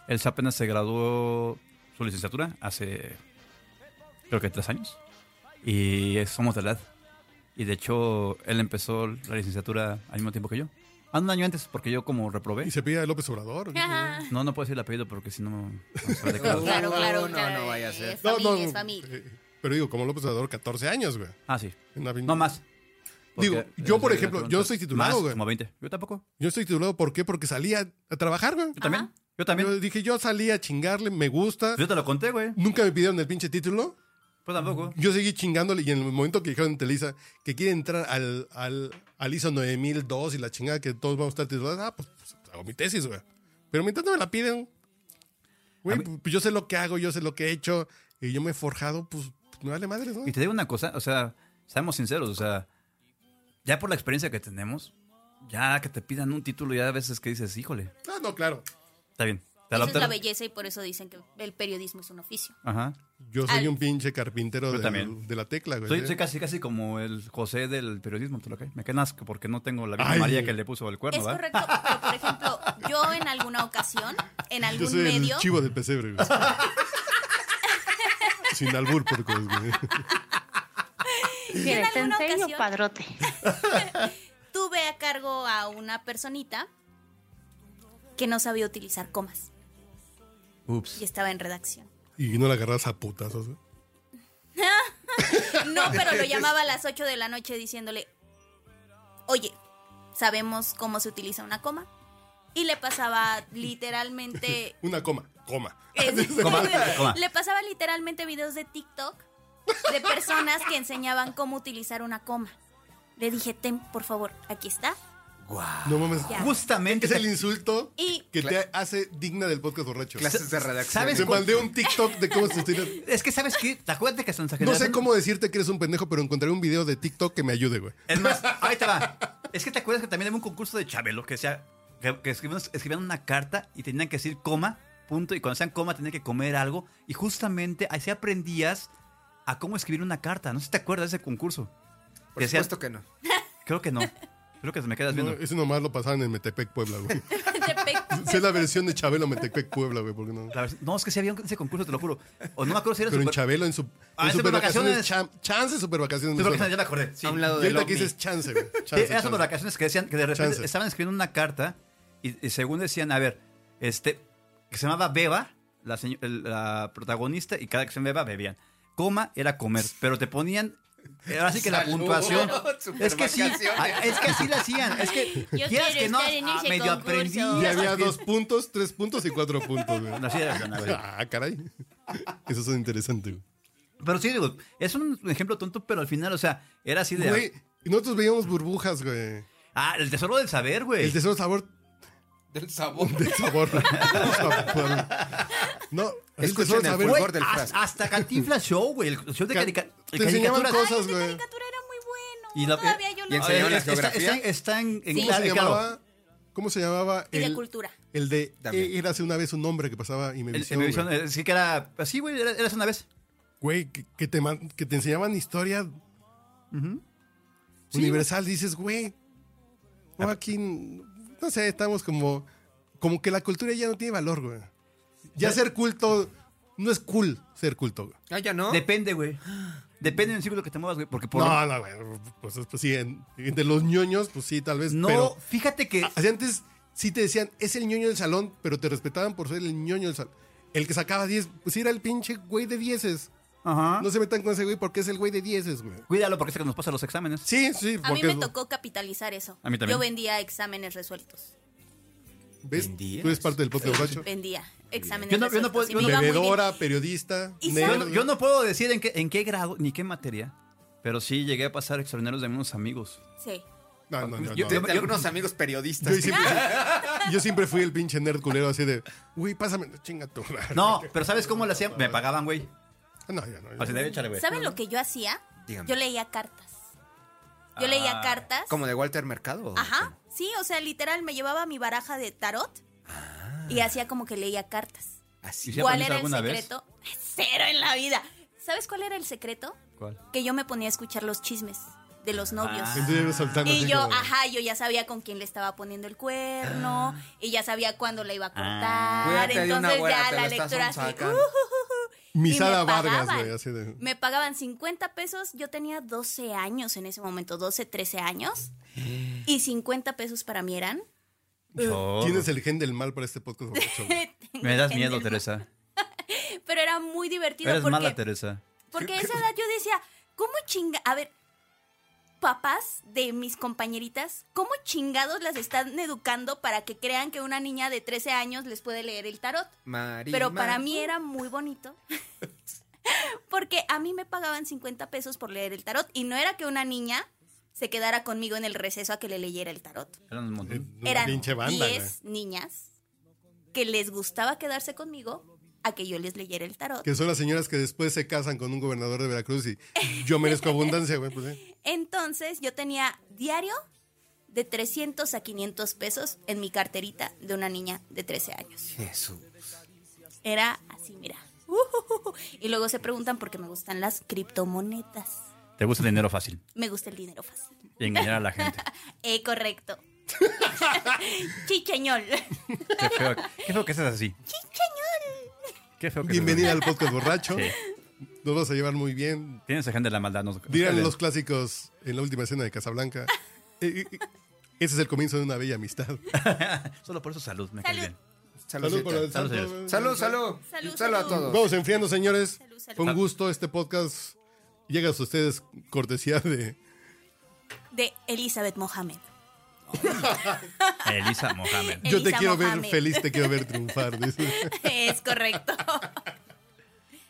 Speaker 6: Él se apenas se graduó su licenciatura hace creo que tres años. Y es- somos de la edad. Y de hecho, él empezó la licenciatura al mismo tiempo que yo. Ah, un año antes, porque yo como reprobé.
Speaker 5: Y se pide a López Obrador.
Speaker 8: Ajá.
Speaker 6: No, no puedo decir el apellido porque si no. vamos a
Speaker 7: Uh,
Speaker 6: declarar.
Speaker 8: Claro, claro,
Speaker 7: no,
Speaker 8: claro.
Speaker 7: no vaya a ser.
Speaker 8: Es
Speaker 5: No,
Speaker 8: familia,
Speaker 5: no,
Speaker 8: es familia.
Speaker 5: eh, Pero digo, como López Obrador, 14 años, güey.
Speaker 6: Ah, sí.
Speaker 5: Una pin-
Speaker 6: No más. Porque-
Speaker 5: Digo, yo, por
Speaker 6: eh,
Speaker 5: ejemplo,
Speaker 6: la-
Speaker 5: yo no soy titulado,
Speaker 6: Más,
Speaker 5: güey.
Speaker 6: Como 20. Yo tampoco.
Speaker 5: Yo estoy titulado, ¿por qué? Porque salí a, a trabajar, güey.
Speaker 6: Yo también.
Speaker 8: Ajá.
Speaker 6: Yo también.
Speaker 5: Yo dije, yo salí a chingarle, me gusta.
Speaker 6: Yo te lo conté, güey.
Speaker 5: Nunca me pidieron el pinche título.
Speaker 6: Pues tampoco.
Speaker 5: Yo seguí chingándole y en el momento que dijeron en Televisa que quiere entrar al, al, al ISO 9002 y la chingada que todos vamos a estar titulados, ah, pues, pues, hago mi tesis, güey. Pero mientras no me la piden, güey,
Speaker 6: A mí-
Speaker 5: pues yo sé lo que hago, yo sé lo que he hecho y yo me he forjado, pues me vale madre, ¿no?
Speaker 6: Y te digo una cosa, o sea, seamos sinceros, o sea, ya por la experiencia que tenemos, ya que te pidan un título, ya a veces que dices, híjole,
Speaker 5: Ah, no, claro.
Speaker 6: está bien. Te
Speaker 8: Esa es la
Speaker 6: adaptaron.
Speaker 8: belleza y por eso dicen que el periodismo es un oficio.
Speaker 6: Ajá.
Speaker 5: Yo soy
Speaker 8: Al-
Speaker 5: un pinche carpintero
Speaker 6: Yo
Speaker 5: del-
Speaker 6: también.
Speaker 5: de la tecla, güey.
Speaker 6: Soy,
Speaker 5: ¿eh?
Speaker 6: soy casi, casi como el José del periodismo, ¿te lo crees? Me quedas porque no tengo la misma
Speaker 5: Ay.
Speaker 6: María que le puso el cuerno,
Speaker 8: Es
Speaker 6: ¿verdad?
Speaker 8: correcto, pero por ejemplo, yo en alguna ocasión, en
Speaker 5: Yo
Speaker 8: algún
Speaker 5: soy
Speaker 8: medio,
Speaker 5: el chivo del pesebre, güey. Sin albur, porque güey.
Speaker 2: ¿Quieres
Speaker 8: alguna
Speaker 2: sensei o
Speaker 8: ocasión?
Speaker 2: padrote?
Speaker 8: tuve a cargo a una personita que no sabía utilizar comas
Speaker 6: Ups.
Speaker 8: y estaba en redacción.
Speaker 5: Y no la agarras a putazos, güey.
Speaker 8: No, pero lo llamaba a las 8 de la noche diciéndole, oye, sabemos cómo se utiliza una coma. Y le pasaba literalmente...
Speaker 5: Una coma, coma.
Speaker 8: es-
Speaker 6: Ah, Coma, coma.
Speaker 8: Le pasaba literalmente videos de TikTok de personas que enseñaban cómo utilizar una coma. Le dije, Tem, por favor, aquí está.
Speaker 5: No mames.
Speaker 8: Ya.
Speaker 6: Justamente.
Speaker 5: Es el insulto
Speaker 8: Y
Speaker 5: que te hace digna del podcast borracho.
Speaker 7: Clases de redacción.
Speaker 6: ¿Sabes
Speaker 5: Te
Speaker 6: cuál-
Speaker 5: mandé un TikTok de cómo sostener.
Speaker 6: Es que, ¿sabes qué? ¿Te acuerdas que Santa
Speaker 5: No
Speaker 6: Genaro-
Speaker 5: sé cómo decirte que eres un pendejo, pero encontraré un video de TikTok que me ayude, güey.
Speaker 6: Es más, ahí te va. Es que te acuerdas que también había un concurso de Chabelo que sea que, que escribían, escribían una carta y tenían que decir coma, punto, y cuando sean coma tenían que comer algo. Y justamente ahí se aprendías a cómo escribir una carta. No sé si te acuerdas de ese concurso.
Speaker 7: Por
Speaker 6: Decían-
Speaker 7: supuesto que no.
Speaker 6: Creo que no. Creo que se me quedas
Speaker 5: No,
Speaker 6: viendo.
Speaker 5: ese nomás lo pasaban en Metepec, Puebla, güey.
Speaker 8: Tepec-
Speaker 5: Sé la versión de Chabelo Metepec, Puebla, güey, porque no.
Speaker 6: La versión- No, es que sí había un- ese concurso, te lo juro. O no me acuerdo si era
Speaker 5: Pero en
Speaker 6: super-
Speaker 5: Chabelo, en su.
Speaker 6: Ah,
Speaker 5: en
Speaker 6: en
Speaker 5: supervacaciones.
Speaker 6: supervacaciones.
Speaker 5: cham- chance supervacaciones. me
Speaker 6: Creo que
Speaker 5: suena.
Speaker 6: ya me acordé. sí.
Speaker 7: A un lado
Speaker 5: Y
Speaker 7: del
Speaker 5: ahorita que
Speaker 7: ovni.
Speaker 5: dices chance, güey.
Speaker 6: Eh,
Speaker 5: Chance,
Speaker 6: Eran
Speaker 5: chance.
Speaker 6: sobre vacaciones que decían que de repente
Speaker 5: Chance.
Speaker 6: estaban escribiendo una carta y, y según decían, a ver, este, que se llamaba Beba, la, seño- el- la protagonista, y cada que se llamaba Beba bebían. Coma era comer, pero te ponían. Ahora sí que la
Speaker 7: Salud.
Speaker 6: puntuación. Es que sí,
Speaker 7: Supervacaciones.
Speaker 6: a- es que así la hacían. Es que
Speaker 2: Yo
Speaker 6: quieras
Speaker 2: quiero
Speaker 6: que no,
Speaker 2: estar en
Speaker 6: ah,
Speaker 2: ese
Speaker 6: medio
Speaker 2: concurso.
Speaker 6: aprendí.
Speaker 5: Y había dos puntos, tres puntos y cuatro puntos, güey.
Speaker 6: Así era, güey.
Speaker 5: Ah, caray. Eso son interesante, güey.
Speaker 6: Pero sí, digo, es un ejemplo tonto, pero al final, o sea, era así de.
Speaker 5: Güey, nosotros veíamos burbujas, güey.
Speaker 6: Ah, el tesoro del saber, güey.
Speaker 5: El tesoro sabor
Speaker 7: Del sabor.
Speaker 5: del sabor. Del sabor. No, el
Speaker 7: Escuchen
Speaker 5: tesoro
Speaker 7: el
Speaker 5: saber.
Speaker 7: fulgor
Speaker 5: Güey,
Speaker 7: del
Speaker 6: Has-
Speaker 7: frasco.
Speaker 6: hasta Cantinflas Show, güey. El show de,
Speaker 5: Ca-
Speaker 6: carica-
Speaker 5: te
Speaker 6: de
Speaker 5: enseñaban
Speaker 6: caricaturas.
Speaker 5: cosas,
Speaker 8: Esa
Speaker 5: güey.
Speaker 8: caricatura era muy bueno.
Speaker 6: Y la-
Speaker 8: Todavía yo
Speaker 7: y
Speaker 8: lo
Speaker 7: enseñó- enseñaban
Speaker 6: Ah,
Speaker 7: la
Speaker 6: es- está,
Speaker 7: geografía.
Speaker 6: está- está en, en-
Speaker 5: ¿Cómo se
Speaker 6: claro,
Speaker 5: llamaba? ¿Cómo se llamaba?
Speaker 8: Y de
Speaker 5: El,
Speaker 8: cultura.
Speaker 5: el de
Speaker 7: También.
Speaker 5: eh, era hace una vez un nombre que pasaba y me
Speaker 6: el- en Univision, eh, sí que era así, güey, era, eras una vez.
Speaker 5: Güey, que, que te, man- que te enseñaban historia universal. Dices, güey, no, aquí, no sé, estamos como, como que la cultura ya no tiene valor, güey. Ya ser culto, no es cool ser culto, güey.
Speaker 7: Ah, ya no.
Speaker 6: Depende, güey. Depende del círculo que te muevas, güey, porque por
Speaker 5: No, no, güey, pues, pues sí, en- entre los ñoños, pues sí, tal vez,
Speaker 6: no,
Speaker 5: pero...
Speaker 6: fíjate que
Speaker 5: Así antes sí te decían, es el ñoño del salón, pero te respetaban por ser el ñoño del salón. El que sacaba 10, pues era el pinche güey de dieces.
Speaker 6: ajá.
Speaker 5: No se metan con ese güey porque es el güey de dieces, güey.
Speaker 6: Cuídalo porque es que nos pasa los exámenes.
Speaker 5: Sí, sí,
Speaker 8: A mí
Speaker 5: porque
Speaker 8: me tocó capitalizar eso.
Speaker 6: A mí también.
Speaker 8: Yo vendía exámenes resueltos.
Speaker 5: ¿ves?
Speaker 7: Vendías.
Speaker 5: Tú eres parte del podcast borracho.
Speaker 8: Vendía exámenes
Speaker 6: Yo no- yo no puedo-
Speaker 8: resueltos. y
Speaker 6: yo
Speaker 8: me
Speaker 6: no-
Speaker 8: iba muy bien.
Speaker 5: Bebedora, periodista,
Speaker 8: Y
Speaker 5: nerd.
Speaker 6: Yo, no- yo no puedo decir en qué, en qué grado ni qué materia, pero sí llegué a pasar extraordinarios de unos amigos.
Speaker 8: Sí.
Speaker 5: No, no, no, no.
Speaker 6: yo-
Speaker 7: De,
Speaker 5: Yo,
Speaker 7: de algunos amigos periodistas.
Speaker 5: yo siempre, yo siempre fui el pinche nerd culero así de, güey, pásame, chinga tu madre".
Speaker 6: No, pero ¿sabes cómo lo hacían? Me pagaban, güey.
Speaker 5: No, ya no. ya.
Speaker 6: Así de échale, güey.
Speaker 8: ¿Saben lo que yo hacía?
Speaker 7: Dígame.
Speaker 8: Yo leía cartas. Yo leía
Speaker 6: Ah,
Speaker 8: cartas.
Speaker 7: Como de Walter Mercado.
Speaker 8: Ajá. Sí, o sea, literal, me llevaba mi baraja de tarot y hacía como que leía cartas.
Speaker 6: Ah. ¿Y
Speaker 7: Así.
Speaker 6: si
Speaker 8: ¿Cuál
Speaker 6: aprendiste
Speaker 8: era el
Speaker 6: alguna vez?
Speaker 8: secreto? Cero en la vida. ¿Sabes cuál era el secreto?
Speaker 6: ¿Cuál?
Speaker 8: Que yo me ponía a escuchar los chismes de los novios.
Speaker 6: Ah.
Speaker 5: Entonces yo iba soltando
Speaker 8: Y
Speaker 5: así
Speaker 8: yo,
Speaker 5: como-
Speaker 8: ajá, yo ya sabía con quién le estaba poniendo el cuerno y ya sabía cuándo la iba a
Speaker 6: Ah.
Speaker 8: cortar.
Speaker 7: Cuídate de una
Speaker 8: Entonces
Speaker 7: güera,
Speaker 8: ya
Speaker 7: te
Speaker 8: la
Speaker 7: la estás
Speaker 8: lectura así. ¡uh!
Speaker 7: sonsacando.
Speaker 8: "Ujujuju". Y me
Speaker 5: Misada Vargas,
Speaker 8: pagaban.
Speaker 5: güey, así de.
Speaker 8: Me pagaban 50 pesos, yo tenía 12 años en ese momento, 12, 13 años. Y 50 pesos para mí eran.
Speaker 6: Chorro.
Speaker 5: ¿Quién es el gen del mal para este podcast borracho? güey?
Speaker 6: Me das miedo, Teresa.
Speaker 8: Pero era muy divertido
Speaker 6: Eres
Speaker 8: porque,
Speaker 6: mala, Teresa.
Speaker 8: porque a esa edad yo decía, ¿cómo chinga? A ver, papás de mis compañeritas, ¿cómo chingados las están educando para que crean que una niña de 13 años les puede leer el tarot?
Speaker 7: Mari,
Speaker 8: Pero para
Speaker 7: Mari.
Speaker 8: mí era muy bonito. Porque a mí me pagaban 50 pesos por leer el tarot y no era que una niña se quedara conmigo en el receso a que le leyera el tarot.
Speaker 6: Eran un montón.
Speaker 5: Eh,
Speaker 8: Eran
Speaker 5: pinche banda, güey.
Speaker 8: 10 niñas que les gustaba quedarse conmigo a que yo les leyera el tarot.
Speaker 5: Que son las señoras que después se casan con un gobernador de Veracruz y yo merezco abundancia, güey. Pues, sí.
Speaker 8: Entonces yo tenía diario de 300 a 500 pesos en mi carterita de una niña de 13 años.
Speaker 7: Jesús.
Speaker 8: Era así, mira. Ujujuju. Y luego se preguntan por qué me gustan las criptomonedas.
Speaker 6: Te gusta el dinero fácil
Speaker 8: Me gusta el dinero fácil.
Speaker 6: y engañar a la gente.
Speaker 8: Eh, correcto. Chicheñol.
Speaker 6: Qué feo, qué feo que seas así. Qué feo que seas
Speaker 5: Bienvenida al podcast borracho.
Speaker 6: Sí.
Speaker 5: Nos vas a llevar muy bien.
Speaker 6: así. Tienes agenda de la maldad. No,
Speaker 5: Dirán los clásicos en la última escena de Casablanca. Eh, eh, Ese es el comienzo de una bella amistad.
Speaker 6: Solo por eso salud. Me cae
Speaker 8: Salud.
Speaker 6: bien.
Speaker 5: Salud por el
Speaker 6: Salud,
Speaker 5: santo.
Speaker 6: señores.
Speaker 7: Salud, salud.
Speaker 8: Salud,
Speaker 7: a
Speaker 8: salud.
Speaker 7: todos.
Speaker 5: Vamos enfriando, señores.
Speaker 8: Salud, salud.
Speaker 5: Fue un gusto este podcast. Llega a ustedes cortesía de
Speaker 8: De Elizabeth Mohamed.
Speaker 6: Elisa Mohamed.
Speaker 5: Yo te
Speaker 8: Elisa
Speaker 5: quiero ver
Speaker 8: Mohamed.
Speaker 5: feliz, te quiero ver triunfar. dice.
Speaker 8: Es correcto.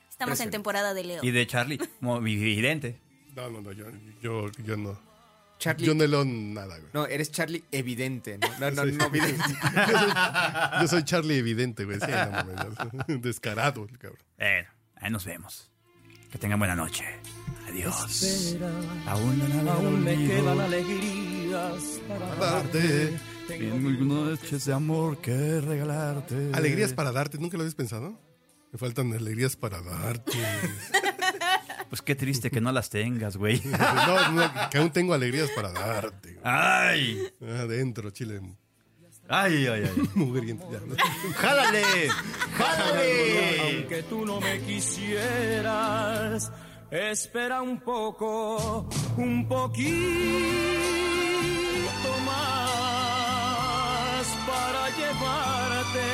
Speaker 8: Estamos en
Speaker 7: Impresionante.
Speaker 8: temporada de Leo.
Speaker 6: Y de Charlie, mo- mi vidente.
Speaker 5: No, no, no, yo, yo, yo no.
Speaker 7: Charlie.
Speaker 5: Yo no leo nada, güey.
Speaker 7: No, eres Charlie evidente, ¿no? No, no,
Speaker 5: Sí.
Speaker 7: no evidente.
Speaker 5: Yo soy, yo soy Charlie Evidente, güey. Sí, no mames. Descarado, el cabrón.
Speaker 6: Bueno, Eh, ahí nos vemos. Que tengan buena noche. Adiós.
Speaker 10: Espera,
Speaker 6: Aún no
Speaker 10: Aún me
Speaker 6: dormido.
Speaker 10: quedan alegrías para
Speaker 5: darte.
Speaker 10: darte.
Speaker 6: Tengo algunas noches de amor que regalarte.
Speaker 5: Alegrías para darte, ¿nunca lo habías pensado? Me faltan alegrías para darte.
Speaker 6: Pues qué triste que no las tengas, güey.
Speaker 5: No, no, que aún tengo alegrías para darte. Ah,
Speaker 6: ¡Ay!
Speaker 5: Adentro, chile.
Speaker 6: ¡Ay, ay, ay!
Speaker 5: Mugriento. ya.
Speaker 6: ¡Jálale! ¡Jálale!
Speaker 10: Aunque tú no me quisieras, espera un poco, un poquito más para llevarte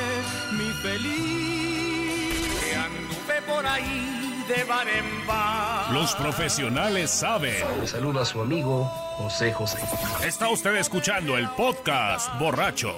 Speaker 10: mi feliz. Que anduve por ahí de bar en bar.
Speaker 12: Los profesionales saben.
Speaker 13: Le saluda a su amigo José José.
Speaker 12: Está usted escuchando el podcast borracho.